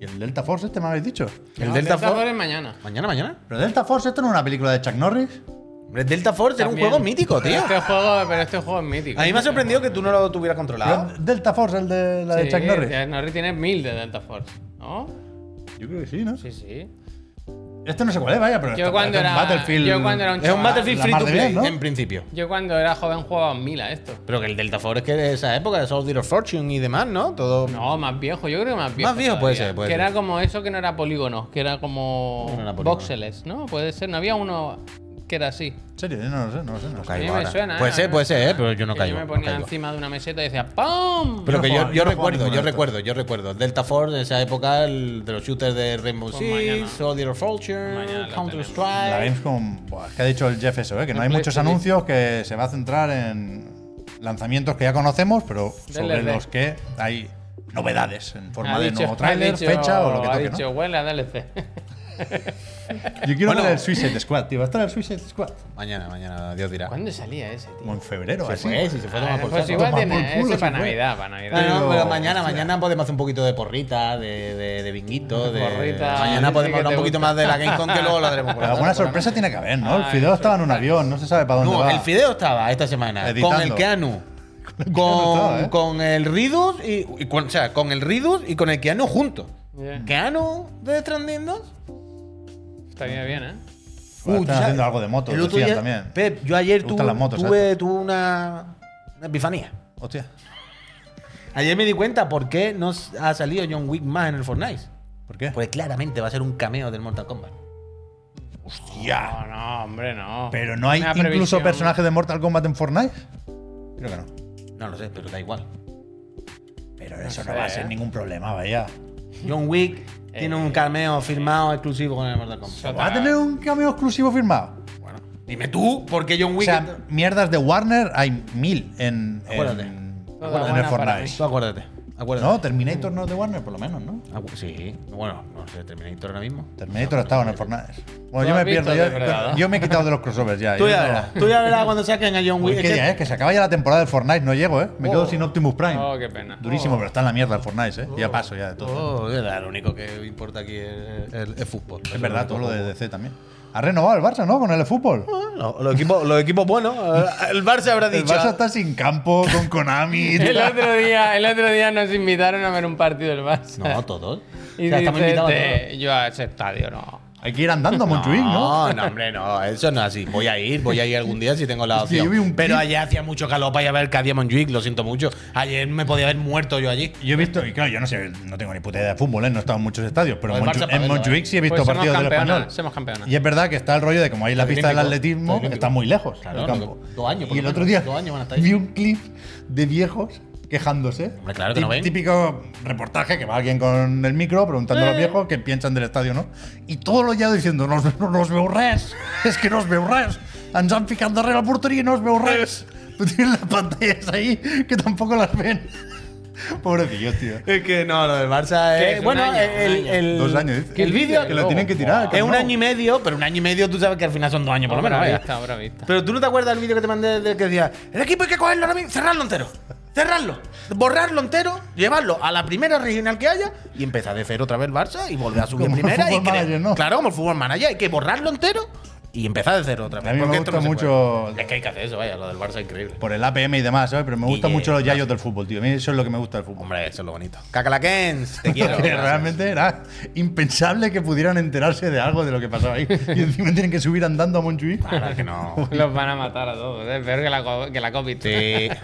Speaker 3: y el Delta Force, este me habéis dicho.
Speaker 2: El
Speaker 1: No,
Speaker 2: Delta Force.
Speaker 1: es mañana.
Speaker 2: Mañana, mañana.
Speaker 3: Pero Delta Force, ¿esto no es una película de Chuck Norris?
Speaker 2: Hombre, Delta Force era un
Speaker 1: También.
Speaker 2: juego mítico,
Speaker 1: Pero
Speaker 2: tío.
Speaker 1: Este juego, pero este juego es mítico.
Speaker 2: A mí me ha sorprendido que tú no lo tuvieras controlado.
Speaker 3: Pero Delta Force, el de la de
Speaker 1: Sí,
Speaker 3: Chuck Norris.
Speaker 1: Chuck Norris tiene mil de Delta Force, ¿no?
Speaker 3: Yo creo que sí, ¿no?
Speaker 1: Sí, sí.
Speaker 3: Este no sé cuál es, vaya, pero
Speaker 1: Yo
Speaker 3: esto
Speaker 1: cuando,
Speaker 3: parece un
Speaker 1: era,
Speaker 3: Battlefield.
Speaker 1: yo cuando era un
Speaker 2: Es un
Speaker 1: chaval-
Speaker 2: Battlefield
Speaker 3: la
Speaker 2: free
Speaker 3: más
Speaker 2: to
Speaker 3: de
Speaker 2: play,
Speaker 3: bien, ¿no?
Speaker 2: en principio.
Speaker 1: Yo cuando era joven jugaba mil a esto.
Speaker 2: Pero que el Delta Force es que de esa época de Soldier of Fortune y demás, ¿no? Todo.
Speaker 1: No, más viejo, yo creo que más viejo.
Speaker 2: Más viejo puede
Speaker 1: todavía.
Speaker 2: ser, puede
Speaker 1: Que
Speaker 2: ser.
Speaker 1: era como eso que no era polígono, que era como
Speaker 2: No era polígono.
Speaker 1: voxeles, ¿no? Puede ser, no había uno que era así.
Speaker 3: En serio, yo no lo sé, no lo sé. No lo sé.
Speaker 1: A
Speaker 2: Caigo
Speaker 1: mí me
Speaker 2: ahora.
Speaker 1: suena, ¿eh?
Speaker 2: Puede ser, puede ser, ¿eh? pero yo no
Speaker 1: Que
Speaker 2: caigo.
Speaker 1: yo me
Speaker 2: no
Speaker 1: ponía
Speaker 2: caigo.
Speaker 1: encima de una meseta y decía ¡Pum!
Speaker 2: Pero que
Speaker 3: Yo no
Speaker 2: yo,
Speaker 3: juego-
Speaker 2: yo
Speaker 3: yo no juego
Speaker 2: recuerdo,
Speaker 3: ninguno
Speaker 2: yo
Speaker 3: de estos.
Speaker 2: recuerdo, yo recuerdo. Delta Force, en esa época, el- de los shooters de Rainbow
Speaker 1: Pues
Speaker 2: Six,
Speaker 1: mañana.
Speaker 2: Soldier of Fortune,
Speaker 1: Mañana lo
Speaker 3: La
Speaker 2: Counter-Strike.
Speaker 3: Gamescom. Buah, es que ha dicho el Jeff eso, ¿eh? Que no
Speaker 1: El
Speaker 3: hay
Speaker 1: Play
Speaker 3: muchos
Speaker 1: Studio.
Speaker 3: anuncios, que se va a centrar en lanzamientos que ya conocemos, pero sobre
Speaker 1: DLD.
Speaker 3: los que hay novedades en forma
Speaker 1: Ha
Speaker 3: de
Speaker 1: dicho-
Speaker 3: nuevo
Speaker 1: ha
Speaker 3: tráiler,
Speaker 1: dicho-
Speaker 3: fecha o lo que
Speaker 1: Ha
Speaker 3: toque, ¿no?
Speaker 1: dicho, huele a DLC.
Speaker 3: Yo quiero
Speaker 2: Bueno.
Speaker 3: ver el Suicide Squad, tío. Va a estar el Suicide Squad.
Speaker 2: Mañana, mañana, Dios dirá.
Speaker 1: ¿Cuándo salía ese, tío?
Speaker 3: Como en febrero,
Speaker 2: Se
Speaker 3: así.
Speaker 2: fue, si se fue a tomar
Speaker 1: Ah,
Speaker 2: por
Speaker 1: pues
Speaker 2: saco. Ah,
Speaker 1: igual
Speaker 3: Toma por
Speaker 1: tiene
Speaker 3: culo,
Speaker 1: ese
Speaker 3: si
Speaker 1: para
Speaker 3: fue.
Speaker 1: Navidad, para
Speaker 2: No,
Speaker 1: Navidad.
Speaker 2: no,
Speaker 3: Pero-
Speaker 2: pero mañana,
Speaker 3: hostia.
Speaker 2: mañana podemos hacer un poquito de porrita, de, de, de vinguito, de.
Speaker 1: Porrita,
Speaker 2: mañana
Speaker 1: sí
Speaker 2: podemos
Speaker 1: que
Speaker 2: hablar
Speaker 1: te
Speaker 2: un
Speaker 1: gusta.
Speaker 2: poquito más de la Gamecon que luego lo haremos por
Speaker 3: Pero
Speaker 2: la
Speaker 3: alguna
Speaker 2: tarde, por la
Speaker 3: sorpresa tiene que haber, ¿no? El
Speaker 1: Ah,
Speaker 3: Fideo
Speaker 1: eso
Speaker 3: estaba en un avión, no se sabe para
Speaker 2: noche.
Speaker 3: dónde
Speaker 2: No,
Speaker 3: va.
Speaker 2: el Fideo estaba esta semana con
Speaker 3: Editando.
Speaker 2: el Keanu. con,
Speaker 3: estaba, ¿eh?
Speaker 2: con el Ridus y, y con, o sea, con el Ridus y con el Keanu juntos.
Speaker 1: Ya.
Speaker 3: Mm.
Speaker 2: Keanu de Stranding 2.
Speaker 1: Estaría bien, ¿eh?
Speaker 3: Ahora están
Speaker 2: ya-
Speaker 3: haciendo algo de motos,
Speaker 2: el otro
Speaker 3: decían
Speaker 2: día-
Speaker 3: también.
Speaker 2: Pep, yo ayer
Speaker 3: Me
Speaker 2: tu-
Speaker 3: gustan las motos,
Speaker 2: tuve, tuve una, una epifanía.
Speaker 3: Hostia.
Speaker 2: Ayer me di cuenta por qué no s- ha salido John Wick más en el Fortnite.
Speaker 3: ¿Por
Speaker 1: Pues,
Speaker 3: qué?
Speaker 2: Porque claramente va a ser un cameo del Mortal Kombat.
Speaker 3: Hostia.
Speaker 1: No, no, hombre, no.
Speaker 3: Pero no hay
Speaker 1: Una
Speaker 3: incluso
Speaker 1: previsión.
Speaker 3: personajes de Mortal Kombat en Fortnite. Creo que no.
Speaker 2: No lo sé, pero da igual.
Speaker 3: Pero eso
Speaker 1: sé,
Speaker 3: no va a ser
Speaker 1: ¿eh?
Speaker 3: ningún problema, vaya.
Speaker 2: John Wick tiene un cameo firmado exclusivo con el Mortal Kombat.
Speaker 1: Eso
Speaker 3: ¿Va a
Speaker 1: te-
Speaker 3: tener un cameo exclusivo firmado?
Speaker 2: Bueno, dime tú, ¿por qué John
Speaker 3: O
Speaker 2: Wick?
Speaker 3: sea, mierdas de Warner hay mil en, en,
Speaker 2: Acuérdate.
Speaker 1: Toda
Speaker 3: en el
Speaker 1: buena para
Speaker 3: Fortnite.
Speaker 2: Tú acuérdate, acuérdate.
Speaker 3: No, Terminator no es de Warner, por lo menos, ¿no?
Speaker 2: Acu- Sí, bueno, no sé, Terminator ahora mismo.
Speaker 3: Terminator estaba en el Fortnite.
Speaker 1: ¿Tú
Speaker 3: Bueno, yo
Speaker 1: has
Speaker 3: me
Speaker 1: visto
Speaker 3: pierdo. Yo,
Speaker 1: Depredador?
Speaker 3: yo me he quitado de los crossovers ya.
Speaker 2: Tú
Speaker 3: yo
Speaker 2: ya
Speaker 3: no-
Speaker 2: verás, tú ya verás cuando saquen a John
Speaker 3: Uy,
Speaker 2: Wick.
Speaker 3: ¿qué día es? Que se acaba ya la temporada del Fortnite, no llego, ¿eh? Me quedo
Speaker 1: Oh.
Speaker 3: sin Optimus Prime.
Speaker 1: Oh, qué pena.
Speaker 3: Durísimo, pero está en la mierda el Fortnite, ¿eh? Ya paso ya de todo.
Speaker 2: Oh, de verdad, lo único que importa aquí es, es- es fútbol.
Speaker 3: Es verdad, todo lo
Speaker 2: Oh.
Speaker 3: de DC también. Ha renovado el Barça, ¿no? Con el fútbol.
Speaker 2: No, los, equipos, los equipos buenos. eh, El Barça habrá
Speaker 3: El
Speaker 2: dicho.
Speaker 3: Barça está sin campo, con Konami. y
Speaker 1: Oh. El
Speaker 3: tal.
Speaker 1: otro, día, el otro día nos invitaron a ver un partido del Barça.
Speaker 2: No, todos.
Speaker 1: Y
Speaker 2: O sea, estamos
Speaker 1: dices,
Speaker 2: invitados a
Speaker 1: "Eh, yo a ese estadio no.
Speaker 3: Hay que ir andando a Montjuic, ¿no?
Speaker 2: No, no, hombre, no, eso no es así. Voy a ir, voy a ir algún día si tengo la
Speaker 3: Hostia,
Speaker 2: opción.
Speaker 3: yo vi un
Speaker 2: Pero
Speaker 3: clip.
Speaker 2: allá hacía mucho calor para ir a ver Cadía Montjuic, lo siento mucho. Ayer me podía haber muerto yo allí.
Speaker 3: Yo he visto, y claro, yo no sé, no tengo ni puta idea de fútbol, ¿eh? no he estado en muchos estadios, pero
Speaker 2: O
Speaker 3: en,
Speaker 2: Pues el
Speaker 3: Montju-
Speaker 2: Barça
Speaker 3: en
Speaker 2: Padel,
Speaker 3: Montjuic sí he visto
Speaker 1: Pues somos
Speaker 3: partidos del
Speaker 1: campeonas,
Speaker 3: español.
Speaker 1: somos campeonas.
Speaker 3: Y es verdad que está el rollo de como hay la pista del
Speaker 2: Olímpico,
Speaker 3: atletismo,
Speaker 2: olímpico.
Speaker 3: está muy lejos
Speaker 2: Claro,
Speaker 3: del
Speaker 2: no,
Speaker 3: campo.
Speaker 2: dos años, por
Speaker 3: y
Speaker 2: lo menos,
Speaker 3: el otro día
Speaker 2: dos años van a estar ahí.
Speaker 3: vi un clip de viejos quejándose.
Speaker 2: Hombre, claro que no
Speaker 3: Tí-
Speaker 2: ven.
Speaker 3: Típico reportaje que va alguien con el micro preguntando
Speaker 2: Eh.
Speaker 3: a los viejos qué piensan del estadio, ¿no? Y todos los ya diciendo, no, no, no os veu res, es que no os veu res, ens han ficat darrere la portería y no os veu res.
Speaker 2: Eh.
Speaker 3: Tú tienes las pantallas ahí que tampoco las ven. Pobrecillos, tío.
Speaker 2: Es que no, lo del Barça
Speaker 1: ¿Qué
Speaker 2: es.
Speaker 1: es? Un
Speaker 2: bueno,
Speaker 1: año, un
Speaker 2: el,
Speaker 1: año.
Speaker 2: el-
Speaker 3: Dos años, dice.
Speaker 2: Eh, El vídeo
Speaker 1: Que
Speaker 3: Que lo tienen que tirar.
Speaker 2: es
Speaker 3: que
Speaker 2: un
Speaker 3: no.
Speaker 2: año y medio, pero un año y medio tú sabes que al final son dos años, por lo menos.
Speaker 1: Habrá
Speaker 2: vaya.
Speaker 1: vista, habrá vista.
Speaker 2: Pero tú no te acuerdas del vídeo que te mandé del que decía: el equipo hay que cogerlo ahora mismo, cerrarlo entero. Cerrarlo, borrarlo entero, llevarlo a la primera regional que haya y empezar de cero otra vez el Barça y volver a subir
Speaker 3: Como
Speaker 2: a primera.
Speaker 3: el
Speaker 2: y
Speaker 3: fútbol
Speaker 2: crear-
Speaker 3: manager, ¿no?
Speaker 2: Claro, como el fútbol manager, hay que borrarlo entero y empezar de cero otra vez.
Speaker 3: A mí me
Speaker 2: porque esto
Speaker 3: gusta
Speaker 2: no se puede.
Speaker 3: mucho-
Speaker 2: Es que hay que hacer eso, vaya, lo del Barça es increíble.
Speaker 3: Por el APM y demás, ¿sabes? Pero me gustan
Speaker 2: Guille,
Speaker 3: mucho los
Speaker 2: gracias.
Speaker 3: yayos del fútbol, tío. A mí eso es lo que me gusta del fútbol.
Speaker 2: Hombre, eso es lo bonito. Cacalaquens, te quiero.
Speaker 3: Porque
Speaker 2: gracias.
Speaker 3: realmente era impensable que pudieran enterarse de algo de lo que pasaba ahí. Y encima tienen que subir andando a Montjuic.
Speaker 2: Claro que no.
Speaker 1: Los van a matar a todos. Es peor que la, co- que la COVID.
Speaker 2: Sí.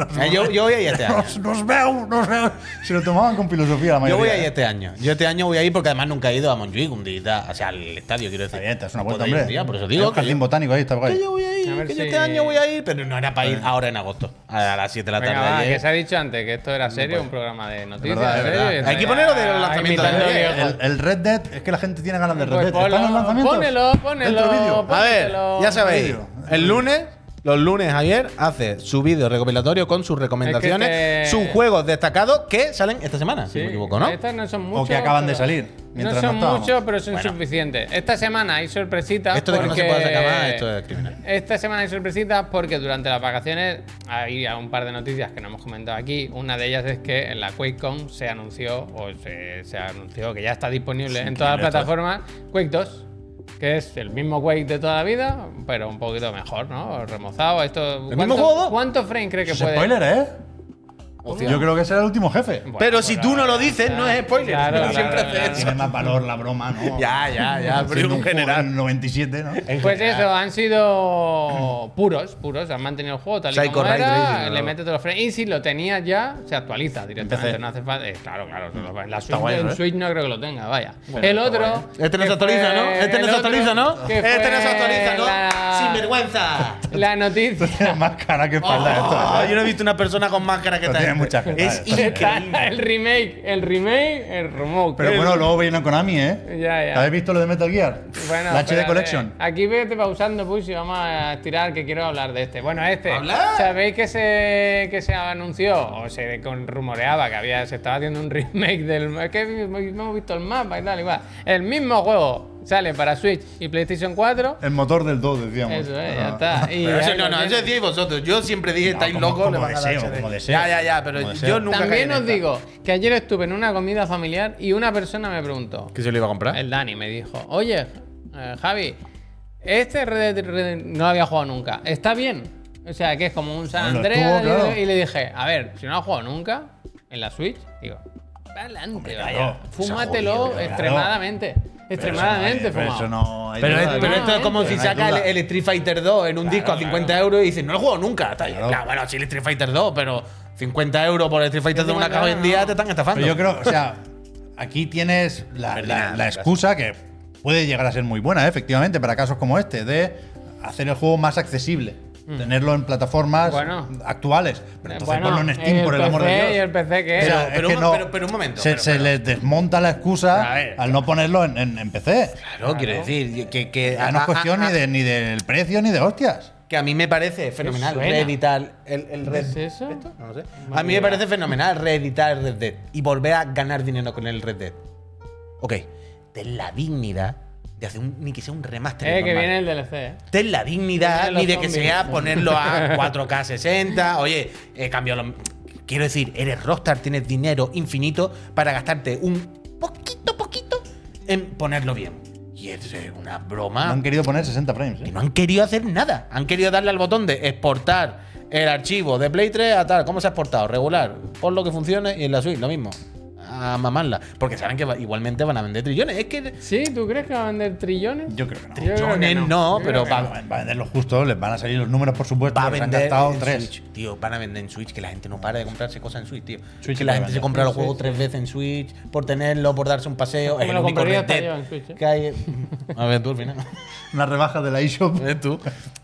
Speaker 2: Eh, Este, yo, yo voy a ir este año.
Speaker 3: Nos, nos veo, nos veo. Se lo tomaban con filosofía la
Speaker 2: Yo
Speaker 3: mayoría.
Speaker 2: voy a ir
Speaker 3: ¿eh?
Speaker 2: este año. Yo este año voy a ir porque además nunca he ido a Montjuic un día, o sea, al estadio, quiero decir.
Speaker 3: Está bien, te das una
Speaker 2: este No
Speaker 3: vuelta,
Speaker 2: puedo ir un
Speaker 3: hombre.
Speaker 2: día, por eso
Speaker 3: Hay
Speaker 2: digo
Speaker 3: un
Speaker 2: que
Speaker 3: jardín
Speaker 2: yo,
Speaker 3: botánico ahí, está guay.
Speaker 2: que yo voy a ir,
Speaker 1: A ver
Speaker 2: que yo
Speaker 1: si-
Speaker 2: este año voy a ir, pero no era para ir ahora en agosto, a las 7 de la tarde
Speaker 1: Venga, va,
Speaker 2: de
Speaker 1: que
Speaker 2: ayer.
Speaker 1: se ha dicho antes que esto era serio, un programa de noticias.
Speaker 3: verdad, es
Speaker 1: ¿eh?
Speaker 3: verdad.
Speaker 1: Entonces,
Speaker 2: Hay que ponerlo de los
Speaker 1: ah,
Speaker 2: lanzamientos de
Speaker 1: imitando
Speaker 2: ayer.
Speaker 1: viejos.
Speaker 3: El, el Red Dead, es que la gente tiene ganas del Red
Speaker 1: Pues
Speaker 3: Dead. ¿Están los
Speaker 1: ponlo,
Speaker 3: lanzamientos?
Speaker 1: ponelo, ponelo,
Speaker 3: Dentro vídeo.
Speaker 1: ponelo.
Speaker 2: A ver, ya sabéis,
Speaker 3: Vídeo.
Speaker 2: el lunes, los lunes Javier hace su vídeo recopilatorio con sus recomendaciones,
Speaker 1: Es que te-
Speaker 2: sus juegos destacados que salen esta semana, si
Speaker 1: este Sí,
Speaker 2: no me equivoco, ¿no?
Speaker 1: Estos no son
Speaker 3: O
Speaker 1: muchos.
Speaker 3: que acaban de
Speaker 1: pero-
Speaker 3: salir,
Speaker 1: No
Speaker 3: mientras no
Speaker 1: son
Speaker 3: estábamos.
Speaker 1: muchos, pero son
Speaker 2: Bueno.
Speaker 1: suficientes. Esta semana hay sorpresitas.
Speaker 2: Esto de que no se
Speaker 1: porque-
Speaker 2: pueda acabar, esto es criminal.
Speaker 1: Esta semana hay sorpresitas porque durante las vacaciones hay un par de noticias que no hemos comentado aquí. Una de ellas es que en la QuakeCon se anunció, o se, se anunció que ya está disponible en todas las
Speaker 3: increíble esto.
Speaker 1: plataformas, Quake 2. Que es el mismo Quake de toda la vida, pero un poquito mejor, ¿no? Remozado. Esto,
Speaker 2: ¿El mismo
Speaker 1: ¿cuánto-
Speaker 2: juego?
Speaker 1: ¿Cuántos frames cree que
Speaker 3: Es
Speaker 1: puede?
Speaker 3: Spoiler, ¿eh? Yo creo que será el último jefe.
Speaker 1: Bueno,
Speaker 2: Pero si
Speaker 1: pues,
Speaker 2: tú no lo
Speaker 1: ah,
Speaker 2: dices, no es spoiler.
Speaker 1: claro, claro,
Speaker 2: Siempre
Speaker 1: claro,
Speaker 2: haces
Speaker 1: claro.
Speaker 2: eso.
Speaker 3: Tiene más valor la broma, ¿no?
Speaker 2: Ya, ya, ya, pero
Speaker 3: Siendo
Speaker 2: en
Speaker 3: un juego
Speaker 2: general.
Speaker 3: del 97, ¿no?
Speaker 1: Pues eso, han sido puros, puros, han mantenido el juego tal y
Speaker 2: Psycho
Speaker 1: como
Speaker 2: Ray
Speaker 1: era,
Speaker 2: Tracing,
Speaker 1: le
Speaker 2: ¿no?
Speaker 1: metes todos los frames y si lo tenías ya, se actualiza directamente,
Speaker 3: PC.
Speaker 1: no hace falta, eh, claro, claro, no lo- la
Speaker 2: Está
Speaker 1: Switch,
Speaker 2: guay,
Speaker 1: en
Speaker 2: ¿eh?
Speaker 1: Switch no creo que lo tenga, vaya. el otro...
Speaker 2: Este no
Speaker 1: que
Speaker 2: se actualiza,
Speaker 1: fue-
Speaker 2: ¿no? Este no
Speaker 1: el
Speaker 2: se
Speaker 1: otro
Speaker 2: actualiza, ¿no?
Speaker 1: que
Speaker 2: Este no se
Speaker 1: fue
Speaker 2: actualiza,
Speaker 1: la-
Speaker 2: ¿no? Sin vergüenza.
Speaker 1: La noticia...
Speaker 3: Tiene más cara que espalda esto. ¿eh?
Speaker 2: yo no he visto una persona con máscara que
Speaker 3: Esto
Speaker 2: tal.
Speaker 3: tiene mucha cara,
Speaker 2: Es
Speaker 3: esto tiene
Speaker 2: increíble.
Speaker 1: el remake, el remake, el remote.
Speaker 3: Pero bueno, luego viene a Konami, ¿eh?
Speaker 1: Ya, ya.
Speaker 3: ¿Habéis visto lo de Metal Gear?
Speaker 1: Bueno,
Speaker 3: la
Speaker 1: espérate.
Speaker 3: HD Collection.
Speaker 1: Aquí vete pausando, Push, y vamos a estirar que quiero hablar de este. Bueno, este.
Speaker 2: ¡Hablar!
Speaker 1: ¿Sabéis que se, que se anunció o se con- rumoreaba que había, se estaba haciendo un remake del. Es que hemos visto el mapa y tal, igual. El mismo juego sale para Switch y PlayStation 4.
Speaker 3: El motor del 2, decíamos.
Speaker 1: Eso es, ya
Speaker 3: Ah.
Speaker 1: está. Y
Speaker 2: Pero eso
Speaker 1: ahí
Speaker 2: no,
Speaker 1: lo
Speaker 2: no,
Speaker 1: tienes.
Speaker 2: eso decís vosotros. Yo siempre dije, estáis
Speaker 3: como-
Speaker 2: locos.
Speaker 3: como
Speaker 2: le van a dar
Speaker 3: deseo,
Speaker 2: HD.
Speaker 3: como deseo.
Speaker 2: Ya, ya, ya, pero
Speaker 3: Como
Speaker 2: yo
Speaker 3: deseo.
Speaker 2: nunca.
Speaker 1: También
Speaker 2: caí en
Speaker 1: os
Speaker 2: esta.
Speaker 1: digo que ayer estuve en una comida familiar y una persona me preguntó.
Speaker 2: ¿Que se lo iba a comprar?
Speaker 1: El Dani me dijo, oye, eh, Javi, este Red Dead Redemption no lo había jugado nunca. ¿Está bien? O sea, que es como un San
Speaker 3: Bueno, lo
Speaker 1: Andreas.
Speaker 3: estuvo,
Speaker 1: y-
Speaker 3: claro.
Speaker 1: Y le dije, a ver, si no has jugado nunca en la Switch, digo, adelante, vaya.
Speaker 3: claro,
Speaker 1: Fúmatelo
Speaker 2: se ha jodido,
Speaker 1: extremadamente. Extremadamente
Speaker 3: Pero eso
Speaker 1: fumado.
Speaker 3: no hay
Speaker 2: Pero,
Speaker 3: duda
Speaker 2: es-
Speaker 3: de que-
Speaker 2: pero esto es como si
Speaker 3: Pero no hay
Speaker 2: saca el,
Speaker 3: duda.
Speaker 2: el Street Fighter 2 en un disco a 50 euros y dices, no lo he jugado nunca. Está bien.
Speaker 3: Claro.
Speaker 2: Claro, bueno, sí, el Street Fighter 2, pero 50 euros por el Street Fighter 2 en una
Speaker 1: 50
Speaker 2: caja hoy en día
Speaker 1: no.
Speaker 2: te están estafando.
Speaker 3: Pero yo creo, o sea, aquí tienes la, la- la excusa que puede llegar a ser muy buena, ¿eh? efectivamente, para casos como este, de hacer el juego más accesible. Tenerlo en plataformas
Speaker 1: Mm. Bueno.
Speaker 3: actuales. Pero
Speaker 1: Eh,
Speaker 3: entonces
Speaker 1: bueno,
Speaker 3: ponlo en Steam,
Speaker 1: el
Speaker 3: por el amor de
Speaker 1: PC
Speaker 3: Dios.
Speaker 1: ¿Y el PC qué?
Speaker 3: O sea,
Speaker 2: Pero-
Speaker 3: es
Speaker 2: pero
Speaker 3: que
Speaker 2: un-
Speaker 3: no-
Speaker 2: pero- pero un momento,
Speaker 3: Se,
Speaker 2: pero-
Speaker 3: se
Speaker 2: pero-
Speaker 3: les desmonta la excusa
Speaker 2: A ver.
Speaker 3: al no ponerlo en, en- en PC.
Speaker 2: Claro, quiero decir que, que
Speaker 3: Ya no
Speaker 2: a-
Speaker 3: es
Speaker 2: a-
Speaker 3: cuestión
Speaker 2: a-
Speaker 3: ni, de, ni del precio ni de hostias.
Speaker 2: que a mí me parece fenomenal
Speaker 1: suena?
Speaker 2: reeditar el, el Red
Speaker 1: ¿Es eso?
Speaker 2: ¿Esto? No lo sé.
Speaker 1: Madre
Speaker 2: A mí me
Speaker 1: mía.
Speaker 2: parece fenomenal reeditar el Red Dead y volver a ganar dinero con el Red Dead. Ok, ten la dignidad de hacer un, ni que sea un remaster.
Speaker 1: Eh, que
Speaker 2: normal.
Speaker 1: viene el DLC, eh.
Speaker 2: Ten la dignidad
Speaker 1: Vienen los
Speaker 2: ni de que
Speaker 1: zombies.
Speaker 2: sea ponerlo a 4K 60. Oye, he cambiado los- Quiero decir, eres rockstar, tienes dinero infinito para gastarte un poquito, poquito en ponerlo bien. Y es eh, una
Speaker 3: No
Speaker 2: broma.
Speaker 3: han querido poner 60 frames. ¿eh?
Speaker 2: que no han querido hacer nada. Han querido darle al botón de exportar el archivo de Play 3 a tal. ¿Cómo se ha exportado? Regular. Pon lo que funcione y en la Switch lo mismo. A mamarla. Porque saben que va- igualmente van a vender trillones. Es que.
Speaker 1: ¿Sí? ¿Tú crees que va a vender trillones?
Speaker 3: Yo creo que no.
Speaker 1: Yo creo que
Speaker 2: Trillones no,
Speaker 1: Yo creo
Speaker 2: pero
Speaker 1: que
Speaker 2: va-
Speaker 1: no.
Speaker 3: Va a vender lo justo, les van a salir los números, por supuesto.
Speaker 2: Va a
Speaker 3: les han
Speaker 2: vender
Speaker 3: gastado
Speaker 2: en
Speaker 3: tres.
Speaker 2: Switch, tío. Van a vender en Switch, que la gente no para de comprarse cosas en Switch, tío.
Speaker 3: Switch
Speaker 2: que la
Speaker 3: va a
Speaker 2: gente se
Speaker 3: vender.
Speaker 2: compra los juegos tres veces en Switch, por tenerlo, por darse un paseo.
Speaker 1: Me
Speaker 2: Es el
Speaker 1: lo
Speaker 2: único
Speaker 1: compraría
Speaker 2: Red
Speaker 1: hasta
Speaker 2: Dead
Speaker 1: yo en Switch, ¿eh?
Speaker 2: que hay. A ver, tú al final.
Speaker 3: Una rebaja de la eShop.
Speaker 2: Ves ¿Eh, tú.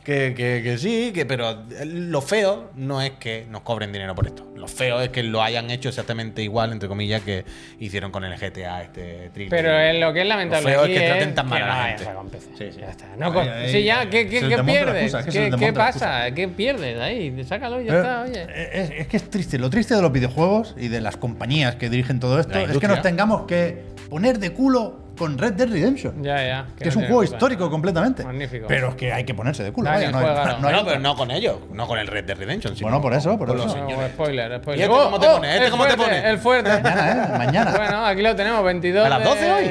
Speaker 2: Que, que- que sí, que, pero eh, lo feo no es que nos cobren dinero por esto. Lo feo es que lo hayan hecho exactamente igual, entre comillas, que hicieron con el GTA este triple.
Speaker 1: Pero es lo que es lamentable.
Speaker 2: Lo feo
Speaker 1: aquí
Speaker 2: es que traten tan mal a la
Speaker 1: no
Speaker 2: gente.
Speaker 1: vayas a compensar.
Speaker 3: Sí, sí.
Speaker 1: Ya está. No,
Speaker 3: Ahí,
Speaker 1: con-
Speaker 3: ahí,
Speaker 1: sí, ya,
Speaker 3: ahí.
Speaker 1: ¿qué, qué, qué
Speaker 3: Se les desmonta la
Speaker 1: pierdes?
Speaker 3: excusa, es que se
Speaker 1: ¿Qué,
Speaker 3: les
Speaker 1: qué
Speaker 3: desmonta la
Speaker 1: pasa? ¿Qué pierdes ahí? Sácalo y ya
Speaker 3: Pero,
Speaker 1: está, oye.
Speaker 3: eh, Es, es que es triste. Lo triste de los videojuegos y de las compañías que dirigen todo esto
Speaker 2: la
Speaker 3: es que
Speaker 2: industria.
Speaker 3: nos tengamos que poner de culo con Red Dead Redemption.
Speaker 1: Ya, ya.
Speaker 3: que
Speaker 1: no
Speaker 3: es un
Speaker 1: tiene
Speaker 3: juego
Speaker 1: culpa.
Speaker 3: histórico completamente.
Speaker 1: Magnífico.
Speaker 3: Pero es que hay que ponerse de culo.
Speaker 1: Dani,
Speaker 3: vaya, no hay-
Speaker 1: juégalo.
Speaker 3: no hay
Speaker 2: no,
Speaker 3: otra.
Speaker 2: pero no con ellos, no con el Red Dead Redemption. sino
Speaker 3: Bueno, por
Speaker 2: con-
Speaker 3: eso, por
Speaker 2: con los
Speaker 3: eso.
Speaker 1: No,
Speaker 2: señores.
Speaker 1: spoiler, spoiler.
Speaker 2: ¿Y este cómo te pone? ¿Este
Speaker 1: el
Speaker 2: cómo te
Speaker 1: fuerte,
Speaker 2: pone?
Speaker 1: El fuerte.
Speaker 3: Mañana, ¿eh? Mañana.
Speaker 1: Bueno, aquí lo tenemos, 22.
Speaker 2: ¿A las 12
Speaker 1: de-
Speaker 2: hoy?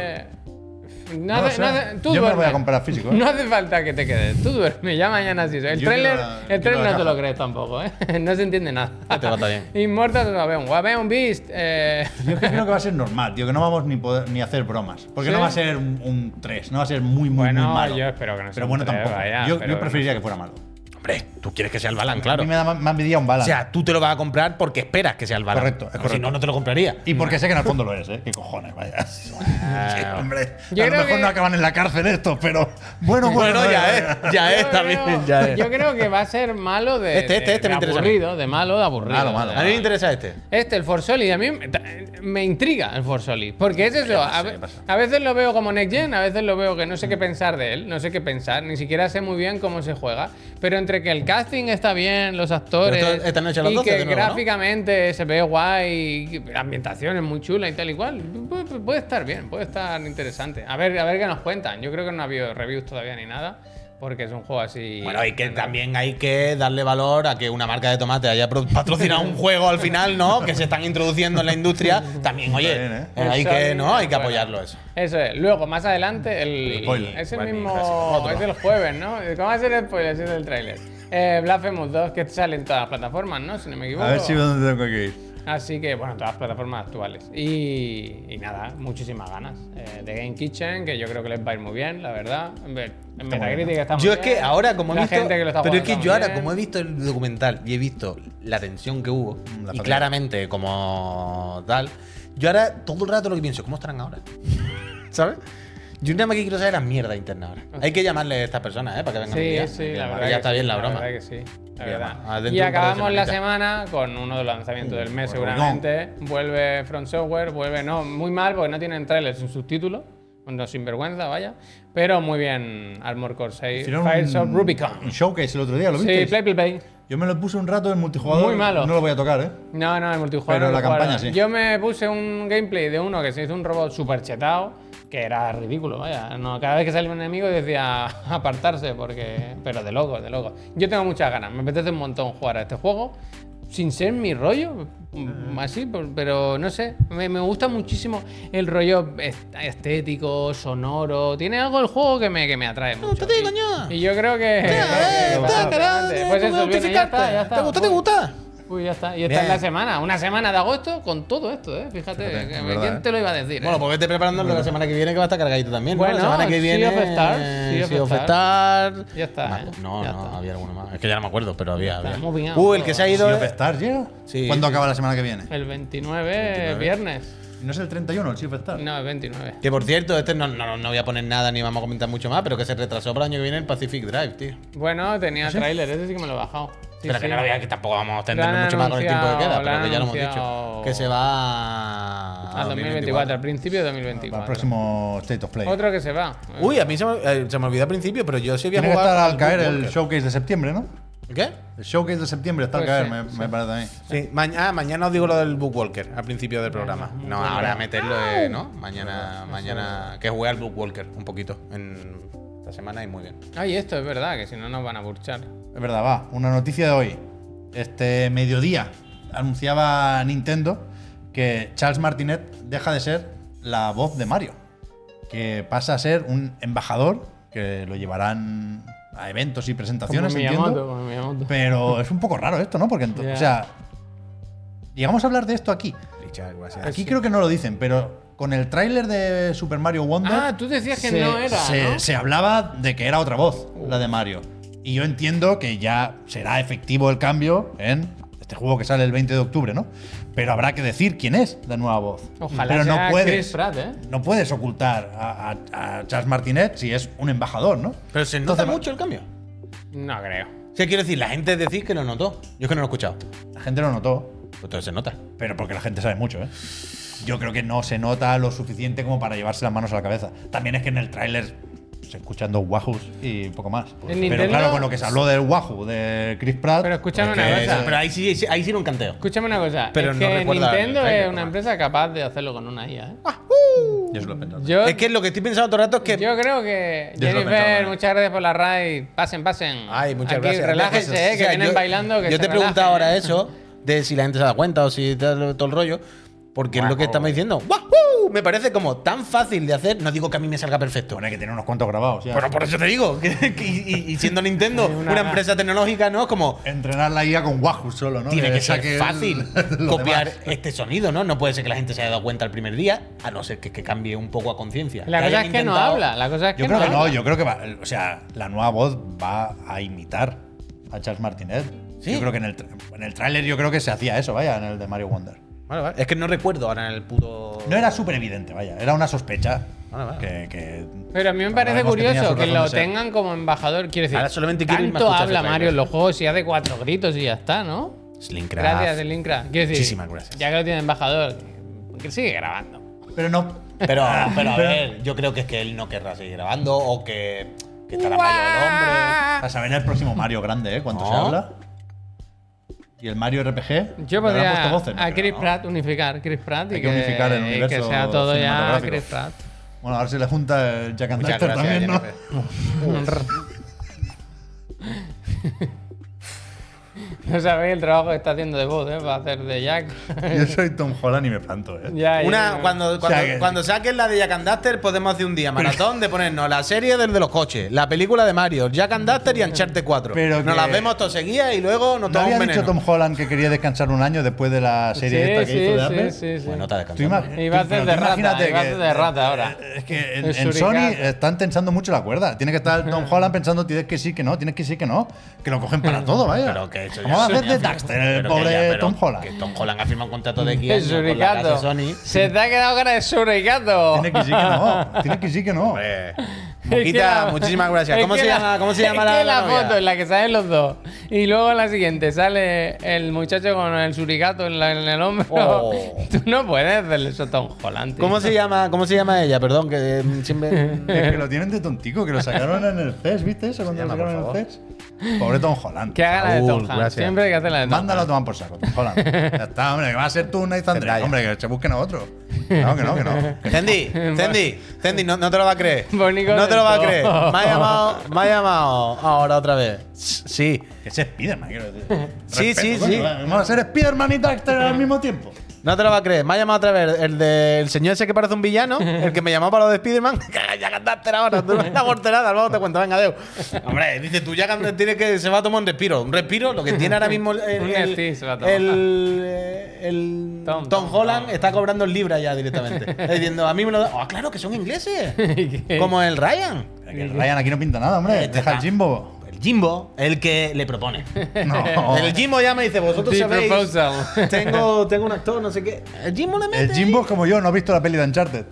Speaker 1: No
Speaker 3: No lo
Speaker 1: hace-
Speaker 3: sé.
Speaker 1: no hace- tú
Speaker 3: Yo me lo
Speaker 1: duerme.
Speaker 3: voy a comprar físico. ¿eh?
Speaker 1: No hace falta que te quedes. Tú duerme, ya mañana sí. El
Speaker 3: Yo
Speaker 1: trailer,
Speaker 3: quiero la-
Speaker 1: el
Speaker 3: quiero
Speaker 1: trailer
Speaker 3: la
Speaker 1: no te lo
Speaker 3: caja.
Speaker 1: crees tampoco, ¿eh? No se entiende nada.
Speaker 2: Este va a estar bien.
Speaker 1: Immortal Raven, Waveon Beast. Eh,
Speaker 3: Yo es que creo que va a ser normal, tío, que no vamos ni poder, ni a hacer bromas. Porque
Speaker 1: ¿Sí?
Speaker 3: no va a ser un, 3, no va a ser muy, muy,
Speaker 1: Bueno,
Speaker 3: muy malo.
Speaker 1: yo espero que no sea
Speaker 3: Pero
Speaker 1: un
Speaker 3: bueno,
Speaker 1: tres,
Speaker 3: tampoco.
Speaker 1: vaya,
Speaker 3: yo,
Speaker 1: pero
Speaker 3: yo preferiría que fuera malo.
Speaker 2: Hombre, tú quieres que sea el Balan,
Speaker 3: A
Speaker 2: claro.
Speaker 3: mí me da más- más envidia un
Speaker 2: O
Speaker 3: balance.
Speaker 2: sea, tú te lo vas a comprar porque esperas que sea el Balan.
Speaker 3: Correcto, es correcto.
Speaker 2: Si no, no te lo compraría.
Speaker 3: Y porque sé que en el fondo lo es, ¿eh? ¿Qué cojones, vaya? Sí,
Speaker 2: Ah,
Speaker 3: hombre.
Speaker 1: Yo
Speaker 3: a lo
Speaker 1: creo
Speaker 3: mejor
Speaker 1: que-
Speaker 3: no acaban en la cárcel estos, pero bueno, bueno,
Speaker 2: Bueno, ya ¿eh?
Speaker 3: vaya,
Speaker 2: es,
Speaker 3: vaya.
Speaker 2: ya
Speaker 1: yo
Speaker 2: es también.
Speaker 1: creo-
Speaker 2: ya es.
Speaker 1: Yo creo que va a ser malo de,
Speaker 2: Este, este,
Speaker 1: de-
Speaker 2: este
Speaker 1: de
Speaker 2: me interesa a mí.
Speaker 1: aburrido, de malo de aburrido.
Speaker 3: Malo, malo.
Speaker 2: A mí me interesa este.
Speaker 1: Este, el Forsoli, a mí me- ta- me intriga el Forsoli. Porque es eso.
Speaker 3: pasa,
Speaker 1: A,
Speaker 3: ya
Speaker 1: ve-
Speaker 3: pasa.
Speaker 1: a veces lo veo como Next Gen, a veces lo veo que no sé qué pensar de él, no sé qué pensar, ni siquiera sé muy bien cómo se juega. Pero entre que el casting está bien, los actores.
Speaker 2: Pero esto- esta noche a las
Speaker 1: y
Speaker 2: 12
Speaker 1: que
Speaker 2: de nuevo, ¿no?
Speaker 1: gráficamente se ve guay, y que la ambientación es muy chula y tal y cual. Pu- pu- Puede, estar bien, puede estar interesante. A ver, a ver qué nos cuentan. Yo creo que no ha habido reviews todavía ni nada. Porque es un juego así.
Speaker 2: Bueno, y que también hay que darle valor a que una marca de tomate haya pro- patrocinado un juego al final, ¿no? Que se están introduciendo en la industria. También, oye,
Speaker 3: bien, ¿eh?
Speaker 2: eh, hay
Speaker 1: Eso
Speaker 2: que,
Speaker 1: es-
Speaker 2: ¿no? Hay que
Speaker 1: bueno.
Speaker 2: apoyarlo eso.
Speaker 1: Eso es. Luego, más adelante, el.
Speaker 3: Spoiler.
Speaker 1: Es el
Speaker 2: Bueno,
Speaker 1: mismo.
Speaker 2: gracias.
Speaker 1: Es el jueves, ¿no? ¿Cómo va a ser el spoiler si es el tráiler? Eh, Blasphemous 2, que sale en todas las plataformas, ¿no? Si no me equivoco.
Speaker 3: A ver si dónde tengo que ir.
Speaker 1: Así que, bueno, todas las plataformas actuales. Y, y nada, muchísimas ganas. Eh, de Game Kitchen, que yo creo que les va a ir muy bien, la verdad. En ver- en Metacritic está muy
Speaker 2: Yo es
Speaker 1: bien.
Speaker 2: que ahora, como he
Speaker 1: La
Speaker 2: visto.
Speaker 1: gente que lo está
Speaker 2: pero es
Speaker 1: jugando
Speaker 2: que
Speaker 1: está
Speaker 2: yo
Speaker 1: muy
Speaker 2: ahora,
Speaker 1: bien.
Speaker 2: como he visto el documental y he visto Mm, la tensión que hubo,
Speaker 3: la
Speaker 2: y
Speaker 3: pelea.
Speaker 2: claramente como tal, yo ahora todo el rato lo que pienso, ¿cómo estarán ahora? ¿Sabes? Yo nada más que quiero saber la mierda interna ahora. Hay que llamarle a estas personas, ¿eh? Para que vengan un día.
Speaker 1: Sí, sí, la
Speaker 2: Que
Speaker 1: verdad.
Speaker 2: Ya
Speaker 1: que
Speaker 2: está
Speaker 1: sí,
Speaker 2: bien la broma.
Speaker 1: verdad que sí. La
Speaker 2: Bien,
Speaker 1: verdad.
Speaker 2: ah, dentro
Speaker 1: Y
Speaker 2: de un par de
Speaker 1: acabamos la
Speaker 2: semanitas. Mm,
Speaker 1: semana con uno de los lanzamientos del mes,
Speaker 3: bueno,
Speaker 1: seguramente. Vuelve Front Software, vuelve, no, muy mal porque no tienen trailers sin subtítulos. No, sinvergüenza, vaya. Pero muy bien, Armor Core 6.
Speaker 3: Hicieron
Speaker 1: Fires of
Speaker 3: un,
Speaker 1: Rubicon.
Speaker 3: un showcase el otro día, ¿lo
Speaker 1: Sí,
Speaker 3: viste?
Speaker 1: Play Play Play.
Speaker 3: Yo me lo puse un rato en multijugador.
Speaker 1: Muy malo.
Speaker 3: No lo voy a tocar, ¿eh?
Speaker 1: No, no, el multijugador.
Speaker 3: Pero
Speaker 1: no
Speaker 3: la
Speaker 1: lo jugaron.
Speaker 3: campaña sí.
Speaker 1: Yo me puse un gameplay de uno que se hizo un robot super chetado, que era ridículo, vaya. No, cada vez que salía un enemigo decía apartarse, porque. Pero de loco, de loco. Yo tengo muchas ganas, me apetece un montón jugar a este juego. sin ser mi rollo,
Speaker 2: Eh.
Speaker 1: mm, así, por- pero no sé, me, me gusta muchísimo el rollo est- estético, sonoro, tiene algo el juego que me, que me atrae mucho.
Speaker 2: te digo,
Speaker 1: Y-
Speaker 2: ña.
Speaker 1: Y yo creo que...
Speaker 2: Eh,
Speaker 1: creo que-
Speaker 2: está, carajo,
Speaker 1: Pues
Speaker 2: eh,
Speaker 1: eso, viene, ya
Speaker 2: justificarte.
Speaker 1: está, ya está.
Speaker 2: ¿Te gusta? ¿Te
Speaker 1: Uy.
Speaker 2: gusta?
Speaker 1: Uy, ya está. Y esta es
Speaker 2: Bien.
Speaker 1: la semana. Una semana de agosto con todo esto, ¿eh? Fíjate,
Speaker 3: Fíjate,
Speaker 1: que-
Speaker 3: es verdad,
Speaker 1: ¿quién
Speaker 3: ¿eh?
Speaker 1: te lo iba a decir? eh?
Speaker 2: Bueno, pues vete preparando el de la semana que viene que va a estar cargadito también. ¿no?
Speaker 1: Bueno,
Speaker 2: la semana que
Speaker 1: Sea
Speaker 2: viene.
Speaker 1: of Stars,
Speaker 2: eh,
Speaker 1: Sea of
Speaker 2: Sea of Stars.
Speaker 1: Ya está,
Speaker 2: pues, Ma-
Speaker 1: ¿eh?
Speaker 2: No,
Speaker 1: Ya
Speaker 2: no,
Speaker 1: está.
Speaker 2: había alguno más. Es que ya no me acuerdo, pero había.
Speaker 1: está,
Speaker 2: había.
Speaker 1: muy bien.
Speaker 2: Uh, el que se ha ido.
Speaker 3: Sea of Stars llega?
Speaker 2: Sí,
Speaker 3: ¿Cuándo
Speaker 2: sí.
Speaker 3: acaba la semana que viene?
Speaker 1: El 29, viernes.
Speaker 3: ¿No es el 31 el Sea of Stars?
Speaker 1: No, el 29.
Speaker 2: Que por cierto, este no, no, no voy a poner nada ni vamos a comentar mucho más, pero que se retrasó para el año que viene el Pacific Drive, tío.
Speaker 1: Bueno, tenía tráiler, ese sí que me lo he bajado. Sí,
Speaker 2: pero
Speaker 1: sí.
Speaker 2: que no lo veas, que tampoco vamos a extendernos
Speaker 1: Lo han
Speaker 2: mucho más con el tiempo que queda,
Speaker 1: anunciado,
Speaker 2: pero que ya lo hemos
Speaker 1: lo han
Speaker 2: dicho.
Speaker 1: anunciado.
Speaker 2: Que se va
Speaker 1: Al 2024, al
Speaker 2: Ah,
Speaker 1: principio de 2024.
Speaker 3: Para el próximo State of Play.
Speaker 1: Otro que se va.
Speaker 2: Uy, a mí se me, eh, se me olvidó al principio, pero yo sí voy a
Speaker 3: Tiene que
Speaker 2: jugar.
Speaker 3: estar al
Speaker 2: Doom
Speaker 3: caer el
Speaker 2: Walker.
Speaker 3: showcase de septiembre, ¿no?
Speaker 2: ¿Qué?
Speaker 3: El showcase de septiembre está al
Speaker 1: Pues
Speaker 3: caer,
Speaker 1: sí,
Speaker 3: me,
Speaker 1: sí.
Speaker 3: me parece a mí.
Speaker 2: Sí, ma- ah, mañana os digo lo del Bookwalker, al principio del programa. No, ahora meterlo, eh, ¿no? Mañana, mañana que jugué al Bookwalker un poquito en esta semana y muy bien.
Speaker 1: Ay, esto es verdad, que si no nos van a burchar.
Speaker 3: Es verdad, va. Una noticia de hoy. Este mediodía anunciaba Nintendo que Charles Martinet deja de ser la voz de Mario. Que pasa a ser un embajador que lo llevarán a eventos y
Speaker 1: Como
Speaker 3: presentaciones,
Speaker 1: Miyamoto,
Speaker 3: entiendo.
Speaker 1: como Miyamoto.
Speaker 3: Pero es un poco raro esto, ¿no? Porque, ento-
Speaker 1: Ya.
Speaker 3: o sea, llegamos a hablar de esto aquí.
Speaker 2: Richard, gracias.
Speaker 3: Aquí creo que no lo dicen, pero con el tráiler de Super Mario Wonder.
Speaker 1: Ah, tú decías que no era,
Speaker 3: Se,
Speaker 1: ¿no? Uh.
Speaker 3: se hablaba de que era otra voz, la de Mario. Y yo entiendo que ya será efectivo el cambio en este juego que sale el 20 de octubre, ¿no? Pero habrá que decir quién es la nueva voz.
Speaker 1: Ojalá
Speaker 3: pero
Speaker 1: sea
Speaker 3: no
Speaker 1: Chris
Speaker 3: puedes,
Speaker 1: Pratt, ¿eh?
Speaker 3: no puedes ocultar a, a- a Charles Martinet si es un embajador, ¿no?
Speaker 2: Pero se nota mucho el cambio.
Speaker 1: No creo.
Speaker 2: O sea, quiero decir, la gente decís que lo notó. Yo es que no lo he escuchado.
Speaker 3: La gente lo notó,
Speaker 2: Pues entonces se nota.
Speaker 3: pero porque la gente sabe mucho, ¿eh? Yo creo que no se nota lo suficiente como para llevarse las manos a la cabeza. También es que en el tráiler se escuchan dos wahoos y poco más. Pero
Speaker 1: Nintendo-
Speaker 3: claro, con lo que se habló del wahoo de Chris Pratt.
Speaker 1: Pero escúchame
Speaker 3: porque-
Speaker 1: una cosa.
Speaker 2: Pero ahí sí, sí- ahí sí era un canteo.
Speaker 1: Escúchame una cosa.
Speaker 2: Pero
Speaker 1: es
Speaker 2: no
Speaker 1: que
Speaker 2: recuerda el
Speaker 1: Nintendo
Speaker 2: trailer,
Speaker 1: es una
Speaker 2: ¿no?
Speaker 1: empresa capaz de hacerlo con una IA, ¿eh?
Speaker 3: Yo se lo he pensado.
Speaker 1: Yo,
Speaker 2: Es que lo que estoy pensando todo el rato es que.
Speaker 1: yo creo que.
Speaker 3: Yo se lo
Speaker 1: Jennifer,
Speaker 3: pensaba, ¿eh?
Speaker 1: muchas gracias por la raid. Pasen, pasen.
Speaker 2: Ay, muchas
Speaker 1: Aquí,
Speaker 2: gracias.
Speaker 1: Relájense, eh,
Speaker 2: Gracias. O
Speaker 1: que
Speaker 2: sea,
Speaker 1: vienen
Speaker 2: yo-
Speaker 1: bailando. Que
Speaker 2: yo
Speaker 1: se
Speaker 2: te he preguntado
Speaker 1: relajen,
Speaker 2: ahora
Speaker 1: ¿eh?
Speaker 2: eso, de si la gente se da cuenta o si tal- todo el rollo, porque es lo que estamos diciendo. ¡Wahoo! Me parece como tan fácil de hacer. No digo que a mí me salga perfecto.
Speaker 3: Bueno, hay que tener unos cuantos grabados. ya.
Speaker 2: Pero por eso te digo, que- que- y, y siendo Nintendo
Speaker 1: Una-
Speaker 2: una, empresa tecnológica, ¿no? Es como,
Speaker 3: Entrenar la IA con Wahoo solo, ¿no?
Speaker 2: tiene que
Speaker 3: saque
Speaker 2: ser
Speaker 3: el-
Speaker 2: fácil
Speaker 3: los
Speaker 2: copiar
Speaker 3: demás.
Speaker 2: este sonido, ¿no? No puede ser que la gente se haya dado cuenta el primer día, a no ser que, que cambie un poco a conciencia.
Speaker 1: La
Speaker 2: Que
Speaker 1: cosa es
Speaker 2: hayan
Speaker 1: que no
Speaker 2: intentado-
Speaker 1: habla. La cosa es que
Speaker 3: Yo creo que no,
Speaker 1: habla.
Speaker 3: yo creo que va. O sea, la nueva voz va a imitar a Charles Martinet.
Speaker 2: Sí.
Speaker 3: Yo creo que en el, tra- en el tráiler yo creo que se hacía eso, vaya, en el de Mario Wonder.
Speaker 2: Vale, vale. Es que no recuerdo ahora en el puto.
Speaker 3: No era súper evidente, vaya, era una sospecha.
Speaker 2: Vale, Ah, vale.
Speaker 3: Que, que-
Speaker 1: Pero a mí me parece
Speaker 3: Sabemos que tenía
Speaker 1: curioso
Speaker 3: su
Speaker 1: que
Speaker 3: razón de
Speaker 1: lo
Speaker 3: ser.
Speaker 1: tengan como embajador. Quiero decir,
Speaker 2: Ahora solamente quiero irme a
Speaker 1: tanto
Speaker 2: escuchar
Speaker 1: habla
Speaker 2: ese
Speaker 1: Mario en
Speaker 2: trailer.
Speaker 1: los juegos y hace cuatro gritos y ya está, ¿no?
Speaker 2: Slinkcraft.
Speaker 1: Gracias, Linkra. Quiero decir,
Speaker 2: Muchísimas gracias.
Speaker 1: ya que lo tiene embajador, que sigue grabando.
Speaker 3: Pero no.
Speaker 2: Pero, Ah. pero a ver, yo creo que es que él no querrá seguir grabando o que, que estará mayor
Speaker 3: A saber el próximo Mario grande, ¿eh? Cuánto
Speaker 2: No.
Speaker 3: se habla. Y el Mario RPG.
Speaker 1: Yo
Speaker 3: le habrán
Speaker 1: podría
Speaker 3: puesto voces, no
Speaker 1: a
Speaker 3: creo,
Speaker 1: Chris
Speaker 3: ¿no?
Speaker 1: Pratt unificar, Chris Pratt y
Speaker 3: Hay que unificar el
Speaker 1: y que
Speaker 3: universo
Speaker 1: sea todo ya
Speaker 3: cinematográfico.
Speaker 1: Chris Pratt.
Speaker 3: Bueno, ahora se le junta el Jack and
Speaker 2: Muchas
Speaker 3: Daxter
Speaker 2: gracias,
Speaker 3: también, ¿no?
Speaker 1: No sabéis el trabajo que está haciendo de voz, ¿eh? Para hacer de Jack.
Speaker 3: Yo soy Tom Holland y me planto, ¿eh?
Speaker 1: Ya, ya,
Speaker 2: Una,
Speaker 1: ya.
Speaker 2: cuando,
Speaker 3: O sea,
Speaker 2: cuando,
Speaker 3: que-
Speaker 2: cuando saquen la de Jack and Duster, podemos hacer un día maratón de ponernos la serie del de los coches, la película de Mario, Jack and Duster y Uncharted 4.
Speaker 3: Pero
Speaker 2: nos
Speaker 3: que-
Speaker 2: las vemos todos seguidas y luego nos
Speaker 3: ¿No
Speaker 2: tomamos
Speaker 3: había
Speaker 2: un
Speaker 3: dicho
Speaker 2: veneno.
Speaker 3: Tom Holland que quería descansar un año después de la serie esta que hizo de Apple?
Speaker 1: sí, sí, sí.
Speaker 2: Bueno, está
Speaker 3: Tú
Speaker 2: descansando.
Speaker 3: imag-
Speaker 1: Y va a hacer
Speaker 3: pero
Speaker 1: de
Speaker 3: tú
Speaker 1: rata,
Speaker 3: imagínate
Speaker 1: y va a
Speaker 3: que- eh,
Speaker 1: hacer de rata ahora.
Speaker 3: Es que
Speaker 1: El
Speaker 3: en, en Sony
Speaker 1: suricata.
Speaker 3: están tensando mucho la cuerda. Tiene que estar Tom Holland pensando, tienes que sí, que no, tienes que sí, que no. Que lo cogen para todo, vaya.
Speaker 2: Mm, Pero que eso ya
Speaker 3: ¿Cómo va a
Speaker 2: se
Speaker 3: hacer de
Speaker 2: afirma.
Speaker 3: Daxter el
Speaker 2: Pero que
Speaker 3: pobre
Speaker 2: ya, pero
Speaker 3: Tom
Speaker 2: Que
Speaker 3: Holland?
Speaker 2: Tom Holland ha firmado un contrato de
Speaker 1: El
Speaker 2: 10 años con la casa
Speaker 1: suricato.
Speaker 2: Sony.
Speaker 1: Se te ha quedado cara de suricato.
Speaker 3: Tiene que sí, que no. Tiene que sí, que no.
Speaker 2: Hombre,
Speaker 1: Es que
Speaker 2: Pues, Moquita,
Speaker 1: la-
Speaker 2: muchísimas gracias.
Speaker 1: es
Speaker 2: ¿Cómo
Speaker 1: que
Speaker 2: se
Speaker 1: la-
Speaker 2: llama, cómo se
Speaker 1: es
Speaker 2: llama
Speaker 1: que
Speaker 2: la,
Speaker 1: la
Speaker 2: novia?
Speaker 1: foto en la que salen los dos? Y luego en la siguiente sale el muchacho con el suricato en, la- en el hombro.
Speaker 2: Oh.
Speaker 1: Tú no puedes hacerle eso a Tom Holland. tío.
Speaker 2: ¿Cómo se llama? ¿Cómo se llama ella? Perdón, que mm, siempre.
Speaker 3: Es que lo tienen de tontico, que lo sacaron en el CES, ¿viste eso? Cuando lo
Speaker 2: Llama, por
Speaker 3: sacaron en el CES. Pobre Tom Holland.
Speaker 1: Que haga la de Tom
Speaker 2: Saúl,
Speaker 1: Holland.
Speaker 2: gracias.
Speaker 1: Siempre hay que hacer la de Tom
Speaker 3: Mándalo a tomar por saco, Tom Holland. Ya está, hombre, que va a ser tú, Nathan Drake.
Speaker 2: Zendaya.
Speaker 3: Hombre, que se busquen a otro. No, que no, que no.
Speaker 2: Cendi, Cendi, Cendi, no, no te lo va a creer.
Speaker 1: Bonico
Speaker 2: no te te lo vas a creer. Me ha llamado, me ha llamado ahora otra vez. Sí.
Speaker 3: Que es Spiderman, quiero decir.
Speaker 2: Sí,
Speaker 3: Respeto,
Speaker 2: sí,
Speaker 3: coño,
Speaker 2: sí.
Speaker 3: Vamos a ser Spiderman y Dexter al mismo tiempo.
Speaker 2: No te lo vas a creer. Me ha llamado otra vez el del señor ese que parece un villano, el que me llamó para lo de Spiderman. ya cantaste ahora, tú no estás morterada, luego te cuento, venga, Deu. Hombre, dice, tú ya cantaste, tiene que, se va a tomar un respiro. Un respiro, lo que tiene ahora mismo el,
Speaker 1: Un
Speaker 2: el,
Speaker 1: FT se va a
Speaker 2: el, eh,
Speaker 1: tomar.
Speaker 2: el-
Speaker 1: Tom,
Speaker 2: Tom,
Speaker 1: Tom,
Speaker 2: Holland
Speaker 1: Tom.
Speaker 2: está cobrando en libra ya directamente. Está diciendo, a mí me lo da. Ah, claro, que son ingleses.
Speaker 1: ¿Qué?
Speaker 2: Como el Ryan.
Speaker 3: Mira que Ryan aquí no pinta nada, hombre.
Speaker 2: Este
Speaker 3: Deja el
Speaker 2: está-
Speaker 3: Jimbo.
Speaker 2: El Jimbo, el que le propone.
Speaker 3: No.
Speaker 2: El Jimbo ya me dice, vosotros
Speaker 1: The
Speaker 2: sabéis.
Speaker 1: proposal.
Speaker 2: Tengo, tengo un actor, no sé qué. El Jimbo le mete.
Speaker 3: El Jimbo es como yo, no ha visto la peli de Uncharted.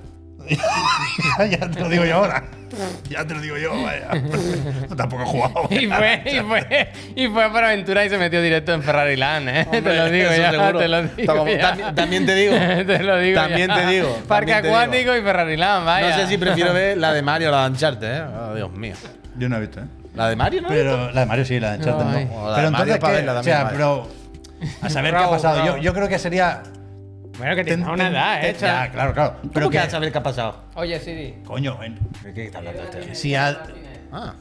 Speaker 3: ya te lo digo yo ahora. Ya te lo digo yo, vaya. Yo tampoco he jugado.
Speaker 1: Y fue, y fue, y fue por aventura y se metió directo en Ferrari Land, ¿eh? te lo
Speaker 2: Hombre,
Speaker 1: digo
Speaker 2: eso
Speaker 1: ya,
Speaker 2: seguro.
Speaker 1: te lo digo
Speaker 2: Tampoco-
Speaker 1: ya.
Speaker 2: también- también te digo.
Speaker 1: te lo digo
Speaker 2: También
Speaker 1: ya.
Speaker 2: te digo,
Speaker 1: Parque
Speaker 2: también te digo.
Speaker 1: acuático y Ferrari Land, vaya.
Speaker 2: No sé si prefiero ver la de Mario o la de Uncharted, ¿eh? Oh, Dios mío.
Speaker 3: Yo no he visto, ¿eh?
Speaker 2: La de Mario, ¿no?
Speaker 3: Pero la de Mario sí, la de Uncharted
Speaker 1: Ay.
Speaker 3: no.
Speaker 2: O la de
Speaker 3: Pero
Speaker 2: Mario
Speaker 3: entonces,
Speaker 2: para
Speaker 3: ¿qué?
Speaker 2: verla
Speaker 3: o sea,
Speaker 2: también,
Speaker 3: pero a saber qué ha
Speaker 1: Bravo,
Speaker 3: pasado. Yo,
Speaker 1: bravo.
Speaker 3: yo creo que sería.
Speaker 1: Bueno, que tienes
Speaker 3: ten-
Speaker 1: una
Speaker 3: ten-
Speaker 1: edad, ¿eh?
Speaker 3: ten-
Speaker 1: chaval.
Speaker 3: Ya, claro, claro.
Speaker 2: ¿Cómo
Speaker 3: Pero
Speaker 2: que
Speaker 3: que,
Speaker 2: a saber qué ha pasado?
Speaker 1: Oye, Siri.
Speaker 3: coño, ven.
Speaker 2: ¿De qué está hablando este?
Speaker 3: Si ha,
Speaker 2: Ah,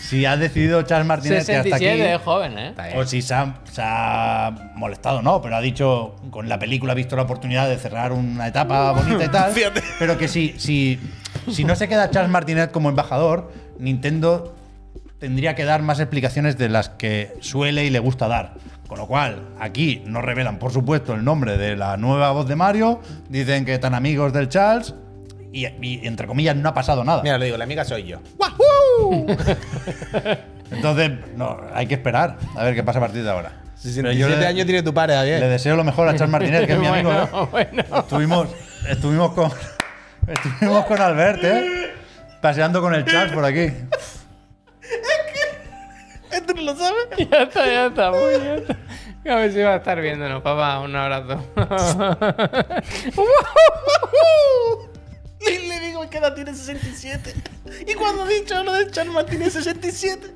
Speaker 3: si ha decidido Charles Martínez que hasta aquí.
Speaker 1: 67 es joven, ¿eh?
Speaker 2: está
Speaker 3: O
Speaker 2: bien.
Speaker 3: si se ha, se ha molestado, no, pero ha dicho, con la película ha visto la oportunidad de cerrar una etapa bonita y tal.
Speaker 2: Fíjate.
Speaker 3: Pero que si, si, si no se queda Charles Martinet como embajador, Nintendo tendría que dar más explicaciones de las que suele y le gusta dar. Con lo cual, aquí no revelan, por supuesto, el nombre de la nueva voz de Mario, dicen que están amigos del Charles y, y, entre comillas, no ha pasado nada.
Speaker 2: Mira, lo digo, la amiga soy yo.
Speaker 3: Entonces, no, hay que esperar a ver qué pasa a partir de ahora. Pero yo
Speaker 2: 67
Speaker 3: le-
Speaker 2: años tiene tu padre,
Speaker 3: Le
Speaker 2: Javier.
Speaker 3: deseo lo mejor a Charles Martínez, que es mi amigo. ¿eh?
Speaker 1: bueno,
Speaker 3: ¿no?
Speaker 1: bueno.
Speaker 3: Estuvimos, estuvimos con. Estuvimos con Albert, ¿eh? Paseando con el Charles por aquí.
Speaker 2: ¿Este no lo sabe?
Speaker 1: Ya está, ya está, muy ya está. A ver si va a estar viéndonos, papá. Un abrazo.
Speaker 2: Y le digo que edad tiene 67. Y cuando ha dicho lo de Charma tiene 67.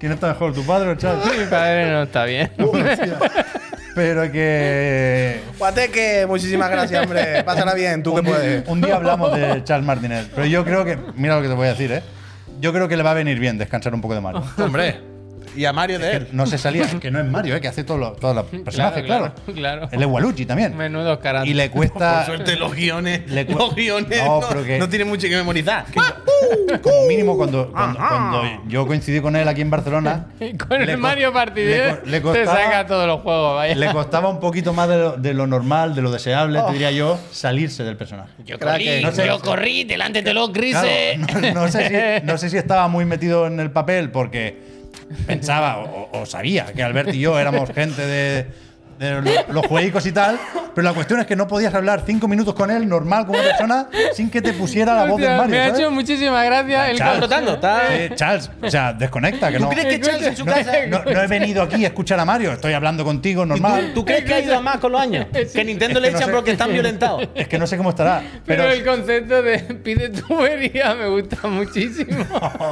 Speaker 3: ¿Quién está mejor, tu padre o el Charles?
Speaker 1: Mi padre no está bien.
Speaker 3: Pero que.
Speaker 2: Guateque, muchísimas gracias, hombre. Pásala bien, tú que puedes.
Speaker 3: Un día hablamos de Charles Martínez. Pero yo creo que. Mira lo que te voy a decir, ¿eh? Yo creo que le va a venir bien descansar un poco de Mario.
Speaker 2: Hombre. Y a Mario de
Speaker 3: Que
Speaker 2: él.
Speaker 3: no se salía, que no es Mario, ¿eh? Que hace todos los todos los personajes, claro.
Speaker 1: claro, claro.
Speaker 3: El de Waluigi también.
Speaker 1: Menudos caras.
Speaker 3: Y le cuesta.
Speaker 2: Por suerte los guiones,
Speaker 3: Le cu-
Speaker 2: los guiones
Speaker 3: No,
Speaker 2: no,
Speaker 3: pero que-
Speaker 2: no tiene mucho que memorizar.
Speaker 3: como mínimo cuando, cuando,
Speaker 2: Ajá.
Speaker 3: cuando yo coincidí con él aquí en Barcelona,
Speaker 1: Y Con
Speaker 3: le
Speaker 1: el
Speaker 3: co-
Speaker 1: Mario Partidez
Speaker 3: le co- le
Speaker 1: te
Speaker 3: costaba-
Speaker 1: saca todos los juegos, vaya.
Speaker 3: le costaba un poquito más de lo, de lo normal, de lo deseable, te diría yo, salirse del personaje.
Speaker 1: Yo
Speaker 2: Crack,
Speaker 1: corrí,
Speaker 3: no sé.
Speaker 1: yo corrí delante de los
Speaker 3: Claro,
Speaker 1: grises.
Speaker 3: no, no sé si, no sé si estaba muy metido en el papel porque pensaba o, o- o sabía que Albert y yo éramos gente de, de lo- los juegos y tal, pero la cuestión es que no podías hablar cinco minutos con él normal como una persona sin que te pusiera la voz
Speaker 1: Hostia,
Speaker 3: de Mario.
Speaker 1: me ha
Speaker 3: ¿sabes?
Speaker 1: hecho muchísima gracia el
Speaker 3: Charles.
Speaker 1: control.
Speaker 2: Flotando, está.
Speaker 3: Sí, Charles, o sea, desconecta. Que no.
Speaker 2: crees que Charles en su casa-
Speaker 3: No, no he venido aquí a escuchar a Mario, estoy hablando contigo, normal.
Speaker 2: ¿Tú crees que ha ido a más con los años? Que Nintendo le
Speaker 3: Es que no
Speaker 2: echan
Speaker 3: sé.
Speaker 2: porque están violentados.
Speaker 3: Es que no sé cómo estará.
Speaker 1: Pero
Speaker 3: Pero.
Speaker 1: el concepto de pide tubería me gusta muchísimo.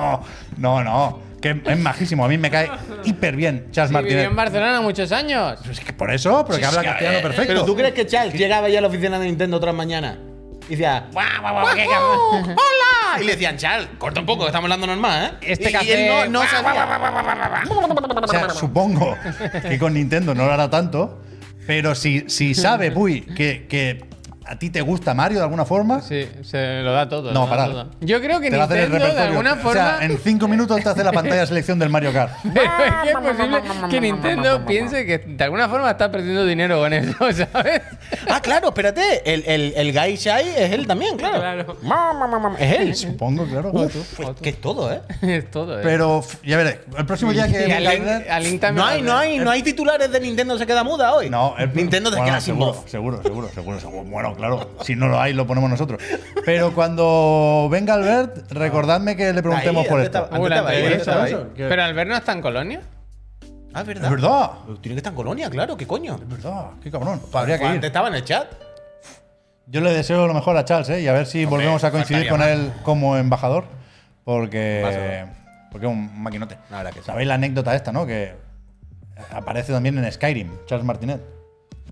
Speaker 3: No, no. Que es majísimo. A mí me cae hiper bien Charles
Speaker 1: Sí, vivió
Speaker 3: Martínez.
Speaker 1: en Barcelona muchos años.
Speaker 3: Pues es que por eso, porque habla castellano perfecto.
Speaker 2: eh, Pero tú crees que Charles llegaba ya a la oficina de Nintendo otras mañanas y decía,
Speaker 1: Guau, guau, guau, qué
Speaker 2: ¡Oh,
Speaker 1: cabrón.
Speaker 2: ¡Hola! Y le decían, Charles, corta un poco, que estamos hablando normal, ¿eh?
Speaker 1: Este
Speaker 2: y,
Speaker 1: café-
Speaker 2: y él no, no sabía.
Speaker 3: O sea, supongo que con Nintendo no lo hará tanto. Pero si, si sabe, Puy, que, que a ti te gusta Mario de alguna forma,
Speaker 1: Sí, se lo da todo.
Speaker 3: No,
Speaker 1: lo da
Speaker 3: parad.
Speaker 1: todo. Yo creo que
Speaker 3: te va a hacer el
Speaker 1: Nintendo, de
Speaker 3: repertorio.
Speaker 1: alguna
Speaker 3: O
Speaker 1: forma.
Speaker 3: sea, en cinco minutos te hace la pantalla de selección del Mario Kart.
Speaker 1: Pero es que es posible que Nintendo piense que de alguna forma está perdiendo dinero con eso, ¿sabes?
Speaker 2: Ah, claro, espérate. El, el, el Guy Shai es él también, claro.
Speaker 1: Claro.
Speaker 2: Ma, ma, ma, ma, Es él.
Speaker 3: Supongo, claro.
Speaker 2: Uf, es que es todo, ¿eh?
Speaker 1: Es todo. ¿eh?
Speaker 3: Pero f- ya veré, el próximo día que.
Speaker 1: Y a
Speaker 3: venga
Speaker 1: Link-
Speaker 3: Albert-
Speaker 1: a Link también
Speaker 2: No
Speaker 1: lo
Speaker 2: hay,
Speaker 1: hace.
Speaker 2: no hay, no hay titulares de Nintendo se queda muda hoy.
Speaker 3: No, el-
Speaker 2: Nintendo se
Speaker 3: bueno,
Speaker 2: queda sin
Speaker 3: seguro,
Speaker 2: voz.
Speaker 3: Seguro, seguro, seguro, seguro. Bueno, claro. Si no lo hay, lo ponemos nosotros. Pero cuando venga Albert, recordadme que le preguntemos
Speaker 2: Ahí,
Speaker 3: por
Speaker 2: antes
Speaker 3: esto.
Speaker 2: estaba-
Speaker 1: Uh, la
Speaker 2: estaba ahí,
Speaker 1: anterior,
Speaker 2: antes estaba
Speaker 1: ¿sabes? Pero Albert no está en Colonia.
Speaker 2: Ah, es verdad.
Speaker 3: Es verdad,
Speaker 2: Tiene que estar en Colonia, claro, ¿qué coño?
Speaker 3: es verdad. Qué cabrón. Habría que
Speaker 2: Antes
Speaker 3: ir.
Speaker 2: estaba en el chat.
Speaker 3: Yo le deseo lo mejor a Charles, ¿eh? Y a ver si volvemos a coincidir con él como embajador. Porque. Porque es un maquinote.
Speaker 2: La verdad que sí.
Speaker 3: Sabéis la anécdota esta, ¿no? Que aparece también en Skyrim, Charles Martinet.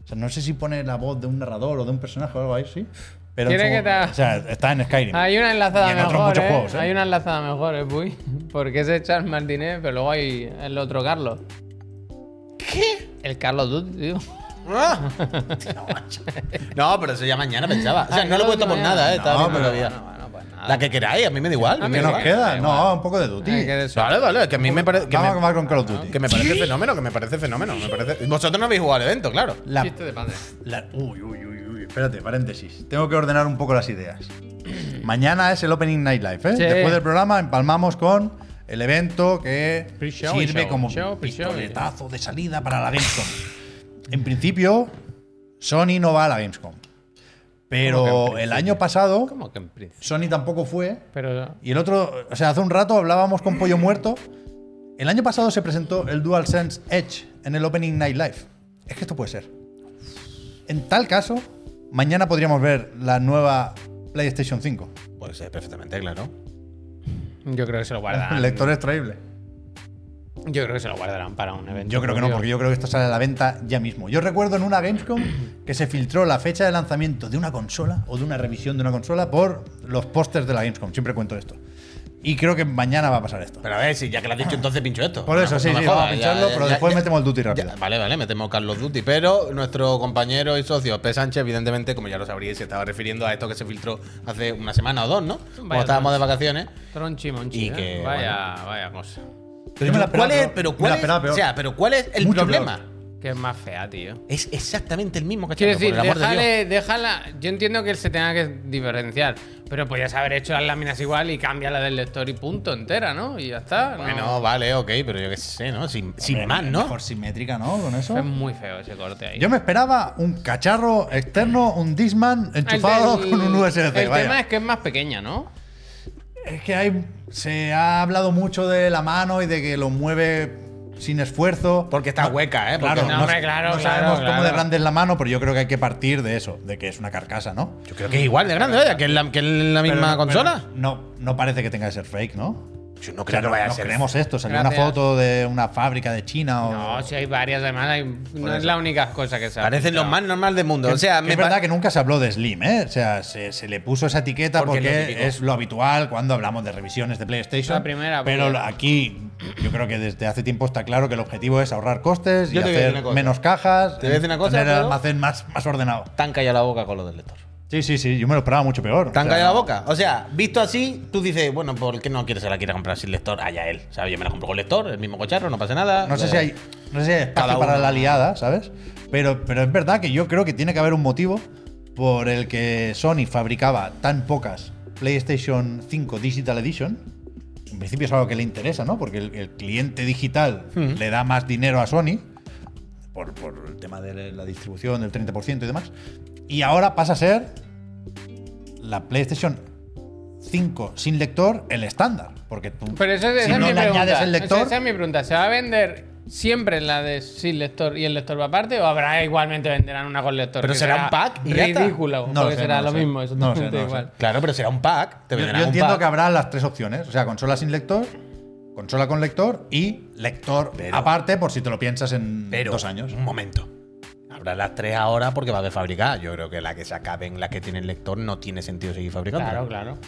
Speaker 3: O sea, no sé si pone la voz de un narrador o de un personaje o algo ahí, sí. Pero
Speaker 1: ¿Quiere
Speaker 3: en su-
Speaker 1: que te-
Speaker 3: O sea, está en Skyrim.
Speaker 1: Hay una enlazada
Speaker 3: Y en otros
Speaker 1: mejor,
Speaker 3: muchos
Speaker 1: ¿eh?
Speaker 3: juegos, ¿eh?
Speaker 1: Hay una enlazada mejor, ¿eh, Puy? Porque ese es Charles Martínez, pero luego hay el otro Carlos. ¿Qué? El Carlos Duty, tío.
Speaker 2: ¡Ah! Tío, macho. No, pero eso ya mañana pensaba. O sea,
Speaker 1: Ah,
Speaker 2: no lo he puesto por
Speaker 1: mañana.
Speaker 2: nada, ¿eh? Estaba
Speaker 3: No,
Speaker 2: viendo
Speaker 3: pero-
Speaker 2: todavía.
Speaker 1: Bueno, bueno, pues nada.
Speaker 2: La que queráis, a mí me da igual. a mí
Speaker 3: ¿Qué
Speaker 2: me da
Speaker 3: nos
Speaker 1: igual,
Speaker 3: queda?
Speaker 1: da igual.
Speaker 3: No, un poco de Duty.
Speaker 1: Hay que
Speaker 2: igual. Vale, vale, que a mí me parece. Que
Speaker 3: Vamos a
Speaker 2: me,
Speaker 3: acabar con Call of Duty.
Speaker 2: que me parece fenómeno, que me parece fenómeno. Me parece... Vosotros no habéis jugado al evento, claro.
Speaker 3: La-
Speaker 1: Chiste de padre.
Speaker 3: la- uy, uy, uy, uy, espérate, paréntesis. Tengo que ordenar un poco las ideas. Mañana es el Opening Night Live, ¿eh?
Speaker 1: Sí.
Speaker 3: Después del programa empalmamos con el evento que
Speaker 1: Pre-show y
Speaker 3: sirve
Speaker 1: show,
Speaker 3: como
Speaker 1: show, pre-show y-
Speaker 3: pistoletazo de salida para la Gamescom. en principio, Sony no va a la Gamescom.
Speaker 1: ¿Cómo que
Speaker 3: Pero
Speaker 1: en
Speaker 3: el año pasado,
Speaker 1: ¿Cómo que en principio?
Speaker 3: Sony tampoco fue.
Speaker 1: Pero.
Speaker 3: Y el otro, o sea, hace un rato hablábamos con Pollo Muerto. El año pasado se presentó el DualSense Edge en el Opening Night Live. Es que esto puede ser. En tal caso, mañana podríamos ver la nueva PlayStation 5.
Speaker 2: Puede ser Pues, eh, perfectamente, claro.
Speaker 1: Yo creo que se lo guardarán.
Speaker 3: Lector extraíble.
Speaker 1: Yo creo que se lo guardarán para un evento.
Speaker 3: Yo creo que no,
Speaker 1: propio.
Speaker 3: porque yo creo que esto sale a la venta ya mismo. Yo recuerdo en una Gamescom que se filtró la fecha de lanzamiento de una consola o de una revisión de una consola por los pósters de la Gamescom. Siempre cuento esto. Y creo que mañana va a pasar esto.
Speaker 2: Pero a ver, si ya que lo has dicho, entonces pincho esto.
Speaker 3: Por eso, sí,
Speaker 2: me
Speaker 3: sí,
Speaker 2: jodas,
Speaker 3: vamos a pincharlo, pero después metemos el duty rápido.
Speaker 2: ya, vale, vale, metemos Call of Duty. Pero nuestro compañero y socio, P. Sánchez, evidentemente, como ya lo sabríais, se estaba refiriendo a esto que se filtró hace una semana o dos, ¿no? Cuando
Speaker 1: Vaya
Speaker 2: estábamos de
Speaker 1: troncho.
Speaker 2: vacaciones.
Speaker 1: Tronchi,
Speaker 2: Y
Speaker 1: monchi. ¿eh?
Speaker 2: que,
Speaker 1: Vaya, vaya cosa.
Speaker 3: Yo me la
Speaker 2: ¿cuál
Speaker 3: esperaba
Speaker 2: es,
Speaker 3: peor.
Speaker 2: pero
Speaker 3: Me
Speaker 2: cuál
Speaker 3: la
Speaker 2: es-
Speaker 3: esperaba peor.
Speaker 2: o sea, pero ¿cuál es el
Speaker 3: Mucho
Speaker 2: problema?
Speaker 1: Que es más fea, tío.
Speaker 2: Es exactamente el mismo
Speaker 1: Quiero
Speaker 2: cacharro,
Speaker 1: decir,
Speaker 2: por el amor de Dios.
Speaker 1: déjale, déjala. Yo entiendo que se tenga que diferenciar, pero podías haber hecho las láminas igual y cambia la del lector y punto entera, ¿no? Y ya está. ¿no?
Speaker 2: Bueno, vale, ok, pero yo qué sé, ¿no? Sin, sin
Speaker 3: Hombre,
Speaker 2: más, ¿no?
Speaker 3: Eh, Mejor simétrica, ¿no? Con eso.
Speaker 1: Es muy feo ese corte ahí.
Speaker 3: Yo me esperaba un cacharro externo, un Disman
Speaker 1: El
Speaker 3: enchufado
Speaker 1: del-
Speaker 3: con un USB-C.
Speaker 1: El
Speaker 3: vaya.
Speaker 1: tema es que es más pequeña, ¿no?
Speaker 3: Es que hay, se ha hablado mucho de la mano y de que lo mueve sin esfuerzo.
Speaker 2: Porque está hueca, ¿eh? Porque
Speaker 3: Claro,
Speaker 1: no, hombre, claro,
Speaker 3: no
Speaker 1: claro,
Speaker 3: sabemos cómo
Speaker 1: claro.
Speaker 3: de grande es la mano, pero yo creo que hay que partir de eso, de que es una carcasa, ¿no?
Speaker 2: Yo creo que es igual de grande, vaya, que es la, que es la
Speaker 3: Pero
Speaker 2: misma
Speaker 3: no-
Speaker 2: consola.
Speaker 3: pero No, no parece que tenga que ser fake, ¿no?
Speaker 2: Yo no
Speaker 3: O sea,
Speaker 2: creo que
Speaker 3: no-
Speaker 2: vaya a
Speaker 3: no
Speaker 2: ser.
Speaker 3: creemos esto. Salió
Speaker 1: Gracias.
Speaker 3: una foto de una fábrica de China o.
Speaker 1: No, si hay varias, además, hay- no es
Speaker 3: eso.
Speaker 1: la única cosa que se ha
Speaker 2: Parecen los
Speaker 1: filtrado.
Speaker 2: más normales del mundo.
Speaker 3: Que-
Speaker 2: O sea,
Speaker 3: que
Speaker 2: me
Speaker 3: es
Speaker 2: pa-
Speaker 3: verdad que nunca se habló de Slim, ¿eh? O sea, se, se le puso esa etiqueta
Speaker 2: Porque
Speaker 3: porque,
Speaker 2: es lo típico.
Speaker 3: es lo habitual cuando hablamos de revisiones de PlayStation.
Speaker 1: La primera,
Speaker 3: pero
Speaker 1: porque-
Speaker 3: aquí yo creo que desde hace tiempo está claro que el objetivo es ahorrar costes
Speaker 2: Yo
Speaker 3: y
Speaker 2: te voy a decir
Speaker 3: hacer
Speaker 2: una cosa.
Speaker 3: menos cajas,
Speaker 2: Te voy a decir una cosa,
Speaker 3: tener
Speaker 2: pero-
Speaker 3: el almacén más, más ordenado.
Speaker 2: tan callado la boca con lo del lector.
Speaker 3: Sí, sí, sí, yo me lo esperaba mucho peor. O
Speaker 2: Tan
Speaker 3: sea,
Speaker 2: callado la boca. O sea, visto así, tú dices, bueno, ¿por qué no quieres se la quiera comprar sin lector? Allá él. O sea, yo me la compro con lector, el mismo cocharro, no pasa nada.
Speaker 3: No sé
Speaker 2: Eh,
Speaker 3: si hay, no sé si hay espacio
Speaker 2: Cada
Speaker 3: para
Speaker 2: uno.
Speaker 3: la liada, ¿sabes? Pero, pero es verdad que yo creo que tiene que haber un motivo por el que Sony fabricaba tan pocas PlayStation 5 Digital Edition. En principio es algo que le interesa, ¿no? Porque el, el cliente digital
Speaker 1: Hmm.
Speaker 3: le da más dinero a Sony por, por el tema de la distribución del 30% y demás. Y ahora pasa a ser la PlayStation 5 sin lector el estándar. Porque tú,
Speaker 1: Pero eso,
Speaker 3: si
Speaker 1: esa es
Speaker 3: no
Speaker 1: mi
Speaker 3: le
Speaker 1: pregunta.
Speaker 3: añades el
Speaker 1: Esa-
Speaker 3: lector,
Speaker 1: Esa es mi pregunta. ¿Se va a vender siempre la de sin lector y el lector va aparte? ¿O habrá igualmente venderán una con lector?
Speaker 2: Pero
Speaker 1: Que
Speaker 2: será un pack y ya está.
Speaker 1: Ridículo.
Speaker 3: No lo
Speaker 1: porque
Speaker 3: sé,
Speaker 1: será
Speaker 3: no lo
Speaker 1: lo
Speaker 3: sé.
Speaker 1: mismo. Eso
Speaker 3: No lo sé,
Speaker 1: totalmente
Speaker 3: no lo sé.
Speaker 1: igual.
Speaker 2: Claro, pero será un pack. Te
Speaker 3: Yo,
Speaker 2: venderán
Speaker 3: yo
Speaker 2: un
Speaker 3: entiendo
Speaker 2: pack.
Speaker 3: que habrá las tres opciones, o sea, consola sin lector, consola con lector y lector
Speaker 2: Pero-
Speaker 3: aparte por si te lo piensas en
Speaker 2: Pero,
Speaker 3: dos años.
Speaker 2: Un momento. Habrá las tres ahora porque va a fabricar. Yo creo que la que se acaben, las que tienen lector, no tiene sentido seguir fabricando.
Speaker 1: Claro, claro.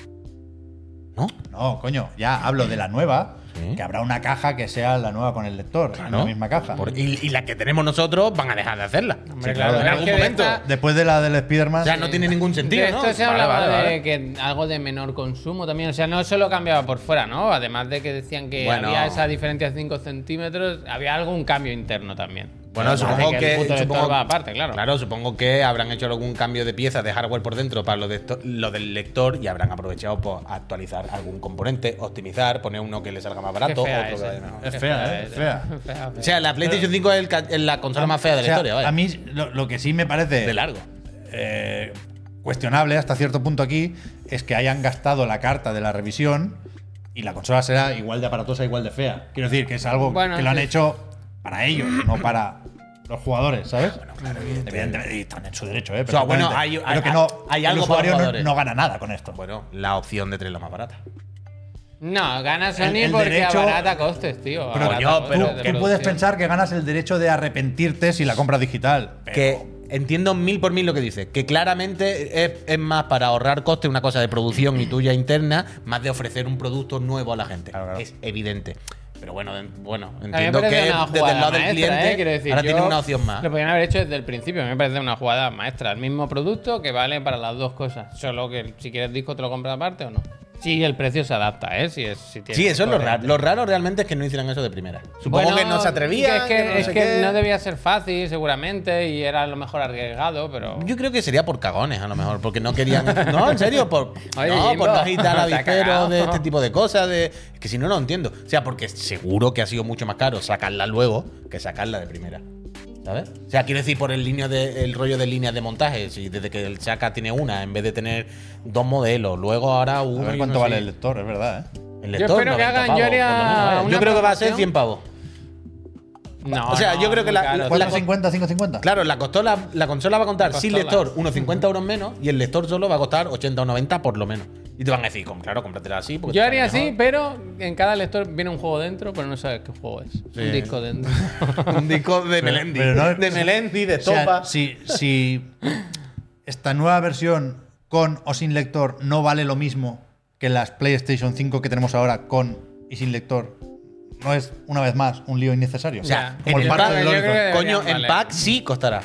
Speaker 2: ¿No?
Speaker 3: No, coño, ya hablo de la nueva,
Speaker 2: Sí.
Speaker 3: que habrá una caja que sea la nueva con el lector, en la
Speaker 2: ¿No?
Speaker 3: misma caja.
Speaker 2: Por- y, y las que tenemos nosotros van a dejar de hacerla.
Speaker 1: Hombre,
Speaker 2: Sí,
Speaker 1: claro,
Speaker 2: En
Speaker 1: es
Speaker 2: algún
Speaker 1: que de
Speaker 2: momento.
Speaker 1: esta-
Speaker 3: Después de la del Spider-Man,
Speaker 2: Ya no tiene ningún sentido.
Speaker 1: de esto
Speaker 2: ¿no?
Speaker 1: se
Speaker 2: Vale,
Speaker 1: hablaba
Speaker 2: vale,
Speaker 1: de
Speaker 2: vale.
Speaker 1: que algo de menor consumo también. O sea, no solo cambiaba por fuera, ¿no? Además de que decían que
Speaker 2: Bueno.
Speaker 1: había esa diferencia de 5 centímetros, había algún cambio interno también.
Speaker 2: Bueno,
Speaker 1: Además de
Speaker 2: supongo que,
Speaker 1: el puto lector
Speaker 2: supongo-
Speaker 1: va aparte, claro.
Speaker 2: Claro, supongo que habrán hecho algún cambio de piezas de hardware por dentro para lo, de esto- lo del lector y habrán aprovechado por actualizar algún componente, optimizar, poner uno que le salga más
Speaker 1: Qué
Speaker 2: barato,
Speaker 1: fea
Speaker 2: otro que
Speaker 1: esa.
Speaker 2: vaya mejor.
Speaker 3: Es
Speaker 1: Qué
Speaker 3: fea, ¿eh?
Speaker 1: esa.
Speaker 3: Fea.
Speaker 1: Fea,
Speaker 2: O
Speaker 1: fea.
Speaker 2: sea, la PlayStation 5 es el ca- es la consola más fea de la
Speaker 3: O sea,
Speaker 2: historia, vaya.
Speaker 3: A mí lo, lo que sí me parece
Speaker 2: de largo.
Speaker 3: eh, cuestionable hasta cierto punto aquí es que hayan gastado la carta de la revisión y la consola será igual de aparatosa, igual de fea. Quiero decir que es algo
Speaker 1: Bueno,
Speaker 3: que lo han
Speaker 1: sí.
Speaker 3: hecho para ellos, no para los jugadores, ¿sabes? Evidentemente, y están en su derecho, ¿eh?
Speaker 2: O sea, bueno,
Speaker 3: perfectamente.
Speaker 2: hay- hay-
Speaker 3: Pero que no,
Speaker 2: hay
Speaker 3: el
Speaker 2: algo para
Speaker 3: usuario no-
Speaker 2: jugadores.
Speaker 3: no, gana nada con esto.
Speaker 2: Bueno, la opción de tres la más barata.
Speaker 1: No, gana Sony
Speaker 3: el
Speaker 1: porque
Speaker 3: derecho-
Speaker 1: abarata costes, tío.
Speaker 3: Pero,
Speaker 1: abarata
Speaker 2: coño,
Speaker 1: costes de
Speaker 2: pero
Speaker 3: tú, tú puedes
Speaker 1: producción.
Speaker 3: pensar que ganas el derecho de arrepentirte si la compras digital. pero-
Speaker 2: que entiendo mil por mil lo que dices, que claramente es, es más para ahorrar coste una cosa de producción y tuya interna, más de ofrecer un producto nuevo a la gente.
Speaker 3: Claro, claro.
Speaker 2: Es evidente. Pero bueno, en- bueno
Speaker 1: A mí me
Speaker 2: entiendo que
Speaker 1: parece
Speaker 2: desde el
Speaker 1: una jugada
Speaker 2: lado del
Speaker 1: maestra,
Speaker 2: cliente
Speaker 1: ¿eh? Quiero decir,
Speaker 2: ahora
Speaker 1: yo
Speaker 2: tiene una opción más.
Speaker 1: Lo podían haber hecho desde el principio. A mí me parece una jugada maestra. El mismo producto que vale para las dos cosas. Solo que si quieres disco te lo compras aparte o no. Sí, el precio se adapta, ¿eh? Si es, si tienes
Speaker 2: Sí, eso es lo
Speaker 1: corriente.
Speaker 2: raro. Lo raro realmente es que no hicieran eso de primera. Supongo
Speaker 1: Bueno,
Speaker 2: que no se atrevían.
Speaker 1: que Es que,
Speaker 2: que no
Speaker 1: es
Speaker 2: sé
Speaker 1: que
Speaker 2: qué.
Speaker 1: no debía ser fácil, seguramente, y era a lo mejor arriesgado, pero.
Speaker 2: Yo creo que sería por cagones, a lo mejor, porque no querían. No, en serio, por
Speaker 1: Oye,
Speaker 2: no,
Speaker 1: Jimbo,
Speaker 2: por no agitar
Speaker 1: te has
Speaker 2: avispero
Speaker 1: cagado.
Speaker 2: de este tipo de cosas. De, es que si no, no lo entiendo. O sea, porque seguro que ha sido mucho más caro sacarla luego que sacarla de primera. ¿Sabes? O sea, quiero decir, por el, línea de, el rollo de líneas de montaje. Si desde que el Chaka tiene una, en vez de tener dos modelos, luego ahora uno.
Speaker 3: A ver
Speaker 2: y
Speaker 3: cuánto
Speaker 2: no sé.
Speaker 3: vale el lector, es verdad, ¿eh?
Speaker 2: El
Speaker 1: Yo
Speaker 2: lector,
Speaker 1: espero que
Speaker 2: 90
Speaker 1: hagan,
Speaker 2: pavos,
Speaker 1: yo haría
Speaker 2: por lo menos, ¿eh? Yo
Speaker 1: una
Speaker 2: creo que va a ser
Speaker 1: promoción.
Speaker 2: 100 pavos.
Speaker 1: No,
Speaker 2: O sea,
Speaker 1: no,
Speaker 2: yo creo que
Speaker 1: muy
Speaker 2: la-
Speaker 1: caro,
Speaker 2: la-
Speaker 1: tío.
Speaker 3: 450, 550.
Speaker 2: Claro, la, costola- la consola va a contar
Speaker 1: La
Speaker 2: sin
Speaker 1: consola.
Speaker 2: lector unos 50 euros menos y el lector solo va a costar 80 o 90 por lo menos. Y te van a decir, "Com- claro, cómpratela así. porque
Speaker 1: Yo
Speaker 2: te
Speaker 1: haría
Speaker 2: sale
Speaker 1: así,
Speaker 2: mejor".
Speaker 1: pero en cada lector viene un juego dentro, pero no sabes qué juego es. Un disco dentro.
Speaker 2: Un disco de
Speaker 3: Pero-
Speaker 2: Melendi.
Speaker 3: pero no-
Speaker 2: de Melendi, de
Speaker 3: O sea,
Speaker 2: Topa.
Speaker 3: si, si esta nueva versión con o sin lector no vale lo mismo que las PlayStation 5 que tenemos ahora con y sin lector, no es una vez más un lío innecesario.
Speaker 2: O sea,
Speaker 1: Ya.
Speaker 3: como
Speaker 2: en
Speaker 3: el
Speaker 2: el
Speaker 1: parche
Speaker 2: pack,
Speaker 3: parto
Speaker 1: yo
Speaker 3: del
Speaker 1: creo
Speaker 3: Lorito.
Speaker 1: que-
Speaker 2: coño,
Speaker 1: deberían
Speaker 2: en
Speaker 1: valer.
Speaker 2: pack sí costará.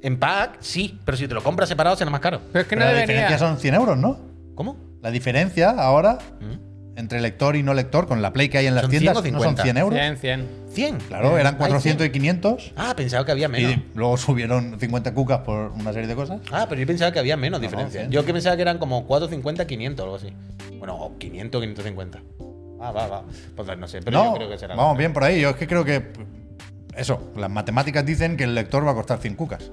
Speaker 2: En pack sí, pero si te lo compras separado será más caro.
Speaker 1: Pero es que
Speaker 3: Pero
Speaker 1: no
Speaker 3: la
Speaker 1: debería.
Speaker 3: diferencia son 100 euros, ¿no?
Speaker 2: ¿Cómo?
Speaker 3: La diferencia ahora entre lector y no lector con la Play que hay en las
Speaker 2: Mm. Son
Speaker 3: tiendas
Speaker 2: 100 o
Speaker 3: no son
Speaker 2: 50.
Speaker 3: 100 euros.
Speaker 1: 100, 100.
Speaker 2: 100.
Speaker 3: Claro, eran
Speaker 2: Hay
Speaker 3: 400 y
Speaker 2: 100.
Speaker 3: 500
Speaker 2: Ah, pensaba que había menos.
Speaker 3: y luego subieron 50 cucas por una serie de cosas.
Speaker 2: Ah, pero yo pensaba que había menos
Speaker 3: No, no,
Speaker 2: diferencia.
Speaker 3: cien.
Speaker 2: yo que pensaba que eran como 450, 500 o algo así. Bueno, o 500, 550. Ah, va, va. Pues no sé, pero
Speaker 3: no,
Speaker 2: yo creo que será.
Speaker 3: vamos bien por ahí. Yo es que creo que eso, las matemáticas dicen que el lector va a costar 100 cucas.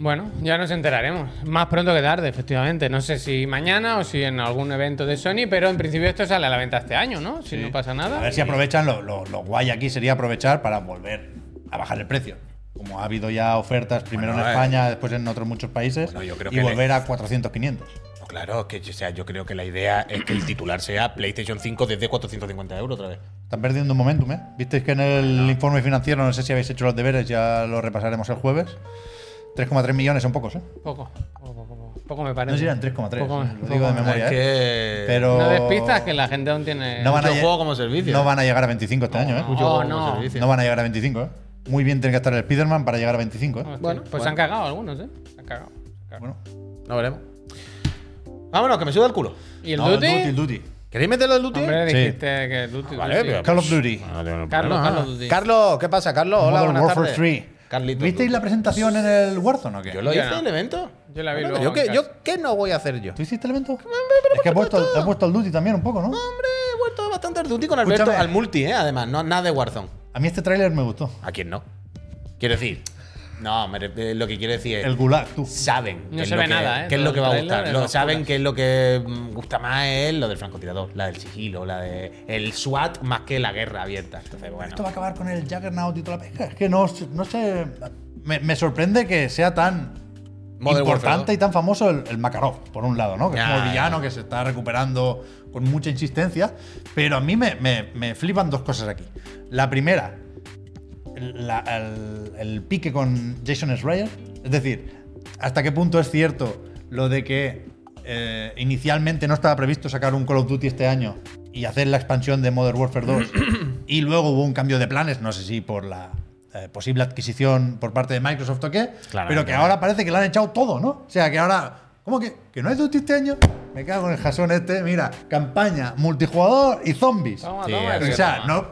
Speaker 1: Bueno, ya nos enteraremos. Más pronto que tarde, efectivamente. No sé si mañana o si en algún evento de Sony, pero en principio esto sale a la venta este año, ¿no? Si no pasa nada.
Speaker 3: A ver si aprovechan, lo, lo- lo guay aquí sería aprovechar para volver a bajar el precio. Como ha habido ya ofertas, primero
Speaker 2: Bueno,
Speaker 3: en
Speaker 2: eh.
Speaker 3: España, después en otros muchos países,
Speaker 2: Bueno, yo creo
Speaker 3: y
Speaker 2: que le-
Speaker 3: volver a 400, 500.
Speaker 2: No, Pues claro, es que o sea, yo creo que la idea es que el titular sea PlayStation 5 desde 450 euros otra vez.
Speaker 3: Están perdiendo un momentum, ¿eh? Visteis que en el informe financiero, no sé si habéis hecho los deberes, ya lo repasaremos el jueves. 3,3 millones son pocos, ¿eh?
Speaker 1: Poco, poco, poco, poco me parece.
Speaker 3: No sé si eran 3,3,
Speaker 1: Poco me-
Speaker 3: lo digo de
Speaker 1: poco me-
Speaker 3: memoria,
Speaker 2: es
Speaker 3: ¿eh?
Speaker 2: que.
Speaker 3: Pero
Speaker 1: No despistas que la gente aún tiene.
Speaker 3: no van, a
Speaker 2: Mucho
Speaker 3: lle-
Speaker 2: juego como servicio,
Speaker 3: no
Speaker 2: ¿eh?
Speaker 3: van a llegar a 25 este año, ¿eh?
Speaker 1: no.
Speaker 2: juego como
Speaker 1: no.
Speaker 2: servicio.
Speaker 3: No van a llegar a 25, ¿eh? Muy bien tiene que estar el Spider-Man para llegar a 25, ¿eh?
Speaker 1: Hostia,
Speaker 2: Bueno,
Speaker 1: pues
Speaker 2: bueno.
Speaker 1: se han cagado algunos, ¿eh? Se han cagado. se han cagado.
Speaker 3: Bueno.
Speaker 2: No veremos. Vámonos, que me suda el culo.
Speaker 1: ¿Y el
Speaker 3: No,
Speaker 1: Duty?
Speaker 3: El Duty.
Speaker 2: ¿Queréis meterlo en Duty?
Speaker 1: Hombre,
Speaker 3: Sí.
Speaker 1: dijiste que el Duty.
Speaker 2: Vale,
Speaker 1: Duty.
Speaker 2: pero-
Speaker 3: Call of Duty.
Speaker 2: Ah, no tengo ningún
Speaker 1: Carlos,
Speaker 2: problema.
Speaker 1: Carlos Duty.
Speaker 2: Carlos, ¿qué pasa? Carlos, hola,
Speaker 3: Modern
Speaker 2: buenas
Speaker 3: Warfare
Speaker 2: tardes.
Speaker 3: 3.
Speaker 2: Carlitos,
Speaker 3: ¿Visteis
Speaker 2: Duty.
Speaker 3: la presentación en el Warzone o qué?
Speaker 2: Yo lo
Speaker 1: Yo
Speaker 2: hice
Speaker 1: no.
Speaker 2: en el evento.
Speaker 1: Yo la vi
Speaker 2: Bueno,
Speaker 1: luego
Speaker 2: yo
Speaker 1: en casa.
Speaker 2: qué, yo qué no voy a hacer yo.
Speaker 3: ¿Tú hiciste el evento? es que has puesto, has puesto el Duty también un poco, ¿no?
Speaker 2: Hombre, he vuelto bastante al duty con Alberto
Speaker 3: Escúchame.
Speaker 2: al multi, eh, además, no nada de Warzone.
Speaker 3: A mí este tráiler me gustó.
Speaker 2: ¿A quién no? Quiero decir, no, me ref- eh, lo que quiero decir es
Speaker 3: El Gulag, tú.
Speaker 2: saben
Speaker 1: No
Speaker 2: qué es
Speaker 1: se
Speaker 2: lo
Speaker 1: ve
Speaker 2: que-
Speaker 1: nada, ¿eh?
Speaker 2: qué es
Speaker 1: Todo
Speaker 2: lo
Speaker 1: el
Speaker 2: que va a
Speaker 1: tráiler
Speaker 2: gustar.
Speaker 1: es
Speaker 2: Lo-
Speaker 1: locura.
Speaker 2: saben que es lo que mm, gusta más es lo del francotirador, la del sigilo, la de el SWAT más que la guerra abierta. Entonces, bueno.
Speaker 3: Esto va a acabar con el Juggernaut y toda la pesca. Es que no, no sé. Me, me sorprende que sea tan
Speaker 2: Modern
Speaker 3: importante
Speaker 2: Warfare Ah,
Speaker 3: y tan famoso el, el Makarov, por un lado, ¿no? Que
Speaker 2: Ya,
Speaker 3: es como el villano
Speaker 2: ya.
Speaker 3: que se está recuperando con mucha insistencia. Pero a mí me, me- me flipan dos cosas aquí. La primera, la- el, el pique con Jason Schreier. Es decir, hasta qué punto es cierto lo de que eh, inicialmente no estaba previsto sacar un Call of Duty este año y hacer la expansión de Modern Warfare 2 y luego hubo un cambio de planes, no sé si por la eh, posible adquisición por parte de Microsoft o qué,
Speaker 2: Claramente.
Speaker 3: pero que ahora parece que lo han echado todo, ¿no? O sea, que ahora... ¿Cómo que, que no hay Duty este año? Me cago en el jasón este. Mira, campaña, multijugador y zombies.
Speaker 1: Toma,
Speaker 2: Sí,
Speaker 1: toma,
Speaker 2: así
Speaker 1: que
Speaker 3: O sea,
Speaker 1: toma.
Speaker 3: no.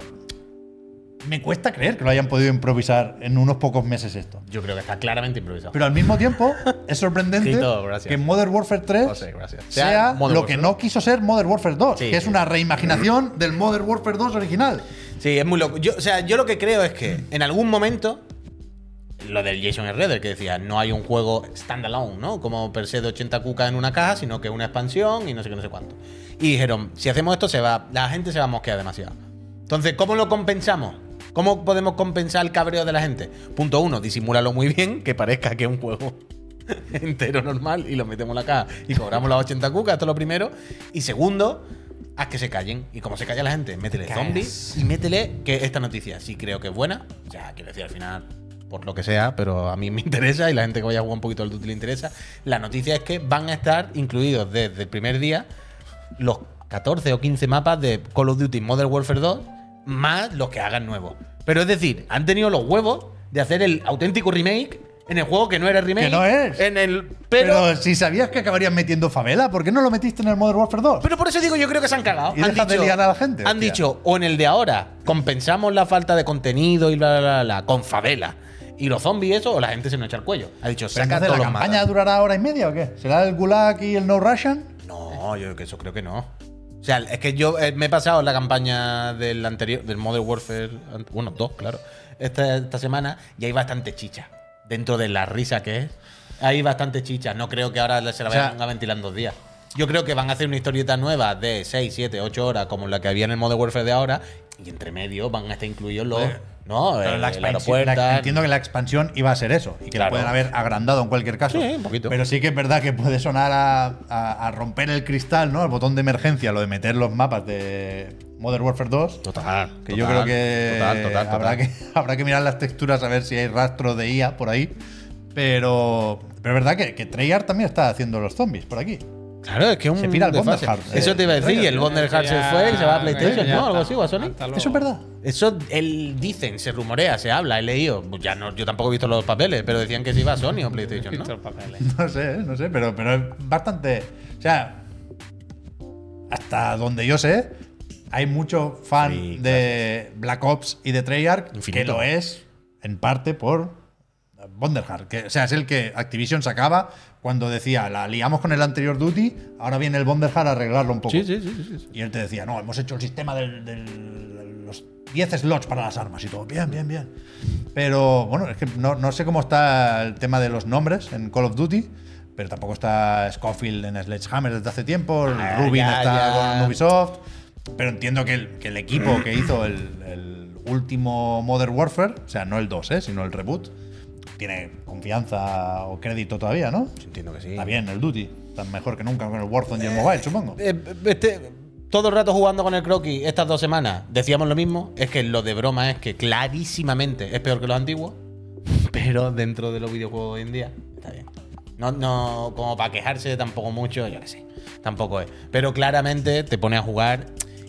Speaker 3: Me cuesta creer que lo hayan podido improvisar en unos pocos meses esto.
Speaker 2: Yo creo que está claramente improvisado.
Speaker 3: Pero al mismo tiempo, es sorprendente
Speaker 2: Tito, gracias.
Speaker 3: que Modern Warfare 3
Speaker 2: José, gracias. Sea
Speaker 3: sea
Speaker 2: Modern
Speaker 3: lo
Speaker 2: Warfare.
Speaker 3: que no quiso ser Modern Warfare 2,
Speaker 2: Sí,
Speaker 3: que es
Speaker 2: sí.
Speaker 3: una reimaginación del Modern Warfare 2 original.
Speaker 2: Sí, es muy loco. Yo, o sea, yo lo que creo es que en algún momento, lo del Jason Redder que decía, no hay un juego standalone, ¿no? Como per se de 80 cucas en una caja, sino que una expansión y no sé qué, no sé cuánto. Y dijeron, si hacemos esto, se va, la gente se va a mosquear demasiado. Entonces, ¿cómo lo compensamos? ¿Cómo podemos compensar el cabreo de la gente? Punto uno, disimúlalo muy bien, que parezca que es un juego entero normal y lo metemos en la caja y cobramos las 80 cucas, esto es lo primero. Y segundo, haz que se callen. Y como se calla la gente, métele zombies y métele que esta noticia sí creo que es buena. O sea, quiero decir, al final por lo que sea, pero a mí me interesa y la gente que vaya a jugar un poquito al Duty le interesa. La noticia es que van a estar incluidos desde el primer día los 14 o 15 mapas de Call of Duty Modern Warfare 2 más los que hagan nuevos. Pero es decir, han tenido los huevos de hacer el auténtico remake en el juego que no era remake.
Speaker 3: Que no es.
Speaker 2: En el,
Speaker 3: Pero,
Speaker 2: pero,
Speaker 3: si sabías que acabarías metiendo favela, ¿por qué no lo metiste en el Modern Warfare 2?
Speaker 2: Pero por eso digo, yo creo que se han cagado.
Speaker 3: Y
Speaker 2: han
Speaker 3: dejas de liar a la gente,
Speaker 2: Han
Speaker 3: hostia.
Speaker 2: dicho, o en el de ahora, compensamos la falta de contenido y bla, bla, bla, bla, con favela. Y los zombies, eso, o la gente se nos echa el cuello. Ha dicho, saca
Speaker 3: Pero entonces,
Speaker 2: todos
Speaker 3: ¿La
Speaker 2: los
Speaker 3: campaña
Speaker 2: mapas.
Speaker 3: durará hora y media o qué? ¿Será el Gulag y el No Russian?
Speaker 2: No, yo que eso creo que no. O sea, es que yo eh, me he pasado la campaña del anterior, del Modern Warfare, ant- bueno, dos, claro, esta, esta semana, y hay bastante chicha. Dentro de la risa que es, hay bastante chicha. No creo que ahora se la
Speaker 3: O sea-
Speaker 2: vayan a ventilar en dos días. Yo creo que van a hacer una historieta nueva de 6, 7, 8 horas, como la que había en el Modern Warfare de ahora, y entre medio van a estar incluidos los.
Speaker 3: Joder.
Speaker 2: no,
Speaker 3: Pero
Speaker 2: el,
Speaker 3: la
Speaker 2: el
Speaker 3: expansión-
Speaker 2: aeropuerto.
Speaker 3: la- entiendo que la expansión iba a ser eso y que la
Speaker 2: Claro.
Speaker 3: pueden haber agrandado en cualquier caso.
Speaker 2: Sí, un poquito.
Speaker 3: Pero sí que es verdad que puede sonar a, a- a romper el cristal, ¿no? Al botón de emergencia, lo de meter los mapas de Modern Warfare 2.
Speaker 2: Total.
Speaker 3: Que
Speaker 2: total,
Speaker 3: yo creo que,
Speaker 2: Total, total, total.
Speaker 3: Habrá, que habrá que mirar las texturas a ver si hay rastro de IA por ahí. Pero, pero es verdad que, que Treyarch también está haciendo los zombies por aquí.
Speaker 2: Claro, es que un
Speaker 3: Se pira el
Speaker 2: desfase.
Speaker 3: Wonder Hearts, eh,
Speaker 2: Eso te iba a decir,
Speaker 3: Treyarch.
Speaker 2: el Wonder Hearts se fue y se va a PlayStation, ¿no? Algo así, o a Sony.
Speaker 3: Eso es verdad.
Speaker 2: Eso él dicen, se rumorea, se habla, he leído. Pues Ya no, yo tampoco he visto los papeles, pero decían que se iba a Sony o PlayStation, ¿no?
Speaker 3: No sé, ¿eh? no sé, pero, pero es bastante. O sea, hasta donde yo sé, hay mucho fan
Speaker 2: Sí,
Speaker 3: de Black Ops y de Treyarch que
Speaker 2: Infinito.
Speaker 3: lo es en parte por Bonderhard. Que, o sea, es el que Activision sacaba cuando decía, la liamos con el anterior Duty, ahora viene el Bonderhard a arreglarlo un poco.
Speaker 2: sí, sí, sí.
Speaker 3: Y él te decía, no, hemos hecho el sistema del- del- de los 10 slots para las armas y todo. Bien, bien, bien. Pero bueno, es que no, no sé cómo está el tema de los nombres en Call of Duty, pero tampoco está Scofield en Sledgehammer desde hace tiempo,
Speaker 2: Ah,
Speaker 3: Rubin
Speaker 2: ya,
Speaker 3: está
Speaker 2: ya.
Speaker 3: con Ubisoft. Pero entiendo que el, que el equipo que hizo el, el último Modern Warfare, o sea, no el 2, ¿eh? sino el reboot, tiene confianza o crédito todavía, ¿no?
Speaker 2: Entiendo que sí.
Speaker 3: Está bien el Duty, tan mejor que nunca con el Warzone y el Mobile, supongo.
Speaker 2: Eh, este, todo el rato jugando con el croquis estas dos semanas, decíamos lo mismo. Es que lo de broma es que clarísimamente es peor que los antiguos, pero dentro de los videojuegos de hoy en día está bien. No, no, como para quejarse tampoco mucho, yo qué sé, tampoco es. Pero claramente te pone a jugar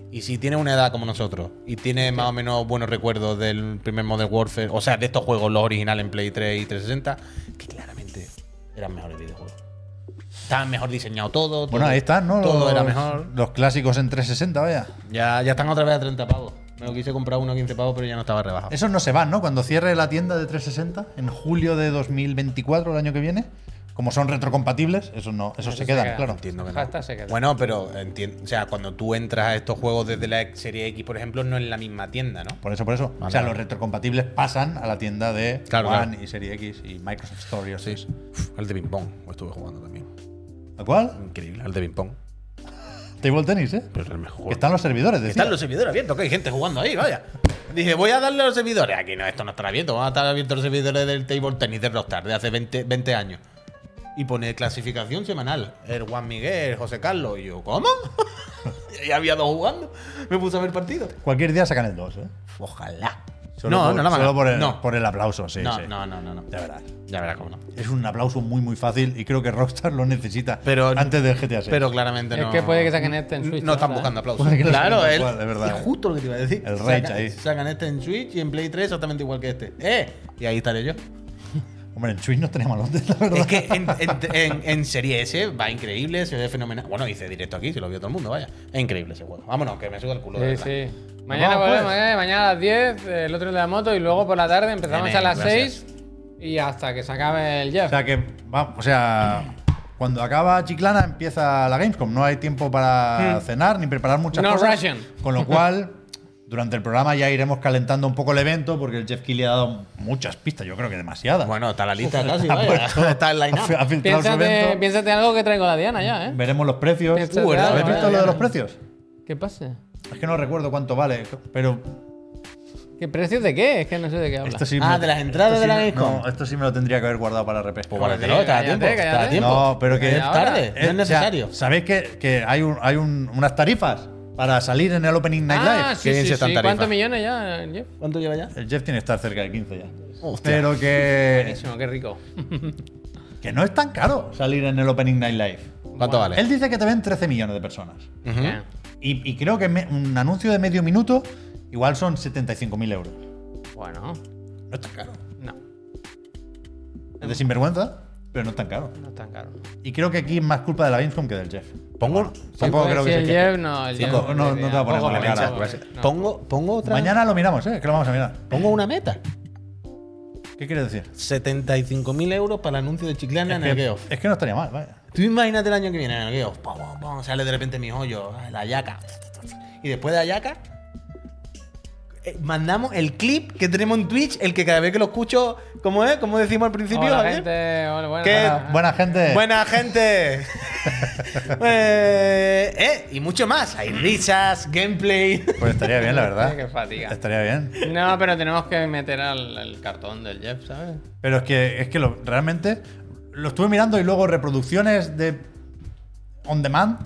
Speaker 2: y si tienes una edad como nosotros y tienes más o menos buenos recuerdos del primer Modern Warfare, o sea, de estos juegos, los originales en Play 3 y 360, que claramente eran mejores videojuegos. Estaban mejor diseñado todo.
Speaker 3: Bueno,
Speaker 2: todo-
Speaker 3: ahí están, ¿no?
Speaker 2: Todo
Speaker 3: los,
Speaker 2: era mejor.
Speaker 3: Los clásicos en 360, vaya.
Speaker 2: Ya, ya están otra vez a 30 pavos. Me lo quise comprar uno a 15 pavos, pero ya no estaba rebajado.
Speaker 3: Esos no se van, ¿no? Cuando cierre la tienda de 360 en julio de 2024, el año que viene, como son retrocompatibles, esos no, esos se quedan, claro.
Speaker 2: Entiendo que no.
Speaker 1: Hasta se queda.
Speaker 2: Bueno, pero entiendo. O sea, cuando tú entras a estos juegos desde la serie X, por ejemplo, no en la misma tienda, ¿no?
Speaker 3: Por eso, por eso. o sea,
Speaker 2: vale.
Speaker 3: los retrocompatibles pasan a la tienda de
Speaker 2: Claro,
Speaker 3: One
Speaker 2: claro.
Speaker 3: y Serie X y Microsoft Store y así.
Speaker 2: Al de ping pong, lo estuve jugando también.
Speaker 3: ¿Lo cual?
Speaker 2: Increíble, al de ping pong.
Speaker 3: Table tenis, ¿eh?
Speaker 2: Pero es el
Speaker 3: Que
Speaker 2: mejor.
Speaker 3: están los servidores, decía.
Speaker 2: Están los servidores abiertos, que hay gente jugando ahí, vaya. Dije, voy a darle a los servidores. Aquí no, esto no estará abierto. Van a estar abiertos los servidores del table tenis de Rockstar de hace 20, 20 años. Y pone clasificación semanal. El Juan Miguel, el José Carlos. Y yo, ¿cómo? ya había dos jugando. Me puse a ver partido.
Speaker 3: Cualquier día sacan el 2, ¿eh?
Speaker 2: Ojalá.
Speaker 3: Solo por,
Speaker 2: la van a-
Speaker 3: Solo por el,
Speaker 2: no.
Speaker 3: por el aplauso, sí,
Speaker 2: no,
Speaker 3: sí.
Speaker 2: no, no, no, no.
Speaker 3: Ya verás.
Speaker 2: Ya verás cómo no.
Speaker 3: Es un aplauso muy, muy fácil y creo que Rockstar lo necesita
Speaker 2: Pero-
Speaker 3: antes del GTA 6.
Speaker 2: Pero claramente
Speaker 1: Es
Speaker 2: no.
Speaker 1: que puede que saquen este en Switch
Speaker 2: No están
Speaker 1: ahora,
Speaker 2: buscando
Speaker 1: ¿eh?
Speaker 2: aplausos.
Speaker 3: Puede que lo
Speaker 2: Claro,
Speaker 3: saquen
Speaker 2: él.
Speaker 3: igual, es verdad.
Speaker 2: Es justo lo que te iba a decir.
Speaker 3: El rage
Speaker 2: Sacan-
Speaker 3: ahí.
Speaker 2: Sacan este en Switch y en Play 3 exactamente igual que este. ¡Eh! Y ahí estaré yo.
Speaker 3: Hombre, en Switch no tenía malotes, la verdad.
Speaker 2: Es que en, en- en- en Serie S va increíble, se ve fenomenal. Bueno, hice directo aquí, se lo vio todo el mundo, vaya. Es increíble ese juego. Vámonos, que me suda el culo. de
Speaker 1: Sí,
Speaker 2: verdad.
Speaker 1: sí. Mañana
Speaker 3: vamos,
Speaker 1: volvemos,
Speaker 3: pues.
Speaker 1: ¿eh? Mañana a las 10, el otro de la moto y luego por la tarde empezamos
Speaker 2: Bien,
Speaker 1: a las
Speaker 2: gracias.
Speaker 1: 6 y hasta que se acabe el Jeff.
Speaker 3: O sea que, va- o sea, cuando acaba Chiclana empieza la Gamescom. No hay tiempo para cenar ni preparar muchas
Speaker 1: No
Speaker 3: cosas.
Speaker 1: rushing.
Speaker 3: Con lo cual, durante el programa ya iremos calentando un poco el evento porque el Jeff Keighley ha dado muchas pistas, yo creo que demasiadas.
Speaker 2: Bueno, está la lista casi,
Speaker 3: Ha
Speaker 2: vaya.
Speaker 3: puesto-
Speaker 2: Está el
Speaker 3: ha fi- ha
Speaker 2: line-up.
Speaker 3: filtrado su
Speaker 1: piénsate,
Speaker 3: evento.
Speaker 1: piénsate algo que traigo la Diana ya, ¿eh?
Speaker 3: Veremos los precios.
Speaker 1: Piénsate
Speaker 2: Uh, ¿verdad?
Speaker 1: algo,
Speaker 3: ¿Habéis
Speaker 1: eh,
Speaker 3: visto lo de
Speaker 1: Diana.
Speaker 3: los precios?
Speaker 1: ¿Qué pasa?
Speaker 3: Es que no recuerdo cuánto vale, pero
Speaker 1: ¿Qué precios de qué? Es que no sé de qué hablas.
Speaker 3: esto sí
Speaker 2: Ah,
Speaker 3: me-
Speaker 2: de las entradas
Speaker 3: esto
Speaker 2: de la
Speaker 3: sí me-
Speaker 2: Gamescom.
Speaker 3: No, esto sí me lo tendría que haber guardado para RP.
Speaker 2: Pues
Speaker 1: Joder,
Speaker 2: guárdatelo, está a
Speaker 1: cállate,
Speaker 2: tiempo. Está a
Speaker 1: cállate.
Speaker 2: tiempo.
Speaker 3: No, pero que-
Speaker 2: es tarde,
Speaker 3: Eh,
Speaker 2: no es necesario.
Speaker 3: o sea, ¿Sabéis que, que hay, un- hay un- unas tarifas? para salir en el Opening Night
Speaker 1: Ah,
Speaker 3: Live.
Speaker 1: sí,
Speaker 2: Qué bien
Speaker 1: sí,
Speaker 2: se están
Speaker 1: sí.
Speaker 2: tarifas.
Speaker 1: ¿Cuántos millones ya, Jeff?
Speaker 2: ¿Cuánto lleva ya?
Speaker 3: El Jeff tiene que estar cerca de 15 ya.
Speaker 2: Hostia.
Speaker 3: Pero que,
Speaker 1: Buenísimo, qué rico.
Speaker 3: que no es tan caro salir en el Opening Night Live.
Speaker 2: ¿Cuánto vale?
Speaker 3: Él dice que te ven 13 millones de personas.
Speaker 2: Ujú.
Speaker 1: Ya.
Speaker 3: Y, y creo que me- un anuncio de medio minuto igual son 75.000 euros.
Speaker 1: Bueno,
Speaker 3: No es tan caro.
Speaker 1: no,
Speaker 3: Es de sinvergüenza, pero no es tan caro.
Speaker 1: no es tan caro.
Speaker 3: Y creo que aquí es más culpa de la Gamescom que del Jeff.
Speaker 2: Pongo,
Speaker 3: Tampoco
Speaker 1: Sí,
Speaker 3: creo que
Speaker 1: sí, pues,
Speaker 3: se
Speaker 1: el
Speaker 3: queje.
Speaker 1: Jeff no, el
Speaker 3: Sí,
Speaker 1: Jeff
Speaker 3: no, no, no te va a poner
Speaker 1: Poco
Speaker 3: mala
Speaker 1: le
Speaker 3: cara.
Speaker 1: echa,
Speaker 2: Gracias.
Speaker 1: no.
Speaker 2: pongo, pongo otra.
Speaker 3: Mañana lo miramos, ¿eh? Que lo vamos a mirar.
Speaker 2: Pongo una meta.
Speaker 3: ¿Qué quieres decir?
Speaker 2: 75.000 euros para el anuncio de Chiclana en
Speaker 3: Es
Speaker 2: el
Speaker 3: que-
Speaker 2: Geoff.
Speaker 3: es que no estaría mal, vaya.
Speaker 2: Tú imagínate el año que viene en el Geoff. Pum, pum, pum, sale de repente mi hoyo, ah, la yaca. Y después de la yaca, eh, mandamos el clip que tenemos en Twitch, el que cada vez que lo escucho, ¿cómo es? ¿Cómo decimos al principio?
Speaker 1: Hola,
Speaker 2: Javier?
Speaker 1: gente. Hola, buenas,
Speaker 2: ¿Qué?
Speaker 1: buenas.
Speaker 3: Buena gente.
Speaker 2: Buena gente. Eh, eh, y mucho más. Hay risas, gameplay.
Speaker 3: Pues estaría bien, la verdad.
Speaker 1: Qué fatiga.
Speaker 3: Estaría bien.
Speaker 1: No, pero tenemos que meter al, al cartón del Jeff, ¿sabes?
Speaker 3: Pero es que, es que lo- realmente lo estuve mirando y luego reproducciones de on demand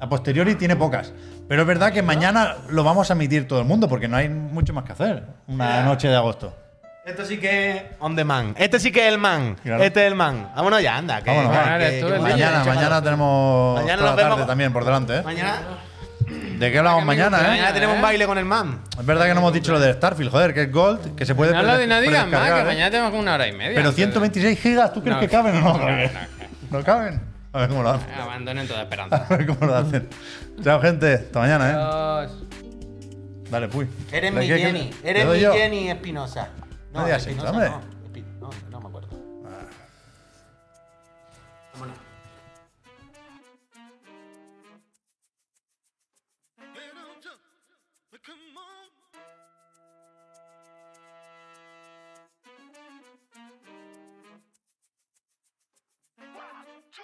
Speaker 3: a posteriori tiene pocas. Pero es verdad que mañana lo vamos a emitir todo el mundo porque no hay mucho más que hacer una noche de agosto.
Speaker 2: Esto sí que es on demand. Este sí que es el man.
Speaker 3: Claro.
Speaker 2: Este es el man. Vámonos ya, anda. Que,
Speaker 3: Vámonos,
Speaker 2: que-
Speaker 3: va.
Speaker 2: que-
Speaker 1: Eres tú
Speaker 2: que-
Speaker 1: el
Speaker 2: que-
Speaker 1: día.
Speaker 3: Mañana,
Speaker 2: que-
Speaker 3: mañana tenemos
Speaker 2: Mañana
Speaker 3: toda
Speaker 2: nos
Speaker 3: la tarde
Speaker 2: vemos.
Speaker 3: también por delante. ¿eh?
Speaker 2: Mañana,
Speaker 3: ¿De qué hablamos
Speaker 1: Mañana
Speaker 3: mañana?
Speaker 1: cumpleaños.
Speaker 3: eh?
Speaker 2: mañana tenemos un baile con el man.
Speaker 3: Es verdad que no hemos dicho lo de Starfield, joder, que es Gold, que se puede
Speaker 1: No lo de
Speaker 3: prede-
Speaker 1: no digas más, que
Speaker 3: predescargar, ¿eh?
Speaker 1: mañana tenemos como una hora y media.
Speaker 3: Pero
Speaker 1: antes de-
Speaker 3: 126 gigas, ¿tú crees
Speaker 1: No,
Speaker 3: que caben o no?
Speaker 1: no, no,
Speaker 3: No caben. A ver cómo lo hacen.
Speaker 1: Abandonen toda esperanza.
Speaker 3: A ver cómo lo hacen. Chao, gente. Hasta mañana, ¿eh?
Speaker 1: Adiós.
Speaker 3: Dale, puy.
Speaker 2: Eres
Speaker 3: ¿Le
Speaker 2: mi
Speaker 3: quieres que-
Speaker 2: Jenny.
Speaker 3: le
Speaker 2: Eres
Speaker 3: doy
Speaker 2: mi
Speaker 3: yo?
Speaker 2: Jenny Espinosa.
Speaker 3: No digas
Speaker 2: Espinosa
Speaker 3: eso, hombre.
Speaker 2: no. Espi- No, no me acuerdo. Vámonos.
Speaker 4: Better jump, but come on.